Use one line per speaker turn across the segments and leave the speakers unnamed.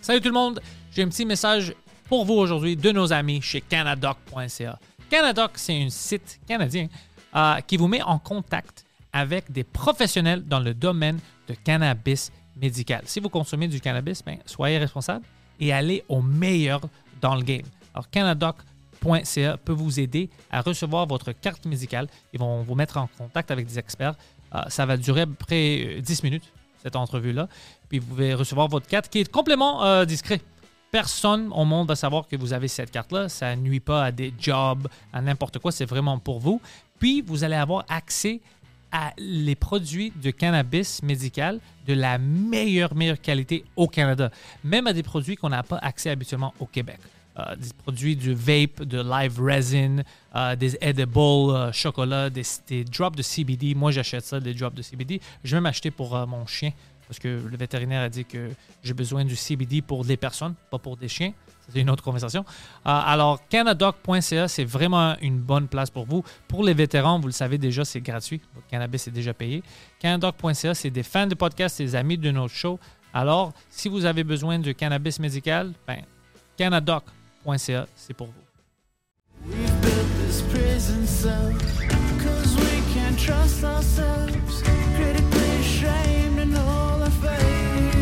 Salut tout le monde, j'ai un petit message pour vous aujourd'hui de nos amis chez Canadoc.ca. Canadoc, c'est un site canadien euh, qui vous met en contact avec des professionnels dans le domaine de cannabis médical. Si vous consommez du cannabis, ben, soyez responsable et allez au meilleur dans le game. Alors, Canadoc.ca peut vous aider à recevoir votre carte médicale. Ils vont vous mettre en contact avec des experts. Euh, ça va durer à peu près euh, 10 minutes, cette entrevue-là. Puis vous pouvez recevoir votre carte qui est complètement euh, discret. Personne au monde va savoir que vous avez cette carte-là. Ça nuit pas à des jobs, à n'importe quoi. C'est vraiment pour vous. Puis vous allez avoir accès à les produits de cannabis médical de la meilleure, meilleure qualité au Canada. Même à des produits qu'on n'a pas accès habituellement au Québec. Euh, des produits du vape, de live resin, euh, des edibles, euh, chocolat, des, des drops de CBD. Moi, j'achète ça, des drops de CBD. Je vais m'acheter pour euh, mon chien parce que le vétérinaire a dit que j'ai besoin du CBD pour des personnes, pas pour des chiens. Ça, C'est une autre conversation. Euh, alors, canadoc.ca, c'est vraiment une bonne place pour vous. Pour les vétérans, vous le savez déjà, c'est gratuit. Votre cannabis est déjà payé. Canadoc.ca, c'est des fans de podcast, des amis de notre show. Alors, si vous avez besoin de cannabis médical, ben, canadoc.ca, c'est pour vous.
We've built this prison cell Cause we can't trust ourselves Critically ashamed in all our faith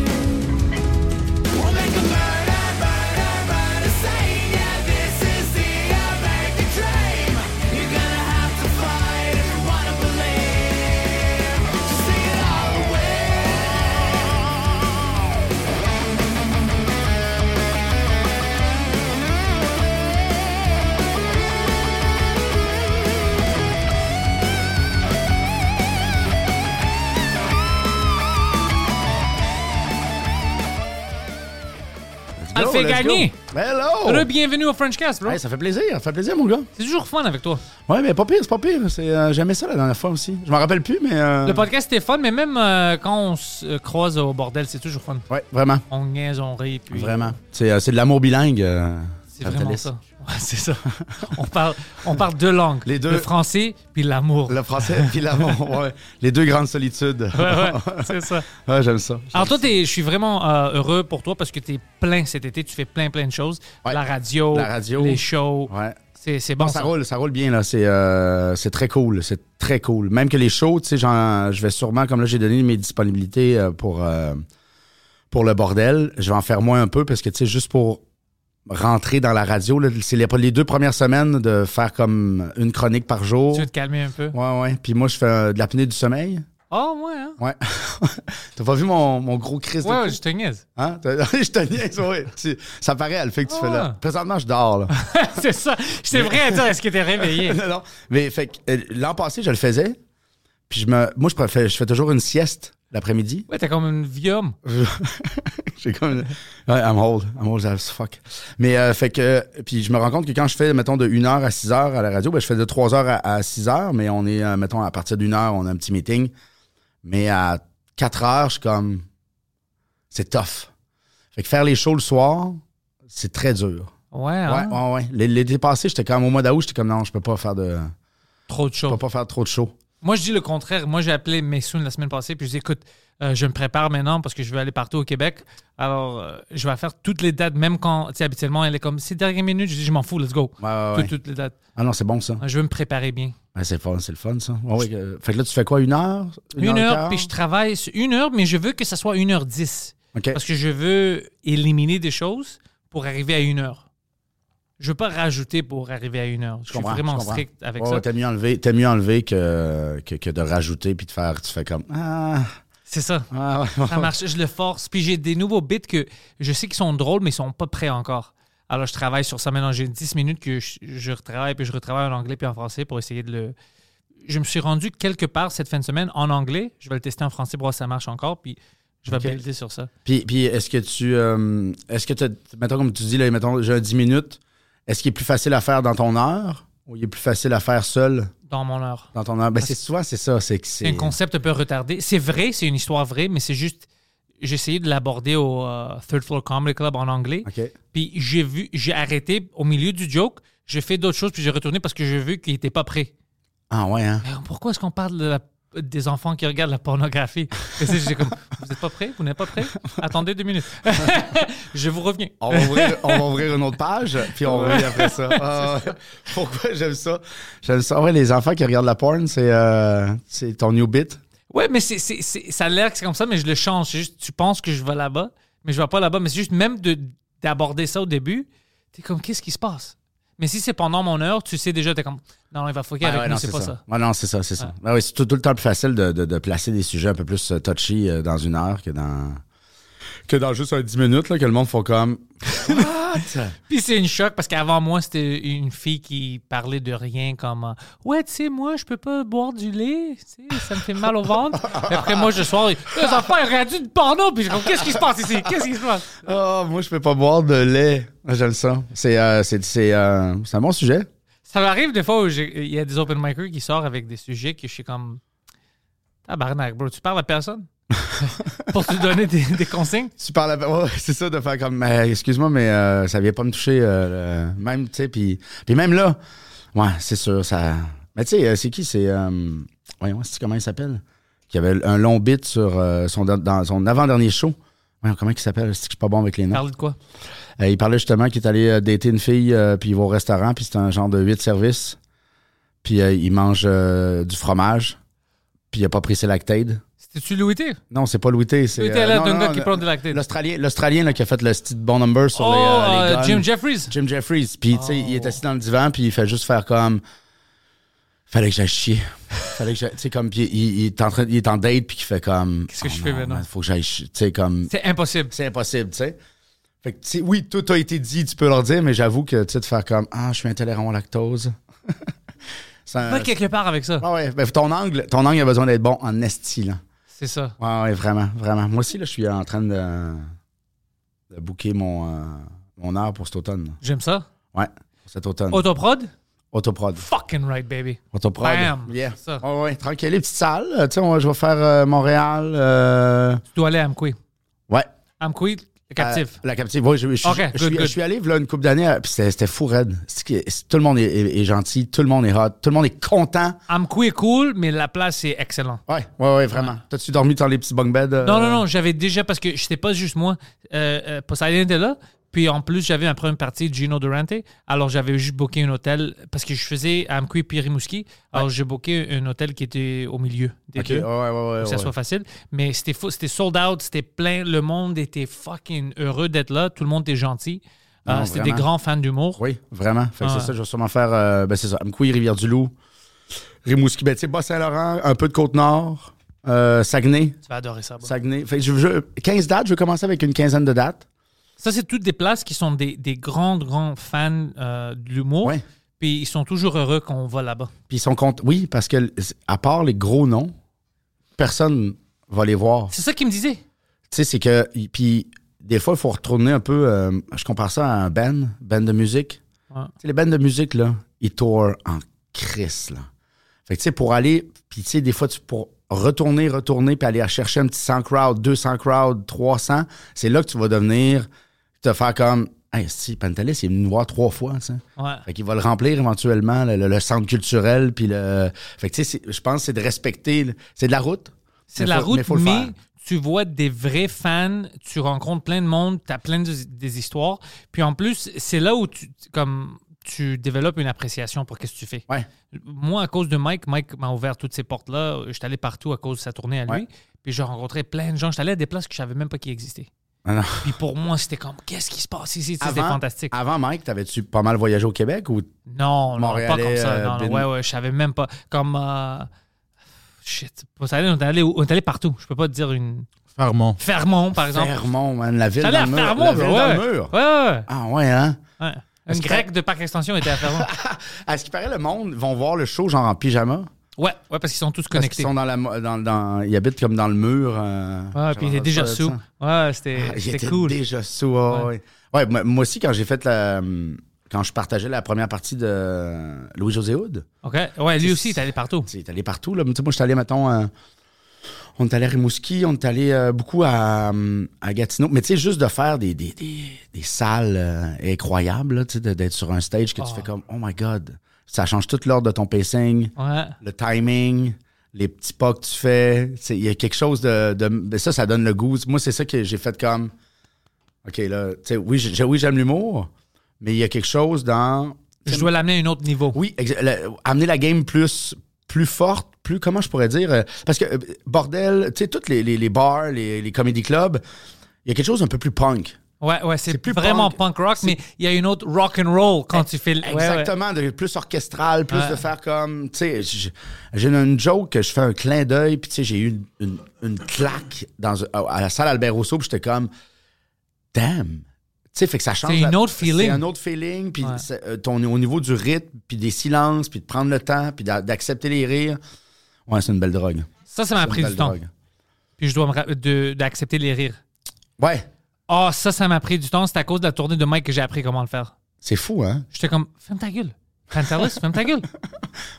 We'll make a murder, murder, murder scene Yeah, this is the American dream You're gonna have to fight if you wanna believe Just take it all away
On Ah, le
Go,
fait
let's
gagner!
go. Hello!
Bienvenue au Frenchcast, bro!
Hey, ça fait plaisir, ça fait plaisir, mon gars.
C'est toujours fun avec toi.
Ouais, mais pas pire, c'est pas pire. C'est, euh, J'aimais ça la dernière fois aussi. Je m'en rappelle plus, mais. euh,
Le podcast était fun, mais même euh, quand on se euh, croise au bordel, c'est toujours fun.
Ouais, vraiment.
On niaise, on rit, puis...
Vraiment. C'est euh, c'est de l'amour bilingue. euh,
C'est
Capitaliste.
vraiment ça. Ouais, c'est ça. on, parle, on parle deux langues.
Les deux.
Le français puis l'amour.
Le français puis l'amour. ouais. Les deux grandes solitudes.
Ouais, ouais, c'est ça.
Ouais, j'aime ça.
Alors toi, t'es- je suis vraiment euh, heureux pour toi parce que tu es plein cet été. Tu fais plein, plein de choses.
Ouais.
La radio,
La radio.
les shows.
Ouais.
C'est c'est bon.
ça
ça.
roule, ça roule bien là. C'est euh, c'est très cool, c'est très cool. Même que les shows, tu sais, j'en- je vais sûrement, comme là, j'ai donné mes disponibilités euh, pour euh, pour le bordel. Je vais en faire moins un peu parce que tu sais, juste pour rentrer dans la radio, là, c'est les, les deux premières semaines de faire comme une chronique par jour.
Tu veux te calmer un peu?
Ouais, ouais. Puis moi, je fais euh, de l'apnée du sommeil.
Oh, ouais, hein?
Ouais. T'as pas vu mon, mon gros crise de
Ouais,
cou?
ouais, je te niaise.
Hein? T'as- Je te niaise, ouais. Tu- Ça paraît, le fait que tu fais
Ouais.
là. Présentement, je dors, là.
c'est ça. C'est vrai à dire, est-ce que t'es réveillé?
non, non. Mais fait que, euh, l'an passé, je le faisais. Puis je me, moi, je, préfère, je fais toujours une sieste l'après-midi.
Ouais, t'es comme une vieille homme.
Je- J'ai comme. une- Ouais, I'm old. I'm old as fuck. Mais euh, fait que. Puis je me rends compte que quand je fais, mettons, de 1h à 6h à la radio, ben, je fais de 3h à, 6h, mais on est, euh, mettons, à partir d'une heure, on a un petit meeting. Mais à 4h, je suis comme. C'est tough. Fait que faire les shows le soir, c'est très dur.
Ouais,
Ouais,
hein?
ouais, ouais. L- L'été passé, j'étais comme au mois d'août, j'étais comme non, je peux pas faire de.
Trop de
Je
shows.
peux pas faire trop de shows.
Moi, je dis le contraire. Moi, j'ai appelé Messoun la semaine passée, puis je dis écoute, euh, je me prépare maintenant parce que je veux aller partout au Québec. Alors, euh, je vais faire toutes les dates, même quand, tu sais, habituellement, elle est comme c'est dernière minute. Je dis je m'en fous, let's go.
Ouais, ouais, ouais.
Tout- toutes les dates.
Ah non, c'est bon ça.
Je veux me préparer bien.
Ouais, c'est fun, c'est le fun ça. Ouais, ouais, euh, fait que là, tu fais quoi, une heure?
Une, heure,
quart?
puis je travaille sur une heure, mais je veux que ça soit une heure dix.
OK.
Parce que je veux éliminer des choses pour arriver à une heure. Je veux pas rajouter pour arriver à une heure. Je, suis
comprends,
vraiment
je comprends.
strict avec
Ouais,
ça.
ouais, T'as mieux enlever, t'as mieux enlever que, que, que de rajouter puis de faire. Tu fais comme. Ah,
C'est ça.
ah, ouais, ouais.
Ça marche, je le force. Puis j'ai des nouveaux bits que je sais qu'ils sont drôles, mais ils sont pas prêts encore. Alors je travaille sur ça maintenant. J'ai 10 minutes que je, je retravaille, puis je retravaille en anglais puis en français pour essayer de le. je me suis rendu quelque part cette fin de semaine en anglais. Je vais le tester en français pour voir si ça marche encore, puis je vais
Ok.
builder sur ça.
Puis, puis est-ce que tu. euh, est-ce que tu. Mettons, comme tu dis, là, mettons, j'ai un 10 minutes. Est-ce qu'il est plus facile à faire dans ton heure ou il est plus facile à faire seul
Dans mon heure.
dans ton heure? Ben,
Parce-
c'est souvent, c'est ça. C'est que
Ah, C'est
c'est.
un concept un peu retardé. C'est vrai, c'est une histoire vraie, mais c'est juste. J'ai essayé de l'aborder au euh, Third Floor Comedy Club en anglais.
OK.
Puis j'ai vu, j'ai arrêté au milieu du joke. J'ai fait d'autres choses, puis j'ai retourné parce que j'ai vu qu'il n'était pas prêt.
Ah, ouais, hein?
Mais pourquoi est-ce qu'on parle de la- des enfants qui regardent la pornographie? Et c'est- j'ai comme, vous n'êtes pas prêts? Vous n'êtes pas prêts? Attendez deux minutes. je vous reviens.
On va, ouvrir, on va ouvrir une autre page, puis on revient après ça. Ah, pourquoi j'aime ça? J'aime ça. Ouais, les enfants qui regardent la porn, c'est euh, c'est ton new bit.
Ouais, mais c'est, c'est- c'est- ça a l'air que c'est comme ça, mais je le change. C'est juste, tu penses que je vais là-bas, mais je vais pas là-bas. Mais c'est juste, même de, d'aborder ça au début, t'es comme, qu'est-ce qui se passe? Mais si c'est pendant mon heure, tu sais déjà, t'es comme, non, il va fucker
Ah
avec
ouais,
nous,
non,
c'est, pas ça.
Ouais, non, c'est ça, c'est ça. Ah ouais, c'est tout, tout le temps plus facile de, de- de placer des sujets un peu plus euh, touchy euh, dans une heure que dans que dans juste un 10 minutes, là, que le monde faut comme... What?
Puis c'est une choc parce qu'avant moi, c'était une fille qui parlait de rien comme euh, Ouais, tu sais, moi, je peux pas boire du lait, tu sais, ça me fait mal au ventre. Puis après, moi, je soir, les enfants, ils regardent du porno. Puis je comme Qu'est-ce qui se passe ici Qu'est-ce qui se passe
Ah, moi, je peux pas boire de lait. Ah, J'aime ça. C'est euh, c'est- c'est, euh, c'est un bon sujet.
Ça m'arrive des fois où j'ai- il y a des open micers qui sortent avec des sujets que je suis comme Tabarnak, bro, tu parles à personne pour te donner des, des consignes.
Tu parles à... ouais, c'est ça, de faire comme... Mais, Excuse-moi, mais euh, ça vient pas me toucher. euh, le- Même, tu sais, puis puis même là, ouais, c'est sûr, ça... Mais tu sais, euh, c'est qui? C'est... euh, Voyons, c'est comment il s'appelle? Qui avait un long bit sur euh, son, dans son avant-dernier show. Voyons, comment il s'appelle? C'est que je suis pas bon avec les noms.
Parle de quoi
Euh, il parlait justement qu'il est allé euh, dater une fille, euh, puis il va au restaurant, puis c'est un genre de huit services. Puis euh, il mange euh, du fromage, puis il a pas pris ses lactaid.
C'était-tu Louis T
Non, c'est pas Louis T, c'est... euh,
Louis T, là,
non,
d'un
non,
gars
non,
qui prend de lactaid.
L'Australien, l'Australien là, qui a fait le petit bon number sur
Oh,
les, euh, les
euh,
guns.
Jim Jeffries.
Jim Jeffries. Puis, tu sais, il est assis dans le divan, puis il fait juste faire comme. Fallait que j'aille chier. Fallait que j'aille. Tu sais, comme. Puis, il, il est en train, il est en date, puis il fait comme. oh,
Qu'est-ce que je
non,
fais maintenant?
man, Faut que j'aille chier. Tu sais, comme.
C'est impossible.
C'est impossible, tu sais. Fait que, tu sais, oui, tout a été dit, tu peux leur dire, mais j'avoue que, tu sais, de faire comme. Ah, je suis intolérant au lactose. Ça-
Va quelque part avec ça.
Ah ouais, ben, ton angle, ton angle a besoin d'être bon en esti, là.
C'est ça.
Ouais, ouais, vraiment, vraiment. Moi aussi, là, je suis en train de. de booker mon. euh, mon art pour cet automne. là.
J'aime ça.
Ouais, pour cet automne.
Autoprod?
Autoprod.
Fucking right, baby.
Autoprod.
Bam!
Yeah.
C'est ça.
Ouais, ouais, tranquille. Les petites salles. euh, Tu sais, on- je vais faire euh, Montréal. euh,
Tu dois aller à Amqui.
Ouais.
Amqui, le captif.
Euh, la captive. Oui, je, je, je-
Ok,
je,
good,
suis-
good.
je suis allé là, une couple d'années, euh, puis c'était c'était fou raide. C'est que- c'est- Tout le monde est, est- est gentil, tout le monde est hot, tout le monde est content.
Amqui est cool, mais la place est excellente.
Ouais, ouais, ouais, vraiment. T'as-tu dormi dans les petits bunk beds? euh,
Non, non, non, j'avais déjà, parce que c'était pas juste moi. Euh, euh, Poseidon était là. Puis en plus, j'avais un première partie de Gino Durante. Alors j'avais juste booké un hôtel parce que je faisais à Amqui puis Rimouski. Alors j'ai booké un hôtel qui était au milieu des
Ok,
deux.
ouais, ouais, ouais. ouais,
que ça
ouais.
soit facile. Mais c'était fou, c'était sold out, c'était plein. Le monde était fucking heureux d'être là. Tout le monde était gentil.
Non,
Euh, c'était des
vraiment.
grands fans d'humour.
Oui, vraiment. Fait que
Ah
c'est
ouais.
ça, je vais sûrement faire, euh, ben c'est ça, Amkoui, Rivière-du-Loup, Rimouski, ben tu sais, Bas-Saint-Laurent, un peu de Côte-Nord, euh, Saguenay.
Tu vas adorer ça. bro.
Saguenay. Fait que je, je- 15 dates, je vais commencer avec une quinzaine de dates.
Ça, c'est toutes des places qui sont des, des grands, grands fans euh, de l'humour.
Ouais.
Puis ils sont toujours heureux qu'on va là-bas.
Puis ils sont contents. Oui, parce que l- à part les gros noms, personne va les voir. Tu
C'est ça qu'ils me disaient.
sais, c'est que. Puis des fois, il faut retourner un peu. euh, je compare ça à un band, band de musique.
Ouais.
Tu sais, les bandes de musique, là, ils tournent en crise, là. Fait que, tu sais, pour aller. Puis, tu sais, des fois, tu pour retourner, retourner, puis aller à chercher un petit 100 crowd, 200 crowd, 300, c'est là que tu vas devenir. te faire comme. Hey, si, Pantelis, il est venu nous voir trois fois, tu sais.
Ouais.
Fait qu'il va le remplir éventuellement, le, le- le centre culturel, puis le... Fait que, tu sais, c'est- je pense que c'est de respecter... le- C'est de la route.
C'est
Mais
de la
faut-
route,
mais
mais,
faut le faire.
tu vois des vrais fans, tu rencontres plein de monde, tu as plein de- des histoires. Puis en plus, c'est là où tu, comme, tu développes une appréciation pour qu'est-ce que tu fais.
Ouais.
Moi, à cause de Mike, Mike m'a ouvert toutes ces portes-là. J'étais allé partout à cause de sa tournée à lui.
Ouais.
Puis j'ai rencontré plein de gens. J'étais allé à des places que je savais même pas qui existaient.
Ah non.
Puis pour moi, c'était comme, qu'est-ce qui se passe ici? Tu sais, C'était
Avant-
fantastique.
Avant, Mike, t'avais-tu pas mal voyagé au Québec ou...
Non, non, pas
Montréalais,
comme ça.
euh,
Non, non,
Bin-
ouais, ouais, je savais même pas. Comme. euh, Shit. On est allé- on est allé où- on est allé partout. Je peux pas te dire une.
Farmont.
Fermont, par exemple.
Fermont, man, la ville
J'allais
dans
à
le mur.
Fermont,
la
bro,
ville
ouais.
dans le mur.
Ouais, ouais,
Ah ouais, hein?
ouais. ouais. Une
Est-ce que-
grecque de Parc Extension était à Fermont.
À ce qui paraît, le monde vont voir le show genre en pyjama.
Ouais, ouais, parce qu'ils sont tous
Parce
connectés.
qu'ils sont dans la. mo- Dans, dans- ils habitent comme dans le mur. euh,
Ouais, puis il
j'avais
est déjà
ça,
sous.
ça.
Ouais, c'était
Ah,
c'était
J'étais
cool.
déjà sous. ouais, ouais. Ouais, moi- moi aussi, quand j'ai fait la. hum, Quand je partageais la première partie de euh, Louis-José Hood,
OK. Ouais, lui aussi, il est allé partout.
tu sais, il est allé partout. Là. Tu sais, Moi, je suis allé, mettons, euh, on est allé à Rimouski, on est allé euh, beaucoup à, euh, à Gatineau. Mais tu sais, juste de faire des, des, des, des salles euh, incroyables, là, tu sais, de- d'être sur un stage que tu fais comme, oh my God, ça change toute l'ordre de ton pacing
Ouais.
le timing, les petits pas que tu fais. c'est- Il y a quelque chose de, de- ben Ça, ça donne le goût. Moi, c'est ça que j'ai fait comme. OK, là, tu sais, oui, j'ai- oui, j'aime l'humour, mais il y a quelque chose dans.
Je dois l'amener à un autre niveau.
Oui, exa- la- amener la game plus, plus forte, plus. Comment je pourrais dire? euh, Parce que, euh, bordel, tu sais, tous les, les- les bars, les, les comedy clubs, il y a quelque chose un peu plus punk.
Ouais, ouais, c'est
plus
vraiment
punk.
punk, rock, mais il y a une autre rock and roll quand tu fais le. ouais, ouais.
Exactement, de plus orchestral, plus
Ouais.
de faire comme, tu sais, j- j'ai une joke que je fais un clin d'œil, puis tu sais, j'ai eu une, une- une claque dans, à à la salle Albert Rousseau, puis j'étais comme, damn. Tu sais, fait que ça change.
C'est un
la-
autre feeling.
C'est un autre feeling, puis
Ouais.
c'est, euh, ton- au niveau du rythme, puis des silences, puis de prendre le temps, puis d'a- d'accepter les rires. Ouais, c'est une belle drogue.
Ça, ça m'a
C'est une
pris du
belle
temps.
drogue.
Puis je dois me ra- de- d'accepter les rires.
Ouais,
Ah, ça, ça m'a pris du temps. C'est à cause de la tournée de Mike que j'ai appris comment le faire.
c'est fou, hein?
J'étais comme, ferme ta gueule. Pantalus, ferme ta gueule.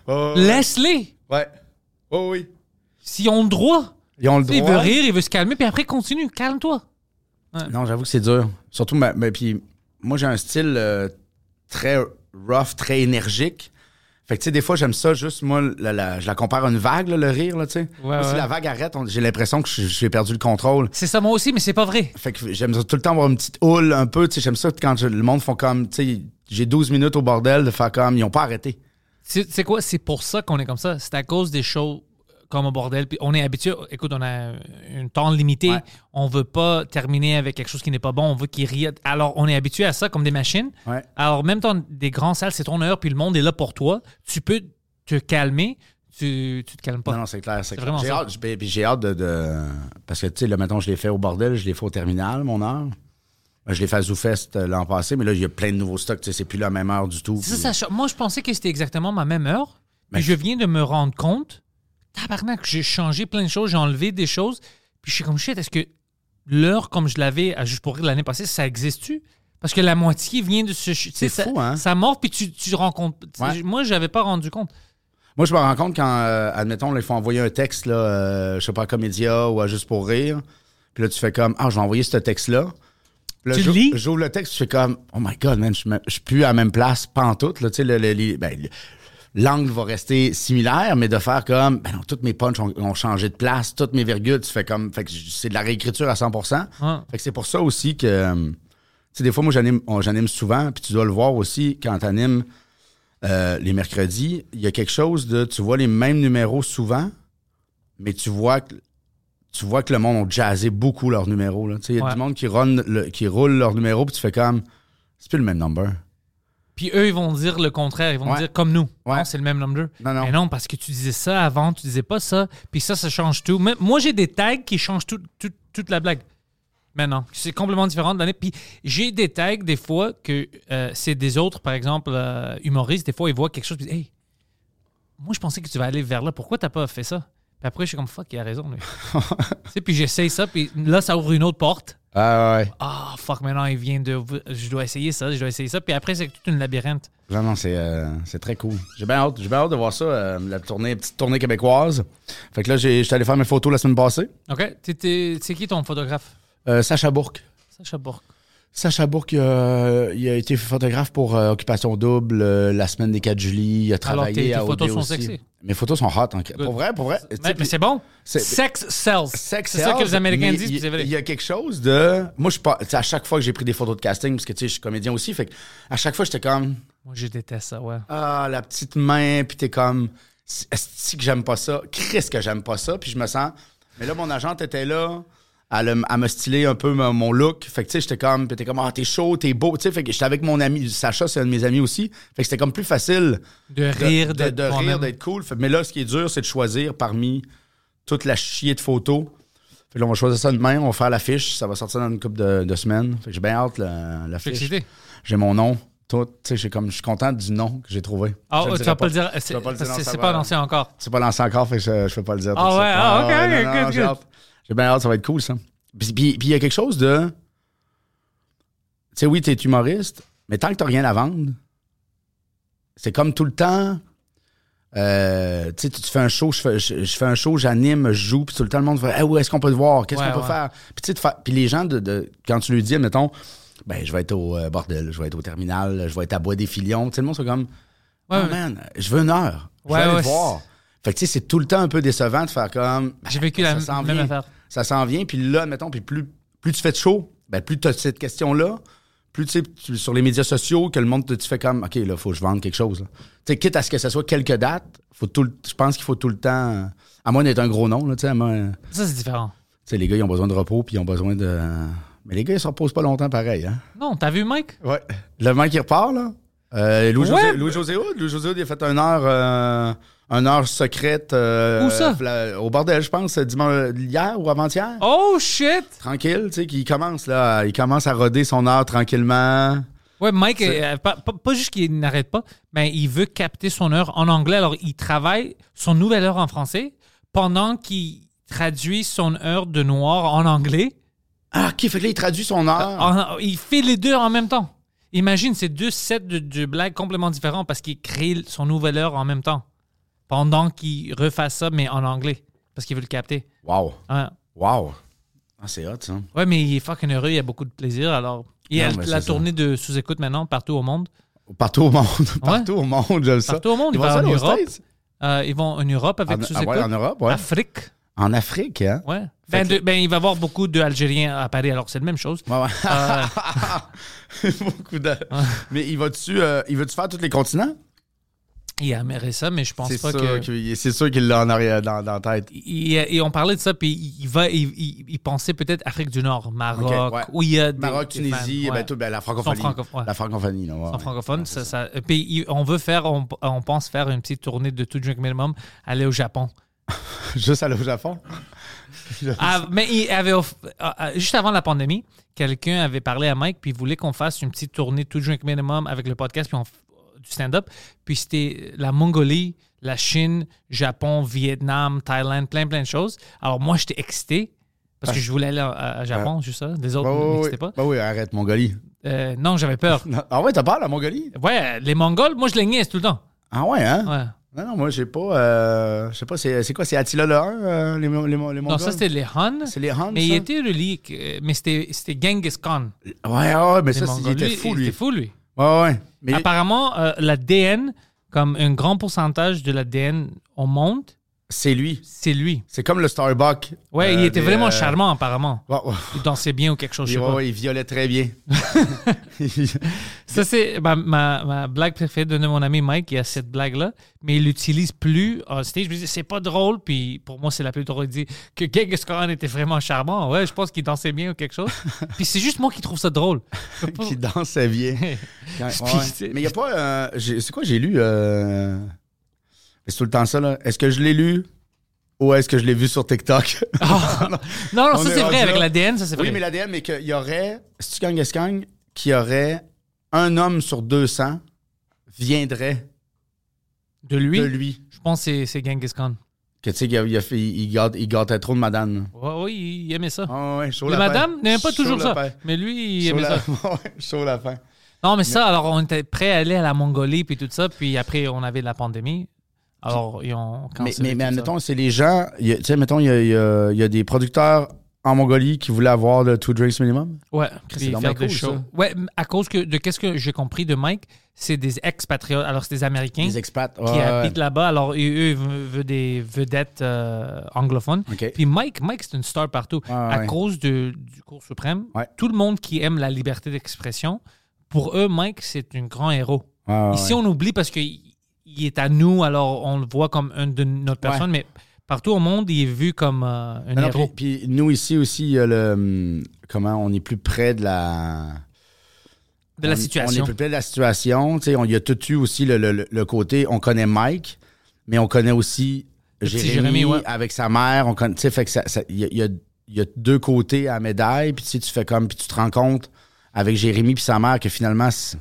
Oh,
Laisse-les.
ouais. Oh oui.
S'ils ont le droit.
Ils ont le
Tu sais, Il
droit.
veut rire, il veut se calmer, puis après, continue. Calme-toi.
Non, j'avoue que c'est dur. Surtout, ma- ma- puis moi, j'ai un style euh, très rough, très énergique. Fait que, tu sais, des fois, j'aime ça juste, moi, la- la- je la compare à une vague, là, le rire, là, tu sais. Moi,
ouais.
Si la vague arrête, on- j'ai l'impression que je- j'ai perdu le contrôle.
C'est ça, moi aussi, mais c'est pas vrai.
Fait que j'aime ça tout le temps avoir une petite houle un peu, tu sais. J'aime ça quand je- le monde font comme, tu sais, j'ai 12 minutes au bordel de faire comme, ils ont pas arrêté.
C'est c'est quoi? C'est pour ça qu'on est comme ça. C'est à cause des shows comme au bordel. Puis on est habitué. Écoute, on a un temps limité.
Ouais.
On veut pas terminer avec quelque chose qui n'est pas bon. On veut qu'ils rient. Alors, on est habitué à ça comme des machines.
Ouais.
Alors, même dans des grandes salles, c'est ton heure, puis le monde est là pour toi. Tu peux te calmer. Tu, tu te calmes pas.
Non, non, c'est clair.
C'est
C'est clair.
vraiment
J'ai
ça.
hâte, j'ai- puis j'ai hâte de, de- Parce que, tu sais, là, maintenant, je l'ai fait au bordel, je l'ai fait au terminal, mon heure. Ben, Je l'ai fait à ZooFest euh, l'an passé, mais là, il y a plein de nouveaux stocks. tu sais, C'est plus la même heure du tout.
C'est ça,
puis-
ça cho- moi, je pensais que c'était exactement ma même heure.
Ben,
Puis je viens de me rendre compte, tabarnak, j'ai changé plein de choses, j'ai enlevé des choses. Puis je suis comme shit, est-ce que l'heure comme je l'avais à Juste pour rire l'année passée, ça existe-tu? Parce que la moitié vient de ce. tu sais,
C'est fou,
ça,
hein?
Ça mord, puis tu, tu rencontres. tu sais,
Ouais.
Moi, j'avais pas rendu compte.
Moi, je me rends compte quand, euh, admettons, là, il faut envoyer un texte, là, euh, je sais pas, à Comédia ou à Juste pour rire. Puis là, tu fais comme, ah, je vais envoyer ce texte-là. Puis là,
Tu le
j'ou-
lis?
J'ouvre le texte, je fais comme, oh my God, man, je suis me- je suis plus à la même place, pantoute. Là, tu sais, le- le- le- ben, le- l'angle va rester similaire, mais de faire comme, ben non, toutes mes punches ont, ont changé de place, toutes mes virgules, tu fais comme, fait que j- c'est de la réécriture à 100%.
Ouais.
Fait que c'est pour ça aussi que, euh, tu sais, des fois, moi, j'anime on- j'anime souvent, puis tu dois le voir aussi quand t'animes euh, les mercredis, il y a quelque chose de, tu vois les mêmes numéros souvent, mais tu vois que tu vois que le monde ont jazzé beaucoup leurs numéros. là. Tu sais, Il y a
Ouais.
du monde qui, run le- qui roule leur numéro, puis tu fais comme, c'est plus le même number.
Puis eux, ils vont dire le contraire. Ils vont
Ouais.
dire comme nous.
Ouais.
Non, c'est le même number.
Non, non.
Mais non, parce que tu disais ça avant, tu disais pas ça. Puis ça, ça change tout. Même- moi, j'ai des tags qui changent tout- tout- toute la blague. Maintenant, c'est complètement différent de l'année. Puis j'ai des tags, des fois, que euh, c'est des autres, par exemple, euh, humoristes. Des fois, ils voient quelque chose. Puis, ils disent, hey, moi, je pensais que tu vas aller vers là. Pourquoi t'as pas fait ça? Puis après, je suis comme, fuck, il a raison. lui. Tu sais, puis j'essaye ça. Puis là, ça ouvre une autre porte.
Ah ouais.
Ah, fuck, maintenant, il vient de. Je dois essayer ça, je dois essayer ça. Puis après, c'est toute une labyrinthe.
Non, non, c'est euh, c'est très cool. J'ai bien hâte, j'ai bien hâte de voir ça, euh, la tournée, petite tournée québécoise. Fait que là, j'ai- j'étais allé faire mes photos la semaine passée.
OK? T'es- t'es- C'est qui ton photographe?
Euh, Sacha Bourque.
Sacha Bourque.
Sacha Bourque, il a, il a été photographe pour euh, Occupation Double, euh, la semaine des 4 juillet. Il a
Alors, tes-
travaillé
tes
à OD
photos sont
aussi.
sexy.
Mes photos sont hot. en- Pour vrai, pour vrai.
Mais, mais c'est bon.
c'est-
Sex sells.
Sex
C'est ça que
sells,
les Américains
mais
disent,
il-
puis c'est vrai.
Il y a quelque chose de. Moi, je suis pas. tu sais, À chaque fois que j'ai pris des photos de casting, parce que tu sais, je suis comédien aussi, fait que à chaque fois, j'étais comme.
Moi, je déteste ça, ouais.
Ah, la petite main, puis t'es comme. Est-ce que j'aime pas ça? Chris, que j'aime pas ça, puis je me sens. Mais là, mon agente était là. À, le- à me styler un peu mon mon look. Fait que, tu sais, j'étais comme, puis t'es comme, ah, t'es chaud, t'es beau. Tu sais, fait que j'étais avec mon ami, Sacha, c'est un de mes amis aussi. Fait que c'était comme plus facile
De rire,
de,
de,
de rire, d'être cool. Fait- Mais là, ce qui est dur, c'est de choisir parmi toute la chier de photos. Fait que là, on va choisir ça demain, on va faire l'affiche. Ça va sortir dans une couple de, de semaines. Fait que j'ai bien hâte, la- l'affiche.
excité.
J'ai mon nom, Toi, tu sais, j'ai comme- je suis content du nom que j'ai trouvé.
Ah,
Je
tu vas pas le dire.
Je
C'est
vais pas le dire, non,
c'est-
ça
c'est
va.
pas annoncé encore.
C'est pas lancé encore, fait que je, je peux pas le dire.
Ah
tout de suite.
ouais, ah, ok,
ouais, non,
ok,
non,
good,
j'ai
good.
hâte. J'ai bien hâte, ça va être cool, ça. Puis puis- puis il y a quelque chose de. Tu sais, oui, t'es humoriste, mais tant que t'as rien à vendre, c'est comme tout le temps. euh, tu sais, tu tu fais un show, je fais, je, je fais un show, j'anime, je joue, puis tout le temps le monde fait Hey, où est-ce qu'on peut te voir? Qu'est-ce
Ouais,
qu'on peut
ouais.
faire? Puis tu sais, de fa- puis les gens, de, de- quand tu lui dis, mettons, ben, je vais être au euh, bordel, je vais être au terminal, je vais être à Bois des Filions, tu sais, le monde, c'est comme
Ouais,
Oh,
ouais.
man, je veux une heure. Je
Ouais,
veux aller
ouais,
te voir. Fait que tu sais, c'est tout le temps un peu décevant de faire comme. ben,
J'ai vécu la
ça s'en
même
vient.
affaire.
Ça s'en vient, puis là, mettons, puis plus, plus tu fais de show, ben, plus tu as cette question-là, plus tu sais, tu- sur les médias sociaux, que le monde te tu fais comme, OK, là, faut que je vende quelque chose. là. Tu sais, quitte à ce que ce soit quelques dates, faut tout, le- je pense qu'il faut tout le temps. euh, À moins d'être un gros nom, là, tu sais, à moins- tu
Ça, c'est différent.
sais, les gars, ils ont besoin de repos, puis ils ont besoin de. Mais les gars, ils se reposent pas longtemps pareil, hein.
Non, t'as vu, Mike?
Ouais. Le mec qui repart, là. Euh, Louis-José
Ouais.
Louis Louis il a fait une heure, euh, une heure secrète. euh,
Où ça?
fla- au bordel, je pense, dimanche, hier ou avant-hier.
Oh shit!
Tranquille, tu sais, qu'il commence, là. Il commence à roder son heure tranquillement.
Ouais, Mike,
C'est-
euh, pas, pas- pas juste qu'il n'arrête pas, mais il veut capter son heure en anglais. Alors, il travaille son nouvelle heure en français pendant qu'il traduit son heure de noir en anglais.
Ah, OK, fait que là, il traduit son heure.
En- il fait les deux en même temps. Imagine, c'est deux sets de, de blagues complètement différents parce qu'il crée son nouvelle heure en même temps pendant qu'il refasse ça, mais en anglais parce qu'il veut le capter.
Wow.
Ah.
Wow. Ah, c'est hot, ça.
Ouais, mais il est fucking heureux, il a beaucoup de plaisir. Alors, il y a
Non, mais
la
c'est ça.
tournée de sous-écoute maintenant partout au monde.
Partout au monde. Partout au monde, j'aime ça.
Partout au monde, il
Ils vont
va
ça,
en
aux
Europe.
States?
Euh, ils vont en Europe avec
En-
sous
ah,
écoute.
ouais, en Europe, ouais.
Afrique,
En Afrique, hein?
ouais. Ben,
que-
de- ben, il va voir beaucoup d'Algériens à Paris, alors c'est la même chose.
Ouais, ouais.
Euh,
Beaucoup de... Mais il va-tu euh, il va-tu faire tous les continents?
il aimerait ça, mais je pense
C'est
pas
sûr
que.
qu'il- c'est sûr qu'il l'a en arrière dans, dans la tête.
Il- et on parlait de ça, puis il, va, il, il- il pensait peut-être Afrique du Nord, Maroc,
Ok, ouais.
où il y a des,
Maroc,
des fans,
Tunisie,
ouais.
ben, tout, ben, la francophonie.
Sont franco- ouais.
La francophonie, là, ouais,
en
ouais.
francophone. ça, ça- et puis il- on veut faire, on, on pense faire une petite tournée de tout drink minimum, aller au Japon.
Juste aller au Japon.
Ah, mais il avait off- ah, ah, juste avant la pandémie, quelqu'un avait parlé à Mike puis il voulait qu'on fasse une petite tournée tout drink minimum avec le podcast puis on f- du stand-up. Puis c'était la Mongolie, la Chine, Japon, Vietnam, Thaïlande, plein plein de choses. Alors moi j'étais excité parce que je voulais aller à, à- à Japon, juste ça. Les autres
Bah
ne
oui,
m'excitaient
oui.
pas.
Bah oui, arrête, Mongolie.
Euh, non, j'avais peur.
Non. Ah ouais, t'as peur, la Mongolie?
Ouais, les Mongols, moi je les niaise tout le temps.
Ah ouais, hein?
Ouais.
Non, non, moi, j'ai pas. euh, je sais pas, c'est c'est quoi? C'est Attila le 1, les, Mon- les, Mon- les Mongols?
Non, ça c'était les Han.
C'est les Hans.
Mais il
ça?
était relié, que- mais c'était c'était Genghis Khan.
Ouais, ouais, mais
Les
ça, c'est- il
Mongols,
était fou,
il
lui.
était fou, lui.
Ouais, ouais. Mais
Apparemment, euh, l'ADN, comme un grand pourcentage de l'ADN au monde,
c'est lui.
c'est lui.
C'est comme le Starbucks.
Ouais,
euh,
il était
des,
vraiment
euh,
charmant, apparemment.
ouais, ouais.
Il dansait bien ou quelque chose, je
Il,
sais
ouais,
pas.
ouais, il violait très bien.
Ça, c'est ma, ma- ma blague préférée de mon ami Mike. Il y a cette blague-là, mais il l'utilise plus en stage. Je me dis, c'est pas drôle, puis pour moi, c'est la plus drôle. Il dit que Genghis Khan était vraiment charmant. Ouais, je pense qu'il dansait bien ou quelque chose. puis c'est juste moi qui trouve ça drôle. Je peux pas-
qui dansait bien. Ouais, ouais,
Puis,
ouais.
tu sais-
Mais il n'y a pas. euh, j'ai- c'est quoi j'ai lu euh, mais C'est tout le temps ça, là. Est-ce que je l'ai lu ou est-ce que je l'ai vu sur TikTok
non, non,
On
ça,
est
c'est vrai.
rendu
Avec
là.
l'ADN, ça, c'est vrai.
Ah Oui, mais l'ADN, mais qu'il y aurait. Stukang Eskang, qu'il y aurait un homme sur 200 viendrait
de, lui,
de lui.
je pense que c'est- c'est Genghis Khan.
Que tu sais, qu'il a- il, a fait- il gâte- il gâtait trop de madame.
Ouais, oui, il aimait ça.
Ah ouais, chaud
Les
la fin.
madames n'aiment pas
Chaud
toujours
la
ça.
fin.
Mais lui, il
Chaud
aimait
la-
ça.
Ouais, chaud la fin.
Non, mais ça, alors on était prêt à aller à la Mongolie puis tout ça, puis après on avait la pandémie. Alors ils ont
Mais,
cancellé
mais,
tout
mais
ça.
admettons, c'est les gens. il y a- Tu sais, mettons, il y, a- il y a- il y a des producteurs en Mongolie qui voulaient avoir le Two Drinks Minimum.
ouais,
c'est
puis
donc
faire
bien
des
cool,
shows.
ça.
Ouais, m- à cause que de qu'est-ce que j'ai compris de Mike, c'est des expatriotes. Alors c'est des Américains
Les expats.
qui
ouais, ouais.
habitent là-bas. Alors eux, eux ils ve- veulent des vedettes euh, anglophones.
OK.
Puis Mike, Mike c'est une star partout.
Ouais,
à
ouais.
cause de- du Cour suprême,
Ouais.
tout le monde qui aime la liberté d'expression, pour eux, Mike c'est un grand héros.
Ah Ouais, ouais,
Ici, on oublie parce qu'il est à nous, alors on le voit comme un de notre personne, mais partout au monde, il est vu comme euh, un
Ben Non, non,
héros.
puis, puis nous, ici aussi, il y a le. hum, Comment on est plus près de la.
de la
on-
situation.
On est plus près de la situation. Tu sais, on y a tout eu aussi le, le- le- le côté. On connaît Mike, mais on connaît aussi
petit
Jérémy,
Jérémy, ouais.
avec sa mère. On connaît. Tu sais, fait que ça. ça- Il y a, il y a- il y a deux côtés à la médaille. Puis tu sais, tu fais comme. Puis tu te rends compte avec Jérémy puis sa mère que finalement. c'est-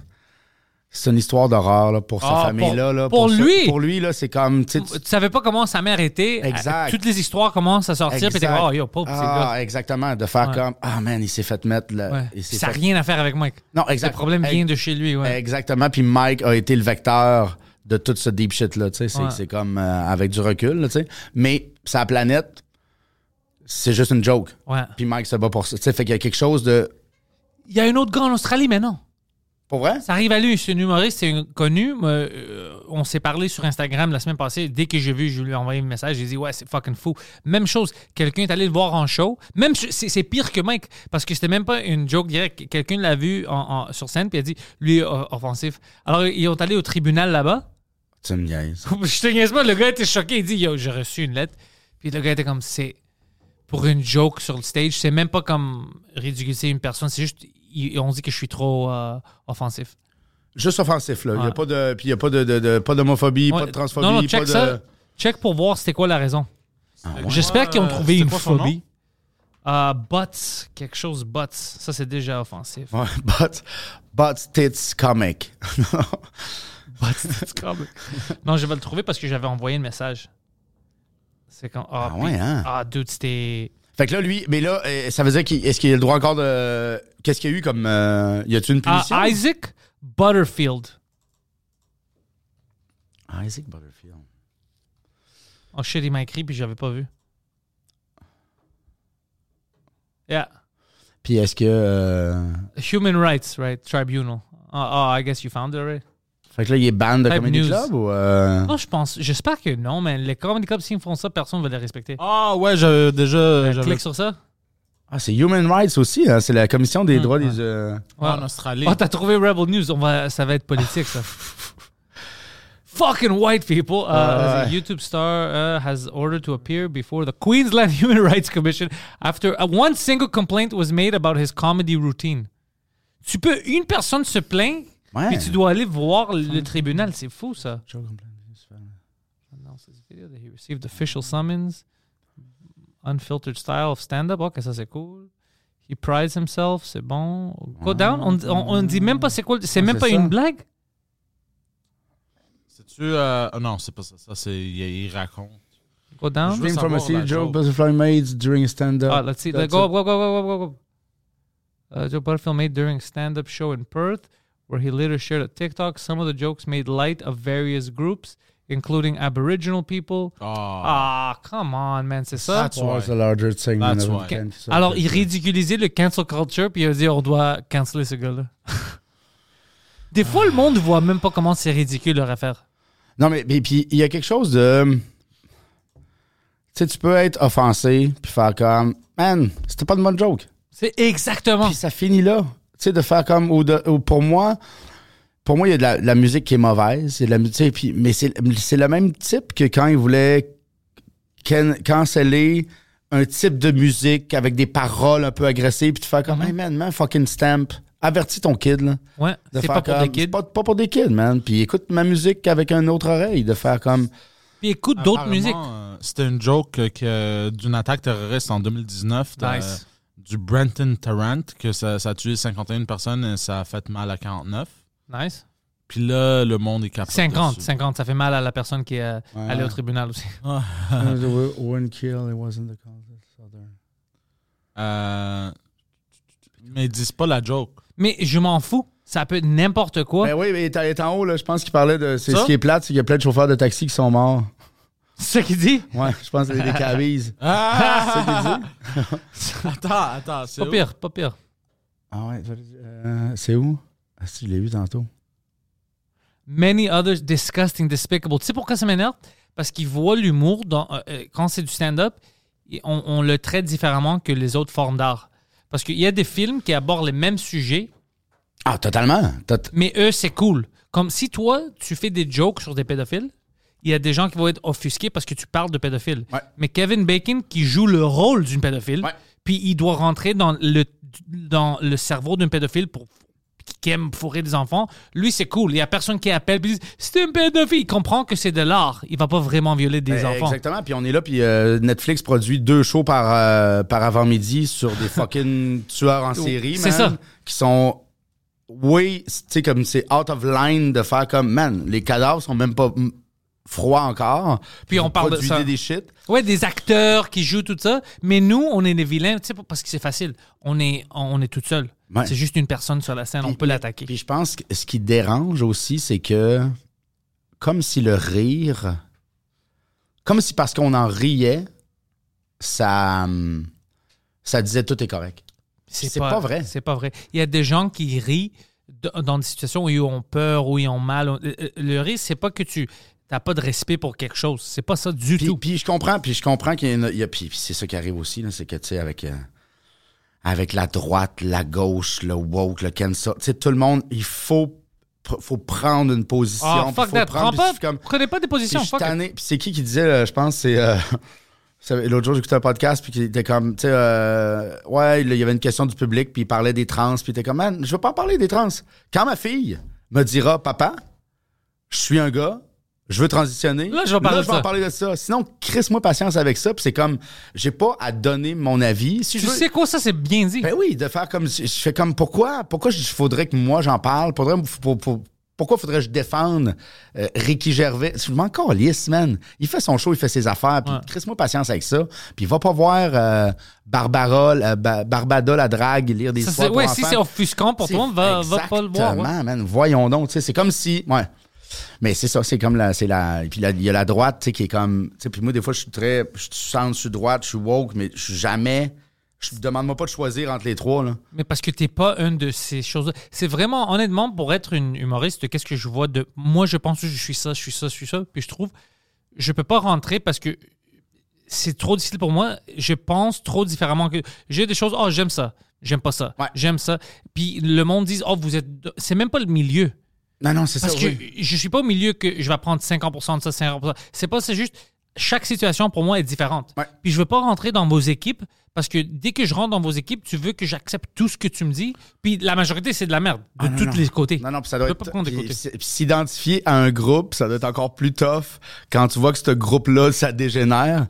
C'est une histoire d'horreur là, pour
Ah,
sa famille. là,
pour-
là,
pour
ça-
lui!
pour lui, là, c'est comme. tu sais, tu-
Tu savais pas comment sa mère était.
Exact.
Toutes les histoires commencent à sortir. Puis t'es
Exact.
comme, oh, yo, pauvre, c'est
Ah,
là.
exactement. De faire
Ouais.
comme Ah, man, il s'est fait mettre. Là,
Ouais.
il s'est
Ça n'a
fait-
rien à faire avec Mike.
Non, exact.
Le problème
Hey.
vient de chez lui. Ouais.
Exactement. Puis Mike a été le vecteur de tout ce deep shit-là. tu sais. C'est
Ouais.
c'est comme euh, avec du recul. là, tu sais. Mais sa planète, c'est juste une joke.
Ouais.
Puis Mike se bat pour ça. Tu sais, fait qu'il y a quelque chose de.
Il y a un autre gars en Australie, mais non.
Pour vrai?
Ça arrive à lui, c'est un humoriste, c'est un connu. mais, euh, on s'est parlé sur Instagram la semaine passée. Dès que j'ai vu, je lui ai envoyé un message. J'ai dit, ouais, c'est fucking fou. Même chose, quelqu'un est allé le voir en show. Même ch- C'est c'est pire que Mike, parce que c'était même pas une joke directe. Quelqu'un l'a vu en- en- sur scène, puis a dit, lui, euh, offensif. Alors, ils sont allés au tribunal là-bas.
Tu me niaises.
je te niaise pas, le gars était choqué. Il dit, yo, j'ai reçu une lettre. Puis le gars était comme, c'est pour une joke sur le stage. C'est même pas comme ridiculiser une personne. C'est juste, ils- on dit que je suis trop euh, offensif.
Juste offensif, là. Il n'y
Ouais.
a pas de. Puis il n'y a pas de, de- de- pas d'homophobie,
Ouais,
pas de transphobie,
non, non,
pas
check
de.
ça. Check pour voir c'était quoi la raison.
ouais?
J'espère qu'ils ont
Euh,
trouvé
c'était
une
quoi son nom?
phobie. Euh, bots, quelque chose bots. Ça, c'est déjà offensif.
Ouais, but, but tits comic.
Bots, c'est comme- non, je vais le trouver parce que j'avais envoyé un message. C'est quand. Ah,
Ah
puis-
ouais, hein?
Ah, dude, c'était.
fait que là, lui, mais là, euh, ça veut dire qu'il, est-ce qu'il a le droit encore de. Qu'est-ce qu'il y a eu comme. euh, y a-tu une
Ah,
punition?
Isaac Butterfield.
Isaac Butterfield.
Oh shit, il m'a écrit puis j'avais pas vu. Yeah.
Puis est-ce que. euh,
Human Rights, right? Tribunal. Ah, ah, I guess you found it, right?
Fait que là, il est ban de
Type
Comedy
news.
Club ou. euh,
Non, je pense. J'espère que non, mais les comedy clubs, s'ils font ça, personne ne va les respecter. Ben,
Ah ouais, j'avais déjà. j'avais-
Clique sur ça.
Ah, c'est Human Rights aussi, hein? C'est la commission des droits des. euh,
Ouais, en Australie.
Oh, t'as trouvé Rebel News. On va, ça va être politique, ça. Fucking white people. Uh,
Ah,
as a YouTube star uh, has ordered to appear before the Queensland Human Rights Commission after uh, one single complaint was made about his comedy routine. Tu peux une personne se plaint,
Ouais.
puis tu dois aller voir le tribunal. C'est fou ça. Announces video that he received official summons, unfiltered style of stand-up. Ok, ça c'est cool. He prides himself, c'est bon. Go down. On, on, on dit même pas c'est quoi. C'est
Ouais,
même
c'est
pas
ça.
une blague.
C'est-tu. euh, ah non, c'est pas ça. Ça, c'est. Il, il raconte.
Go down.
Je veux
Came from a
savoir la
sea joke
joke.
butterfly made during stand-up.
Ah, let's see.
That's
go,
it.
go, go, go, go, go, go. Uh, Joe Butterfield made during stand-up show in Perth, where he later shared a TikTok. Some of the jokes made light of various groups, including Aboriginal people.
Ah.
Ah, come on, man, c'est ça.
That's why.
What's the larger segment
That's
of
why.
the-
Alors, il ridiculisait le cancel culture, puis il a dit on doit canceler ce gars-là. Des fois, le monde voit même pas comment c'est ridicule leur affaire.
Non, mais mais puis il y a quelque chose de. Tu sais, tu peux être offensé puis faire comme Man, c'était pas de bonne joke.
C'est exactement.
Puis ça finit là. Tu sais, de faire comme. Ou de- ou pour moi, pour moi, il y a de la, de la musique qui est mauvaise. Il y a de la musique. Puis, mais c'est c'est le même type que quand il voulait can- canceller un type de musique avec des paroles un peu agressives. Puis de faire
Mm-hmm.
comme Hey man, man, fucking stamp. Avertis ton kid, là.
Ouais,
De
c'est pas
faire
pour des
comme, C'est
kids.
Pas, pas pour des kids, man. Puis écoute ma musique avec une autre oreille. De faire comme.
Puis écoute d'autres
Apparemment,
musiques.
euh, C'était une joke euh, que, d'une attaque terroriste en 2019
euh,
de-
Nice.
euh, du Brenton Tarrant, que ça, ça a tué 51 personnes et ça a fait mal à 49.
Nice.
Puis là, le monde est capable.
50, 50, ça fait mal à la personne qui est euh, allée au tribunal aussi. Ah.
One kill, it wasn't the
Euh, mais ils disent pas la joke.
Mais je m'en fous. Ça peut être n'importe quoi.
Ben oui, mais il est- il est en haut, là. Je pense qu'il parlait de. C'est
Ça?
ce qui est plate, c'est qu'il y a plein de chauffeurs de taxi qui sont morts.
C'est ça qu'il dit.
Ouais, je pense que c'est des cavises.
Ah! attends, attends, c'est
Pas
où?
pire, pas pire.
Ah ouais, ça veut dire- euh, c'est où? Ah, si, je l'ai vu tantôt.
Many others disgusting, despicable. Tu sais pourquoi ça m'énerve? Parce qu'ils voient l'humour dans, euh, euh, quand c'est du stand-up, et on, on le traite différemment que les autres formes d'art. Parce qu'il y a des films qui abordent les mêmes sujets,
Ah, totalement. Tot-
mais eux, c'est cool. Comme si toi, tu fais des jokes sur des pédophiles, il y a des gens qui vont être offusqués parce que tu parles de pédophiles.
Ouais.
Mais Kevin Bacon, qui joue le rôle d'une pédophile,
Ouais.
puis il doit rentrer dans le, dans le cerveau d'un pédophile pour qui aime fourrer des enfants, lui, c'est cool. Il n'y a personne qui appelle et dit C'est un pédophile. Il comprend que c'est de l'art. Il va pas vraiment violer des
Eh,
enfants.
Exactement. Puis on est là, puis euh, Netflix produit deux shows par, euh, par avant-midi sur des fucking tueurs en série,
C'est
man,
ça.
Qui sont oui, tu sais, comme c'est out of line de faire comme, man, les cadavres sont même pas mm, froids encore.
Puis on
vous
parle de ça.
produisez des shit.
Ouais, des acteurs qui jouent tout ça. Mais nous, on est des vilains, tu sais, pas- parce que c'est facile. On est, on est tout seul.
Ouais.
C'est juste une personne sur la scène. on peut l'attaquer.
Puis je pense que ce qui dérange aussi, c'est que comme si le rire, comme si parce qu'on en riait, ça, hum, ça disait tout est correct. c'est pas vrai.
C'est pas vrai. Il y a des gens qui rient d- dans des situations où ils ont peur, où ils ont mal. Euh, euh, Le rire, c'est pas que tu n'as pas de respect pour quelque chose. C'est pas ça du
Puis,
tout.
puis je comprends, puis je comprends qu'il y a, une- il y a- puis, puis c'est ça qui arrive aussi, là, c'est que tu sais avec euh, avec la droite, la gauche, le woke, le cancel, tu sais tout le monde, il faut pr- faut prendre une position,
Ah,
puis
fuck
faut
that.
prendre
Prends
puis
pas,
c'est comme-
prenez pas des
Puis
positions.
je suis
fuck it.
tanné. Puis c'est qui qui disait, euh, je pense, c'est. euh, c'est- L'autre jour, j'écoutais un podcast, puis qui était comme, tu sais, euh, ouais, là, il y avait une question du public, puis il parlait des trans, puis il était comme, man, je veux pas en parler des trans. Quand ma fille me dira, papa, je suis un gars, je veux transitionner,
Là, je vais parler de ça.
en parler de ça. Sinon, crisse-moi patience avec ça, puis c'est comme, j'ai pas à donner mon avis. Si
Tu
je veux-
sais quoi, ça, c'est bien dit.
ben oui, de faire comme. Je je fais comme pourquoi Pourquoi il faudrait que moi j'en parle Faudrait- pour- pour- Pourquoi faudrait-je défendre euh, Ricky Gervais Je m'en calisse, man. Il fait son show, il fait ses affaires, puis crisse-moi patience avec ça. Puis va pas voir euh, Barbara, euh, Ba- Barbada la drague lire des
Ça,
histoires
c'est-
pour
ouais, si
enfants.
c'est offusquant pour
C'est
toi, va, va pas le voir. hein. ouais.
Exactement, man. Voyons donc, tu sais, c'est comme si. Ouais. Mais c'est ça, c'est comme la. C'est la et puis la- il y a la droite, tu sais, qui est comme. Tu sais, puis moi, des fois, je suis très. Je suis centre, je suis droite, je suis woke, mais je suis jamais. Je demande-moi pas de choisir entre les trois, là.
Mais parce que t'es pas une de ces choses. C'est vraiment, honnêtement, pour être une humoriste, qu'est-ce que je vois de. Moi, je pense que je suis ça, je suis ça, je suis ça. Puis je trouve, je peux pas rentrer parce que c'est trop difficile pour moi. Je pense trop différemment que. J'ai des choses, oh, j'aime ça, j'aime pas ça,
Ouais.
j'aime ça. Puis le monde dit, oh, vous êtes. de- C'est même pas le milieu.
Non, non, c'est ça.
Parce que
oui.
je suis pas au milieu que je vais prendre 50% de ça, 50%. C'est pas, c'est juste chaque situation pour moi est différente.
Ouais.
Puis je veux pas rentrer dans vos équipes parce que dès que je rentre dans vos équipes, tu veux que j'accepte tout ce que tu me dis. Puis la majorité c'est de la merde de
Ah, non,
tous
non.
les côtés.
Non, non, puis ça doit
Je peux pas
être.
prendre des
puis
côtés.
s- puis S'identifier à un groupe, ça doit être encore plus tough quand tu vois que ce groupe-là, ça dégénère.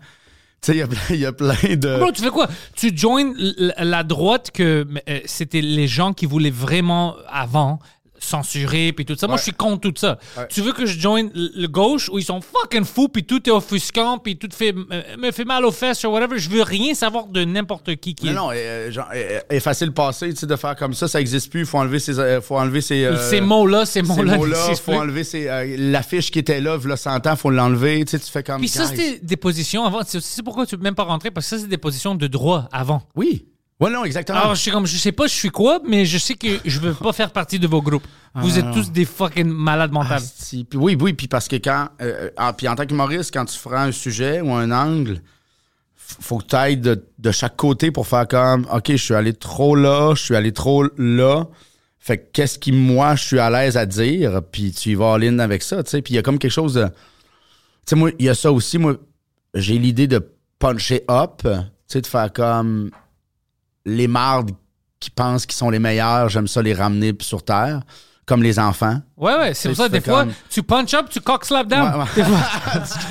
Tu sais, il y a plein- il y a plein de.
Bro, tu fais quoi Tu joins l- la droite que euh, c'était les gens qui voulaient vraiment avant censurer puis tout ça. Moi, je suis contre tout ça. Tu veux que je joigne l- le gauche où ils sont fucking fous puis tout est offusquant puis tout fait euh, me fait mal aux fesses ou whatever. Je veux rien savoir de n'importe qui qui.
Non,
est-
non, euh, genre, euh, effacer le passé, tu sais, de faire comme ça, ça existe plus, il faut enlever ces. euh, faut enlever ces, euh,
ces mots-là, ces
ces
mots-là.
mots-là,
n'existent
faut
plus.
enlever ces, euh, l'affiche qui était là, v'là 100 ans, faut l'enlever, tu sais, tu fais comme.
Puis ça,
guys.
c'était des positions avant. C'est c'est pourquoi tu peux même pas rentrer parce que ça, c'est des positions de droit avant.
Oui. Ouais, non, exactement.
Alors, je suis comme, je sais pas, je suis quoi, mais je sais que je veux pas faire partie de vos groupes.
Ah,
Vous êtes tous des fucking malades mentales.
Si- puis oui, oui, puis parce que quand. euh, ah, puis en tant qu'humoriste, quand tu feras un sujet ou un angle, f- faut que tu ailles de, de chaque côté pour faire comme OK, je suis allé trop là, je suis allé trop là. Fait que qu'est-ce qui, moi, je suis à l'aise à dire, puis tu y vas en ligne avec ça, tu sais. Puis il y a comme quelque chose de. Tu sais, moi, il y a ça aussi, moi, j'ai l'idée de puncher up, tu sais, de faire comme les mardes qui pensent qu'ils sont les meilleurs, j'aime ça les ramener sur terre, comme les enfants.
Ouais, ouais, c'est pour
Tu
ça, des
fais
fois,
comme-
tu punch up, tu cock slap down.
Ouais, ouais.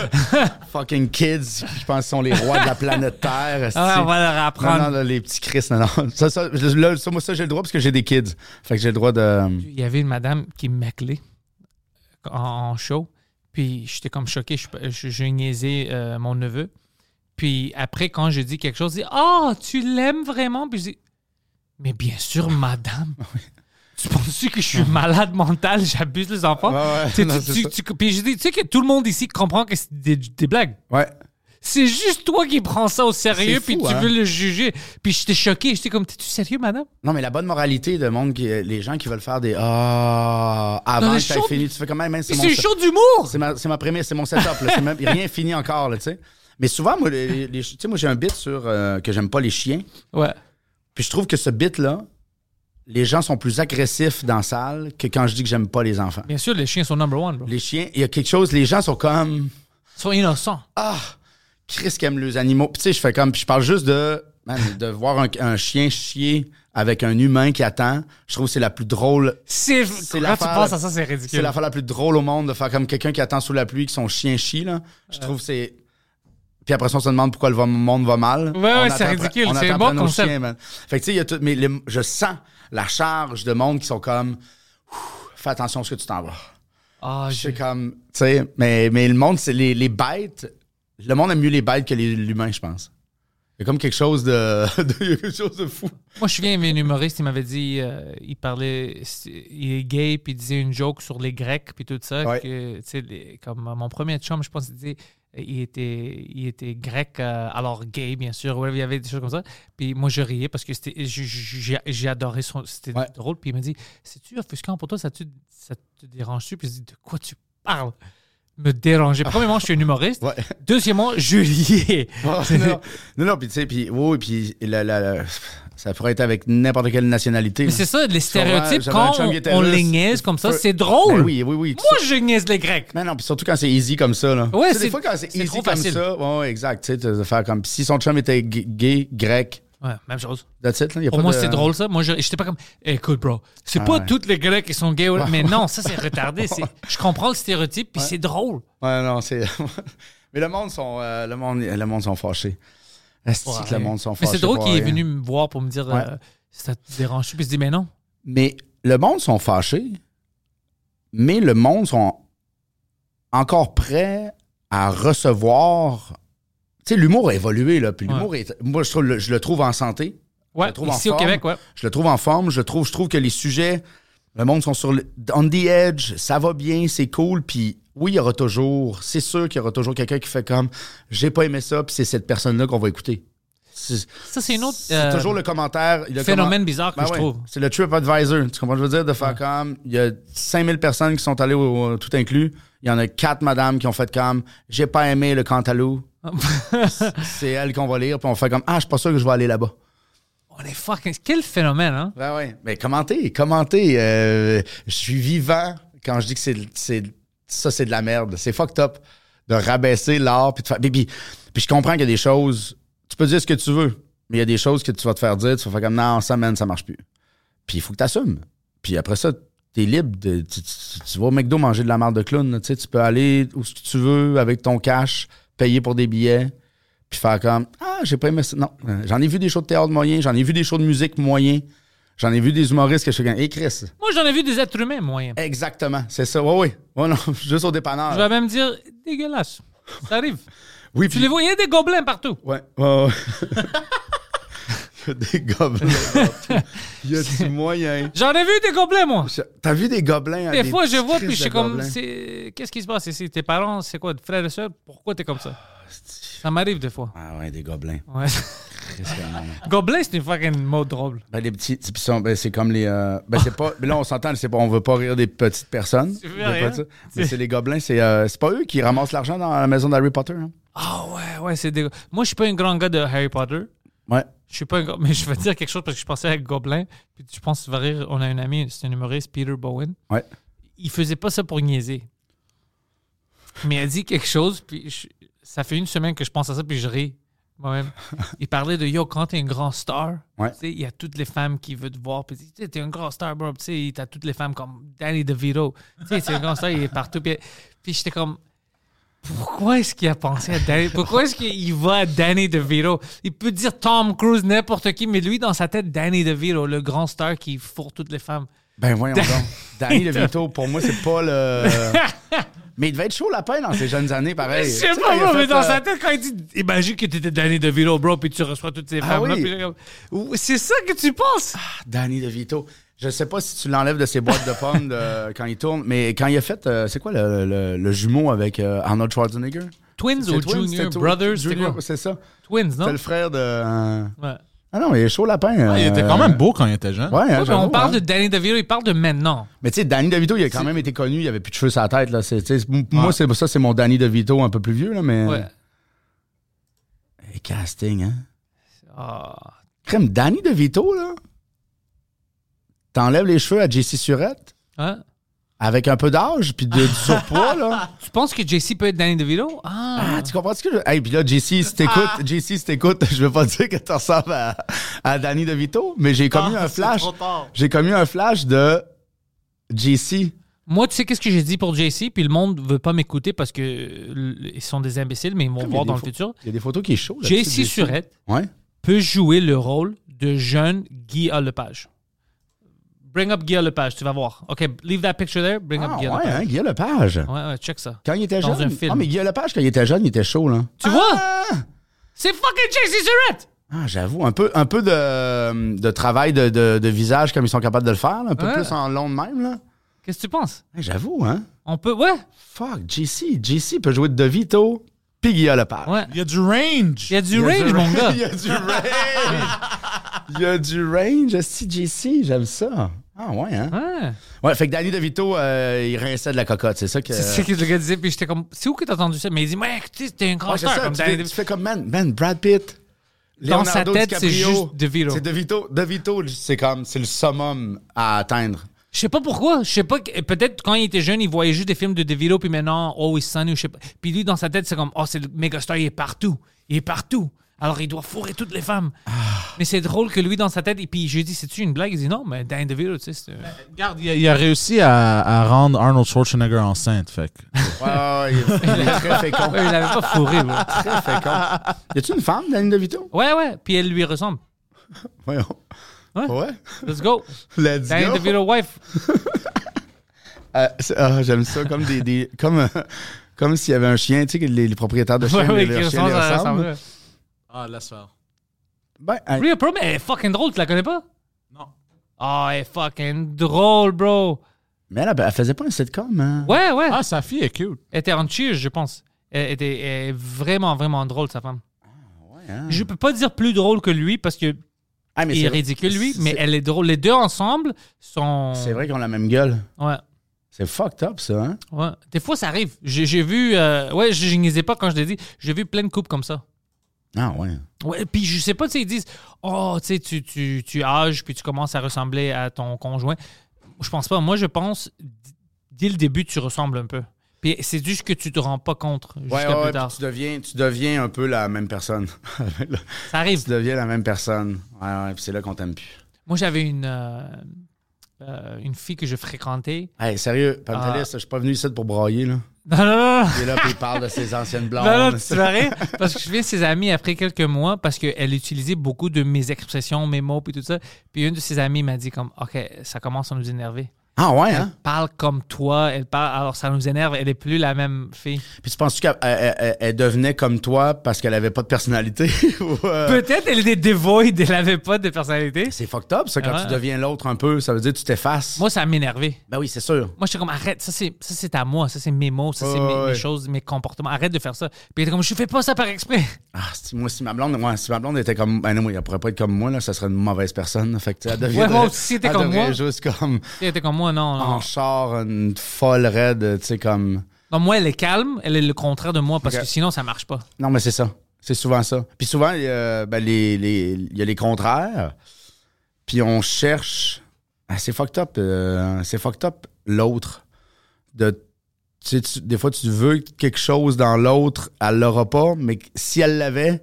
Fucking kids, je pense qu'ils sont les rois de la planète Terre. esti.
Ah, on va leur apprendre.
Non, non, là, les petits Chris, non, non. Ça, ça, je- là, ça, moi, ça, j'ai le droit parce que j'ai des kids. Fait que j'ai le droit de.
Il y avait une madame qui m'appelait en, en show. Puis j'étais comme choqué. Je, je, je niaisais euh, mon neveu. Puis après, quand je dis quelque chose, il dit Ah, tu l'aimes vraiment Puis je dis Mais bien sûr, madame. Tu penses que je suis malade mental, j'abuse les enfants?
Ouais, ouais,
Tu sais,
non,
tu-
c'est
Ah, tu-
ça.
tu- puis je dis, tu sais que tout le monde ici comprend que c'est des, des blagues.
Ouais.
C'est juste toi qui prends ça au sérieux,
C'est
puis
fou,
tu
hein?
veux le juger. Puis j'étais choqué, j'étais comme, t'es-tu sérieux, madame?
Non, mais la bonne moralité de monde, qui, les gens qui veulent faire des. Ah, avant
Non, le
que t'aies
show-
fini, tu fais comme, Hey, man, c'est
Mais
mon
c'est
set-
chaud d'humour!
C'est ma, c'est ma prémisse, c'est mon setup. là. C'est même rien fini encore, là, tu sais. Mais souvent, moi, les- les- tu sais, moi j'ai un bit sur euh, que j'aime pas les chiens.
Ouais.
Puis je trouve que ce bit-là, les gens sont plus agressifs dans la salle que quand je dis que j'aime pas les enfants.
Bien sûr, les chiens sont number one, bro.
Les chiens, il y a quelque chose, les gens sont comme.
Ils sont innocents.
Ah, Chris qui aime les animaux. Puis tu sais, je fais comme. Puis je parle juste de. man, de voir un, un chien chier avec un humain qui attend. Je trouve que c'est la plus drôle.
C'est
C'est
quand tu
l'affaire-
penses à ça, c'est
C'est
ridicule.
l'affaire la plus drôle au monde de faire comme quelqu'un qui attend sous la pluie, que son chien chie, là. Je trouve que c'est. Puis après ça, on se demande pourquoi le va- monde va mal.
Ouais, ouais,
On
c'est
attend-
ridicule,
on
c'est
attend
bon
après nos
concept.
chiens, man. Fait que tu sais, il y a tout- mais les- je sens la charge de monde qui sont comme, Ouf, fais attention à ce que tu t'en vas.
Ah,
C'est
j'ai-
comme, tu sais, mais, mais le monde, c'est les, les bêtes. Le monde aime mieux les bêtes que les- l'humain, je pense. Il y a comme quelque chose de, de- il y a quelque chose de fou.
Moi, je suis bien un humoriste, il m'avait dit, euh, il parlait, c'est- il est gay, puis il disait une joke sur les Grecs, puis tout ça.
Ouais.
que, tu sais, les- comme euh, mon premier chum, je pense, il disait, il était, il était grec, euh, alors gay, bien sûr, ouais, il y avait des choses comme ça. Puis moi, je riais parce que c'était- j- j- j'ai j'ai adoré son. C'était
Ouais.
drôle. Puis il m'a dit, c'est-tu offusquant pour toi, ça te, ça te dérange-tu? Puis je dis, de quoi tu parles? Me déranger. Premièrement, je suis un humoriste.
Ouais.
Deuxièmement, je riais.
non, non, non, non, puis tu sais, puis oui, puis la- la- la- ça pourrait être avec n'importe quelle nationalité.
Mais c'est ça, les stéréotypes,
j'avais un
quand
chum qui
on,
était
on
russe.
les niaise comme ça,
Peu-
c'est drôle.
Ben oui, oui, oui.
Moi, je niaise les Grecs.
Mais non, puis surtout quand c'est easy comme ça. Là.
Ouais,
Tu sais,
c'est-
des fois, quand c'est
c'est
easy
trop
comme
facile.
ça, ouais, ouais, exact. Tu sais, de faire comme si son chum était g- gay, grec,
Ouais, même chose.
that's it. Là, y a
Pour
pas
moi,
de- Ah
c'est drôle ça. Moi, je- j'étais pas comme, écoute, bro, c'est pas
ouais.
toutes les Grecs qui sont gays, mais non, ça, c'est retardé. C'est- Je comprends le stéréotype, puis c'est drôle.
Ouais, non, c'est. Mais le monde sont, euh, le monde, le monde sont fâchés. Asti
Ouais.
que le monde sont
Mais
fâchés.
c'est drôle
pour
qu'il est
rien.
venu me voir pour me dire,
hein. Ouais.
euh, ça te dérange, puis je dis, mais non.
Mais le monde sont fâchés, mais le monde sont encore prêts à recevoir. Tu sais, l'humour a évolué, là. Puis l'humour est. Moi, je, trouve, le- je le trouve en santé.
Ouais,
le trouve en
ici au
forme.
Québec, ouais.
Je le trouve en forme. Je le trouve, je trouve que les sujets, le monde sont sur le, on the edge. Ça va bien, c'est cool. Puis oui, il y aura toujours, c'est sûr qu'il y aura toujours quelqu'un qui fait comme, j'ai pas aimé ça. Puis c'est cette personne-là qu'on va écouter. C'est
Ça, c'est une autre.
c'est
euh,
toujours le commentaire. le
phénomène
comment-
bizarre que
Ben
je
ouais,
trouve.
C'est le TripAdvisor. Tu comprends ce que je veux dire? De faire comme, il y a 5000 personnes qui sont allées au, au tout inclus. Il y en a quatre madames qui ont fait comme, j'ai pas aimé le cantalou. c'est elle qu'on va lire. Puis on fait comme, ah, je suis pas sûr que je vais aller là-bas.
On est fucking. Quel phénomène, hein?
Ben oui. Mais commentez, commentez. Euh, je suis vivant quand je dis que c'est, c'est- ça, c'est de la merde. C'est fucked up de rabaisser l'art. Puis, de faire- puis, puis- puis je comprends qu'il y a des choses. Tu peux dire ce que tu veux, mais il y a des choses que tu vas te faire dire. Tu vas faire comme non, ça, man, ça marche plus. Puis il faut que tu assumes. Puis après ça, t'es libre. De, tu, tu- tu vas au McDo manger de la merde de clown. là, Tu sais, tu peux aller où ce que tu veux avec ton cash, payer pour des billets. Puis faire comme Ah, j'ai pas aimé ça. Non, euh, j'en ai vu des shows de théâtre moyens, j'en ai vu des shows de musique moyens. J'en ai vu des humoristes que je suis comme, hey Chris.
Moi, j'en ai vu des êtres humains
Eh,
moyens.
Exactement, c'est ça. Oui, oui. Ouais, non, juste au dépanneur.
Je vais même dire, dégueulasse. Ça arrive.
Oui,
Tu les vois, il y a des gobelins partout.
Ouais, ouais, ouais. Il y a des gobelins partout. Il y a du moyen.
J'en ai vu des gobelins, moi.
Je- T'as vu des gobelins? hein,
Des fois, je
petites
vois,
crises
puis je
de
suis comme,
gobelins.
c'est- qu'est-ce qui se passe ici? Tes parents, c'est quoi, frères et sœurs? Pourquoi t'es comme ça? Ça m'arrive des fois.
Ah ouais, des gobelins.
Ouais.
Christ, c'est énorme.
Gobelin, c'est une fucking mot drôle.
Ben, les petits, c'est- pis sont- ben, c'est comme les. euh, ben, c'est pas. mais là, on s'entend, c'est pas, on veut pas rire des petites personnes.
Tu veux
Des
rien?
petits- Mais c'est les gobelins, c'est euh, c'est pas eux qui ramassent l'argent dans la maison d'Harry Potter. hein.
Ah ouais, ouais, c'est dégueu. Moi, je suis pas un grand gars de Harry Potter.
Ouais.
Je suis pas un gars, mais je vais dire quelque chose parce que je pensais à Gobelin. Puis je pense, que tu vas rire, on a un ami, c'est un humoriste, Peter Bowen.
Ouais.
il faisait pas ça pour niaiser. Mais il a dit quelque chose, puis je- ça fait une semaine que je pense à ça, puis je ris moi-même. Il parlait de Yo, quand t'es un grand star,
Ouais.
tu sais, il y a toutes les femmes qui veulent te voir, puis tu sais, t'es un grand star, bro, tu sais, t'as toutes les femmes comme Danny DeVito, tu sais, c'est un grand star, il est partout. Puis, puis j'étais comme, pourquoi est-ce qu'il a pensé à Danny Pourquoi est-ce qu'il va à Danny DeVito Il peut dire Tom Cruise, n'importe qui, mais lui, dans sa tête, Danny DeVito, le grand star qui fourre toutes les femmes.
Ben voyons donc. Danny DeVito, pour moi, c'est pas le. mais il devait être chaud la peine dans ses jeunes années, pareil.
Je
Tu
sais
sais,
pas,
il a
bro,
fait,
mais dans
euh,
sa tête, quand il dit Imagine que t'étais Danny DeVito, bro, puis tu reçois toutes ces
Ah
femmes-là.
oui. Ah,
puis là, comme, C'est ça que tu penses?
Danny DeVito. Je sais pas si tu l'enlèves de ses boîtes de pommes de- quand il tourne, mais quand il a fait. euh, c'est quoi le, le- le jumeau avec euh, Arnold Schwarzenegger?
Twins
C'est
ou
Twins,
Junior
c'est Twins,
Brothers? c'est
Junior,
quoi?
C'est ça.
Twins, non?
C'est le frère de. euh,
Ouais.
Ah non, il est chaud lapin.
Ah, il était quand même beau quand il était jeune.
Ouais, hein,
Ouais, mais on
j'avoue,
parle de
hein.
Danny DeVito, il parle de maintenant.
Mais tu sais, Danny DeVito, il a quand même été connu, il avait plus de cheveux sur la tête. Là. C'est- tu sais, m- Moi, c'est ça, c'est mon Danny DeVito un peu plus vieux, là, mais.
Ouais.
Et casting, hein?
Ah.
Crème, Danny DeVito, là, t'enlèves les cheveux à JC Surette
Hein?
avec un peu d'âge puis de, du surpoids, là.
Tu penses que JC peut être Danny DeVito? Ah!
Ah, tu comprends ce que je... Hey, puis là, JC, si t'écoutes, JC, si t'écoutes, je veux pas dire que tu ressembles à, à Danny DeVito, mais j'ai commis
Ah,
un
c'est
flash.
trop tard.
J'ai commis un flash de JC
Moi, tu sais qu'est-ce que j'ai dit pour JC, puis le monde veut pas m'écouter parce que euh, ils sont des imbéciles, mais ils vont
Comme
voir
il y a
dans
des
le futur.
Il y a des photos qui est chaud. là-dessus,
JC
dessus.
Surette
Ouais.
peut jouer le rôle de jeune Guy A. Lepage. Bring up Guy A. Lepage, tu vas voir. OK, leave that picture there, bring
Ah,
up Guy
ouais,
A. Lepage.
hein, Guillaume Lepage.
Ouais, ouais, check ça.
Quand il était
Dans
jeune.
un film. Ah,
Ah, mais Guillaume Lepage, quand il était jeune, il était chaud, là.
Tu vois? C'est fucking JC Surette!
Ah, j'avoue, un peu, un peu de, de travail de, de- de visage comme ils sont capables de le faire, là, un peu
Ouais.
plus en long de même, là.
Qu'est-ce que tu penses?
Hey, j'avoue, hein.
On peut. Ouais,
Fuck, JC. JC peut jouer de Vito, puis Guillaume Lepage.
ouais.
Il y a du range.
Il y a du range, mon gars.
Il y a du range. Il y a du range. Si JC, j'aime ça. Ah, ouais, hein.
Ouais.
Ouais, fait que Danny DeVito, euh, il rinçait de la cocotte, c'est ça que.
C'est ce que le gars disait, puis j'étais comme, c'est où que t'as entendu ça? Mais il dit, mec, tu sais, t'es un grand
Ouais, c'est
star.
ça,
Comme
tu,
Danny
fais,
DeVito.
tu fais comme, man, man, Brad Pitt.
Dans sa
Leonardo
tête, c'est
DiCaprio.
juste DeVito.
C'est DeVito. DeVito, c'est comme, c'est le summum à atteindre.
Je sais pas pourquoi. Je sais pas. que- Peut-être quand il était jeune, il voyait juste des films de DeVito, puis maintenant, Always Sunny, ou je sais pas. Puis lui, dans sa tête, c'est comme, oh, c'est le méga star, il est partout. Il est partout. Alors, il doit fourrer toutes les femmes.
Ah.
Mais c'est drôle que lui, dans sa tête, et puis je lui dis, c'est-tu une blague? Il dit, non, mais Danny DeVito, tu sais, c'est.
Regarde, il a, il a réussi à, à rendre Arnold Schwarzenegger enceinte. Fait. que-
Ouais, ouais, il est- il est très fécond.
Ouais, il l'avait pas fourré, ouais.
Très fécond. Y a-tu une femme, Danny DeVito?
Ouais, ouais. Puis elle lui ressemble.
Voyons.
Ouais.
Ouais.
Let's go.
Let's
Danny
go.
DeVito wife.
Euh, c'est- ah, j'aime ça, comme des, des- comme, euh, comme s'il y avait un chien, tu sais, que les, les propriétaires de chiens,
Ouais, ouais,
leurs
qui
chiens
ressemble
les
à-
ressemblent.
ressemble.
Ah, laisse faire.
Ben, hey,
Rhea Perlman, elle est fucking drôle, tu la connais pas?
Non.
Ah, elle est fucking drôle, bro.
mais elle, elle faisait pas un sitcom, hein?
Ouais, ouais.
Ah, sa fille est cute.
Elle était en cheers, je pense. Elle était elle est vraiment, vraiment drôle, sa femme.
hein?
Je peux pas dire plus drôle que lui parce que
Ah, mais
il
c'est
est
vrai-
ridicule, lui,
c'est-
mais elle est drôle. Les deux ensemble sont.
C'est vrai qu'ils ont la même gueule.
Ouais.
C'est fucked up, ça, hein?
Ouais. Des fois, ça arrive. J'ai j'ai vu. euh, ouais, je je niaisais pas quand je l'ai dit. J'ai vu plein de couples comme ça.
Ah, ouais.
Ouais, puis je sais pas, tu sais, ils disent Oh, tu sais, tu, tu, tu âges, puis tu commences à ressembler à ton conjoint. Je pense pas. Moi, je pense, d- dès le début, tu ressembles un peu. Puis c'est juste que tu te rends pas compte
Ouais,
jusqu'à
ouais,
plus
ouais,
tard.
puis tu deviens, tu deviens un peu la même personne.
Ça arrive.
tu deviens la même personne. Ouais, ouais, puis c'est là qu'on t'aime plus.
Moi, j'avais une, euh, euh, une fille que je fréquentais.
Hey, sérieux, Pantelis,
Ah.
je suis pas venu ici pour brailler, là.
Non, non, non, non.
Il est là, puis il parle de ses anciennes blondes.
Non, non, tu vas rire. Parce que je suis ses amis après quelques mois parce qu'elle utilisait beaucoup de mes expressions, mes mots, puis tout ça. Puis une de ses amies m'a dit comme, OK, ça commence à nous énerver.
Ah, ouais, hein?
Parle comme toi, elle parle, alors ça nous énerve, elle est plus la même fille.
Puis tu penses-tu qu'elle elle- elle- elle devenait comme toi parce qu'elle avait pas de personnalité? Ou, euh,
Peut-être elle était dévoïde, elle avait pas de personnalité.
C'est fucked up, ça, quand
Ouais.
tu deviens l'autre un peu. Ça veut dire que tu t'effaces.
Moi, ça m'énervait.
Ben oui, c'est sûr.
Moi, j'étais comme, arrête, ça c'est, ça c'est à moi, ça c'est mes mots, ça c'est
Ouais,
mes,
ouais.
mes choses, mes comportements, arrête de faire ça. Puis elle était comme, je fais pas ça par exprès.
Ah, si, moi, si ma blonde, ouais, si ma blonde était comme. Ben non, elle pourrait pas être comme moi, là, ça serait une mauvaise personne. Fait que, tu sais, elle deviendrait-
moi aussi, c'était
elle
comme
devrait
moi. Ah.
juste comme
Elle était comme, moi, non, non.
en char, une folle raide, tu sais, comme.
Non, moi, elle est calme, elle est le contraire de moi parce
Ok.
que sinon, ça marche pas.
Non, mais c'est ça. C'est souvent ça. Puis souvent, il y a, ben, les, les- il y a les contraires. Puis on cherche. Ah, c'est fucked up. euh, c'est fucked up l'autre. De, tu sais, tu- des fois, tu veux quelque chose dans l'autre, elle l'aura pas, mais que- si elle l'avait,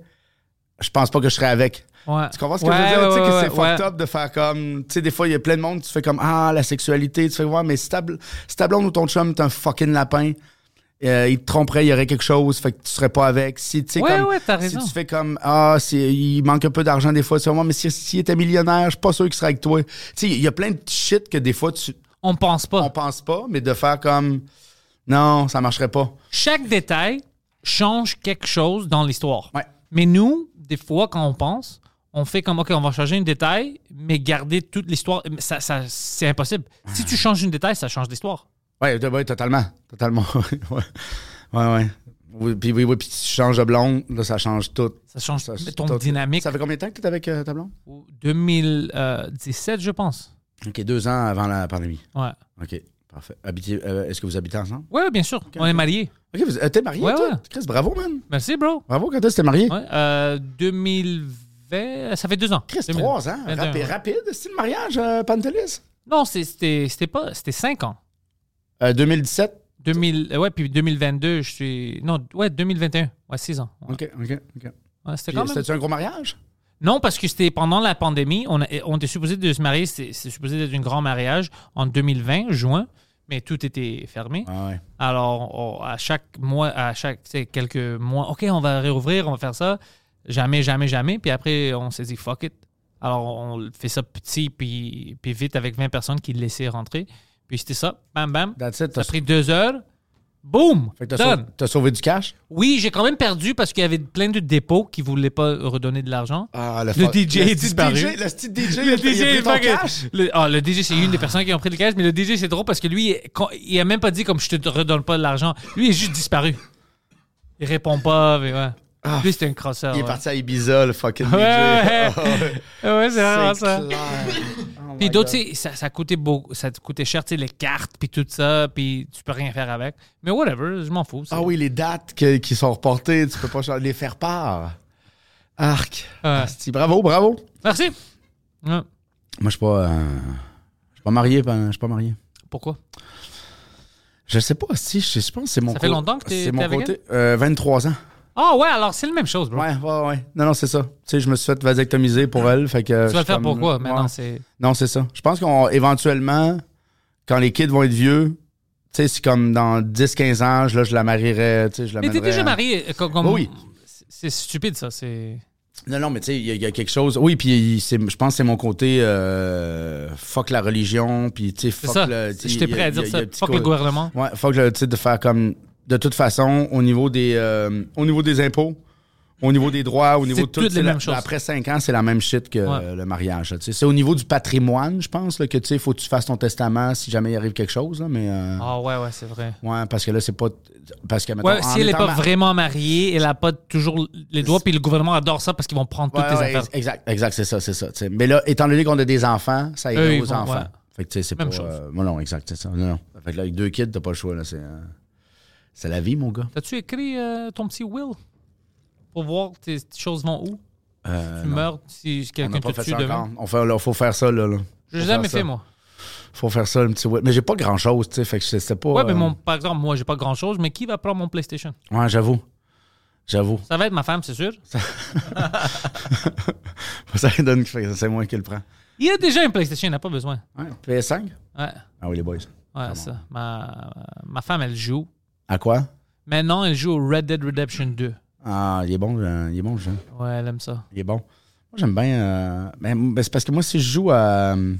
je pense pas que je serais avec.
Ouais.
Tu comprends ce que
Ouais,
je veux dire?
ouais,
tu sais, que
ouais,
c'est
ouais,
fucked
ouais.
up de faire comme. Tu sais, des fois, il y a plein de monde, tu fais comme Ah, la sexualité. Tu fais, ouais, mais si ta, bl- si ta blonde ou ton chum est un fucking lapin, euh, il te tromperait, il y aurait quelque chose, fait que tu serais pas avec. Si, tu sais,
Ouais,
comme,
ouais, t'as
si
raison.
tu fais comme Ah, c'est- il manque un peu d'argent des fois, tu fais, ouais, mais si- s'il était millionnaire, je suis pas sûr qu'il serait avec toi. Tu sais, il y a plein de petits shit que des fois, tu,
On pense pas.
on pense pas, mais de faire comme Non, ça marcherait pas.
Chaque détail change quelque chose dans l'histoire.
Ouais.
Mais nous, des fois, quand on pense, on fait comme, OK, on va changer un détail, mais garder toute l'histoire, ça, ça- c'est impossible. Si tu changes une détail, ça change l'histoire.
Ouais, t- ouais, totalement. Totalement. ouais, ouais. ouais. Oui, puis, oui, oui, puis tu changes de blonde, là, ça change tout.
Ça change
Ça, c'est
ton
tout.
dynamique.
Ça fait combien de temps que tu es avec euh, ta blonde?
2017, je pense.
OK, deux ans avant la pandémie.
Ouais.
OK, parfait. Habitez- euh, Est-ce que vous habitez ensemble?
Ouais, bien sûr. on est mariés.
OK, vous euh, t'es marié,
Ouais,
toi?
ouais.
Chris, bravo, man.
Merci, bro.
Bravo quand est-ce que t'es marié?
Ouais, euh, 2020, ça fait deux ans.
Chris,
2000.
trois ans.
21,
Rapi-
ouais.
Rapide, c'est le mariage, euh, Pantelis?
Non, c'est- c'était c'était pas, c'était cinq ans.
Euh, 2017.
2000, euh, ouais, puis 2022, je suis. Non, ouais, 2021. Ouais, 6 ans. Ouais.
OK, OK, OK.
Ouais, c'était
Puis,
quand même-
C'était-tu un gros mariage?
Non, parce que c'était pendant la eh, pandémie. On, a- on était supposé de se marier. C'est c'est supposé d'être un grand mariage en 2020, juin. mais tout était fermé.
Ah ouais.
Alors, on- à chaque mois, à chaque tu sais, quelques mois, OK, on va réouvrir, on va faire ça. Jamais, jamais, jamais. Puis après, on s'est dit, fuck it. Alors, on fait ça petit, puis, puis vite avec 20 personnes qui le laissaient rentrer. Puis c'était ça, bam, bam.
That's it.
Ça
T'as
a pris deux heures. Boum!
fait que t'as
Done.
sauvé, t'as sauvé du cash?
Oui, j'ai quand même perdu parce qu'il y avait plein de dépôts qui ne voulaient pas redonner de l'argent.
Ah, le,
fuck- DJ est disparu.
Ah, Le petit DJ,
Le
il a
DJ,
pris ton
fuck it.
cash?
Le- ah, le DJ, c'est une des personnes qui ont pris le cash, mais le DJ, c'est drôle parce que lui, il- quand- il a même pas dit comme je te redonne pas de l'argent. Lui, il est juste disparu. Il répond pas, mais ouais. lui, c'était un crosser.
Ah. Il est
Ah, ouais.
parti Ah, à Ibiza, le fucking Oh,
Ouais, ouais,
DJ.
ouais. Ouais, c'est vraiment ça.
Oh
Puis d'autres,
c'est...
tu sais, ça, ça coûtait beaucoup, ça te coûtait cher, tu sais, les cartes, puis tout ça, puis tu peux rien faire avec. Mais whatever, je m'en fous. c'est-
Ah oui, les dates que- qui sont reportées, tu peux pas changer- les faire part. Arc.
Ouais.
Asti, bravo, bravo.
Merci. Ouais.
Moi, je suis pas... euh, Je suis pas marié, ben, je suis pas marié.
Pourquoi?
Je sais pas, si je, sais- je pense que c'est mon
Ça fait
co-
longtemps que t'es-
C'est mon
t'es avec
côté. Euh, 23 ans.
Ah ouais, alors c'est la même chose, bro.
Ouais, ouais, ouais. Non, non, c'est ça. Tu sais, je me suis fait vasectomiser pour elle. Fait que
tu vas le faire
pourquoi
pourquoi maintenant? C'est...
Non, c'est ça. Je pense qu'on éventuellement, quand les kids vont être vieux, tu sais, c'est comme dans 10-15 ans, je- là, je la marierais, tu sais, je la
Mais t'es
mènerais
déjà
à-
marié. euh, comme- comme-
hein. Oui.
C'est- C'est stupide, ça. C'est...
Non, non, mais tu sais, il y, a- il y a quelque chose. Oui, puis il- c'est- je pense que c'est mon côté euh, fuck la religion, puis tu sais,
C'est
fuck
ça.
le. tu sais,
J'étais
il y a-
prêt à
il y
dire
a- il y a
ça.
un petit
Fuck le
co-
gouvernement.
Ouais, fuck le tu sais, de faire comme. De toute façon, au niveau des, euh, au niveau des impôts, au niveau des droits, au niveau
C'est
de tout.
toutes les
tu sais, la-
mêmes choses.
Après 5 ans, c'est la même shit que
Ouais.
euh, le mariage. là, tu sais. C'est au niveau du patrimoine, je pense, là, que tu sais, faut que tu fasses ton testament si jamais il arrive quelque chose. là, mais. euh,
Ah ouais, ouais, c'est vrai.
Ouais, parce que là, c'est pas. Parce que, mettons,
Ouais,
en
si elle n'est
étant
pas
ma-
vraiment mariée, elle n'a pas toujours les doigts, puis le gouvernement adore ça parce qu'ils vont prendre toutes
Ouais,
tes
ouais,
affaires.
ex- Exact, exact, c'est ça, c'est ça. tu sais. Mais là, étant donné qu'on a des enfants, ça
Eux,
aide
ils
aux
vont,
enfants.
ouais.
Fait que tu sais, c'est pas.
Même chose.
euh, non, non, exact, c'est ça. Non, non. Fait que là, avec deux kids, t'as pas le choix, là. C'est, euh, c'est la vie, mon gars.
T'as-tu écrit euh, ton petit will pour voir tes tes choses vont où?
Euh,
tu
non.
meurs si
On n'a
quelqu'un te
pas fait
tue
ça encore.
demain.
On fait, là, faut faire ça, là. là.
Je
Faut
l'ai jamais
faire ça.
fait, moi.
Faut faire ça, un petit. ouais. Mais j'ai pas grand chose, tu sais. Fait que c'était pas.
Ouais, mais
euh,
mon, par exemple, moi, j'ai pas grand-chose, mais qui va prendre mon PlayStation?
Ouais, j'avoue. J'avoue.
Ça va être ma femme, c'est sûr.
Ça donne que fait- c'est moi qui le prends.
Il a déjà une PlayStation, il n'a pas besoin.
Ouais, PS5?
Ouais,
Ah oui, les boys.
ouais, ça. Ma, ma femme, elle joue.
À quoi?
Maintenant, elle joue au Red Dead Redemption 2.
Ah, il est bon, euh, il est bon, je.
Ouais, elle aime ça.
Il est bon. Moi, j'aime bien. euh, ben, ben, c'est parce que moi, si je joue à. euh,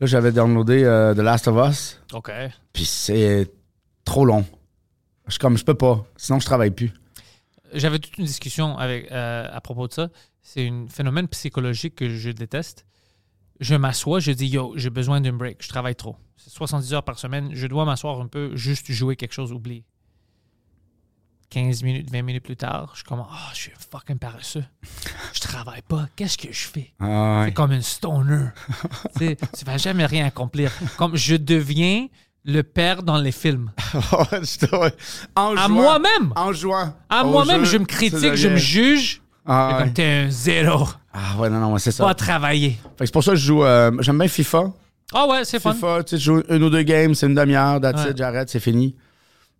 Là, j'avais downloadé euh, The Last of Us,
OK.
puis c'est trop long. Je suis comme, je peux pas. Sinon, je travaille plus.
J'avais toute une discussion avec, euh, à propos de ça. C'est un phénomène psychologique que je déteste. Je m'assois, je dis Yo, j'ai besoin d'un break, je travaille trop. C'est 70 heures par semaine, je dois m'asseoir un peu, juste jouer quelque chose, oublier. 15 minutes, 20 minutes plus tard, je suis comme Ah, je suis fucking paresseux. Je travaille pas, qu'est-ce que je fais
Ah,
C'est comme une stoner. tu sais, tu vas jamais rien accomplir. Comme je deviens le père dans les films.
en
À moi-même
En jouant.
À
au
moi-même,
jeu,
je me
ça
critique, je me
devient-
juge.
Ah,
Comme
ouais.
t'es un zéro.
Ah, ouais, non, non, ouais, c'est ça.
Pas travailler.
Fait que c'est pour ça que je joue. euh, j'aime bien FIFA.
Ah ouais, c'est fun.
FIFA, tu sais, je joue une ou deux games, c'est une demi-heure, that's
Ouais.
it, j'arrête, c'est fini.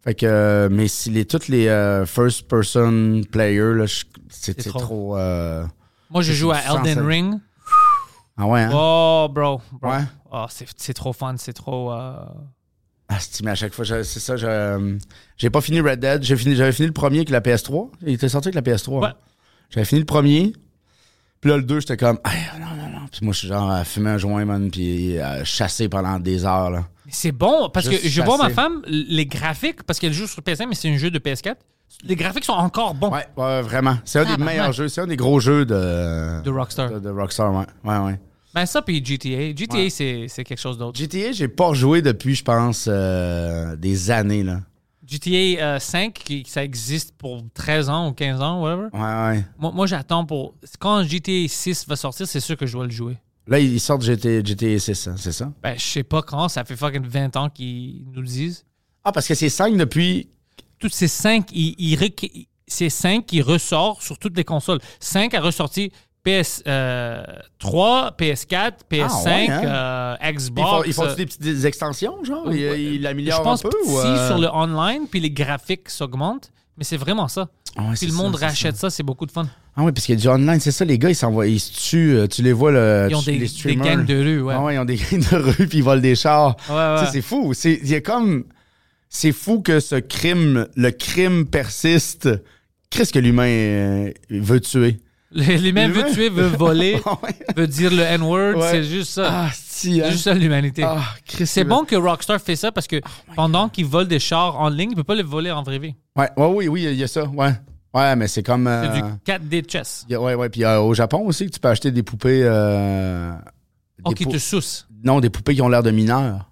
Fait que, euh, mais si les, toutes les euh, first-person players, là, je- c'est c'est
trop.
trop. euh,
Moi, je joue à
Sans
Elden
ça.
Ring.
Ah ouais, hein?
Oh, bro. bro.
Ouais.
Oh, c'est c'est trop fun, c'est trop... euh,
Asti, Ah, mais à chaque fois, je- c'est ça, je, euh, j'ai pas fini Red Dead. J'ai fini, j'avais fini le premier avec la PS3. Il était sorti avec la PS3.
Ouais.
hein? J'avais fini le premier. Puis là, le 2, j'étais comme, Ah, non, non, non. Puis moi, je suis genre à fumer un joint, man, puis à chasser pendant des heures, là.
C'est bon, parce que
Juste
je vois ma
chasser.
femme, les graphiques, parce qu'elle joue sur PS5, mais c'est un jeu de PS4. Les graphiques sont encore bons
Ouais, ouais, vraiment. C'est un des
Tabarnak.
meilleurs jeux. C'est un des gros jeux de,
Ah, bah, de Rockstar.
de, de Rockstar, ouais. Ouais, ouais.
Ben ça, puis GTA. GTA, c'est c'est quelque chose d'autre.
GTA, j'ai pas rejoué depuis, je pense, euh, des années, là.
GTA euh, 5, qui, ça existe pour 13 ans ou 15 ans, whatever.
Ouais, ouais.
Moi, moi j'attends pour... Quand GTA 6 va sortir, c'est sûr que je vais le jouer.
Là, ils sortent GTA, GTA 6, hein, c'est ça?
Ben, je sais pas quand, ça fait fucking 20 ans qu'ils nous le disent.
Ah, parce que c'est 5 depuis
toutes ces cinq, il, il rec- il- c'est cinq qui ressort sur toutes les consoles. Cinq a ressorti euh, PS3, PS4, PS5, euh,
Ils font,
Xbox.
Ah, hein. ils font-tu des petites des extensions, genre? Ils,
Ouais.
ils l'améliorent
je pense
un peu?
petit
ou, euh,
sur le online, puis les graphiques s'augmentent, mais c'est vraiment ça.
Ah ouais,
Puis
c'est
le
ça,
monde
c'est
rachète ça, c'est beaucoup de fun.
Ah oui, parce qu'il y a du online, c'est ça, les gars, ils s'envoient, ils se tuent, euh, tu les vois, le,
Ils ont
tu-
des-
les
des
streamers.
gangs de rue, ouais.
Ah ouais, ils ont des gangs de rue, puis ils volent des chars.
Ouais, ouais.
Tu sais, c'est fou. C'est, il y a comme, c'est fou que ce crime, le crime persiste. Qu'est-ce que l'humain euh, veut tuer?
Les, les mêmes veut
L'humain-
tuer, veut voler,
Ah ouais.
veut dire le N-word,
Ouais.
c'est juste ça.
Ah, si, hein.
c'est juste ça l'humanité.
Ah, Oh Christ,
c'est
il-
bon que Rockstar fait ça parce que pendant qu'ils volent des chars en ligne, ils ne peuvent pas les voler en vraie vie.
Ouais, ouais, oui, oui, il y a ça, ouais. Ouais, mais c'est comme.
C'est
euh,
du 4D chess.
il y a- ouais, ouais. Puis euh, au Japon aussi, que tu peux acheter des poupées. euh, des
Oh, qui
pou-
te souce.
Non, des poupées qui ont l'air de mineurs.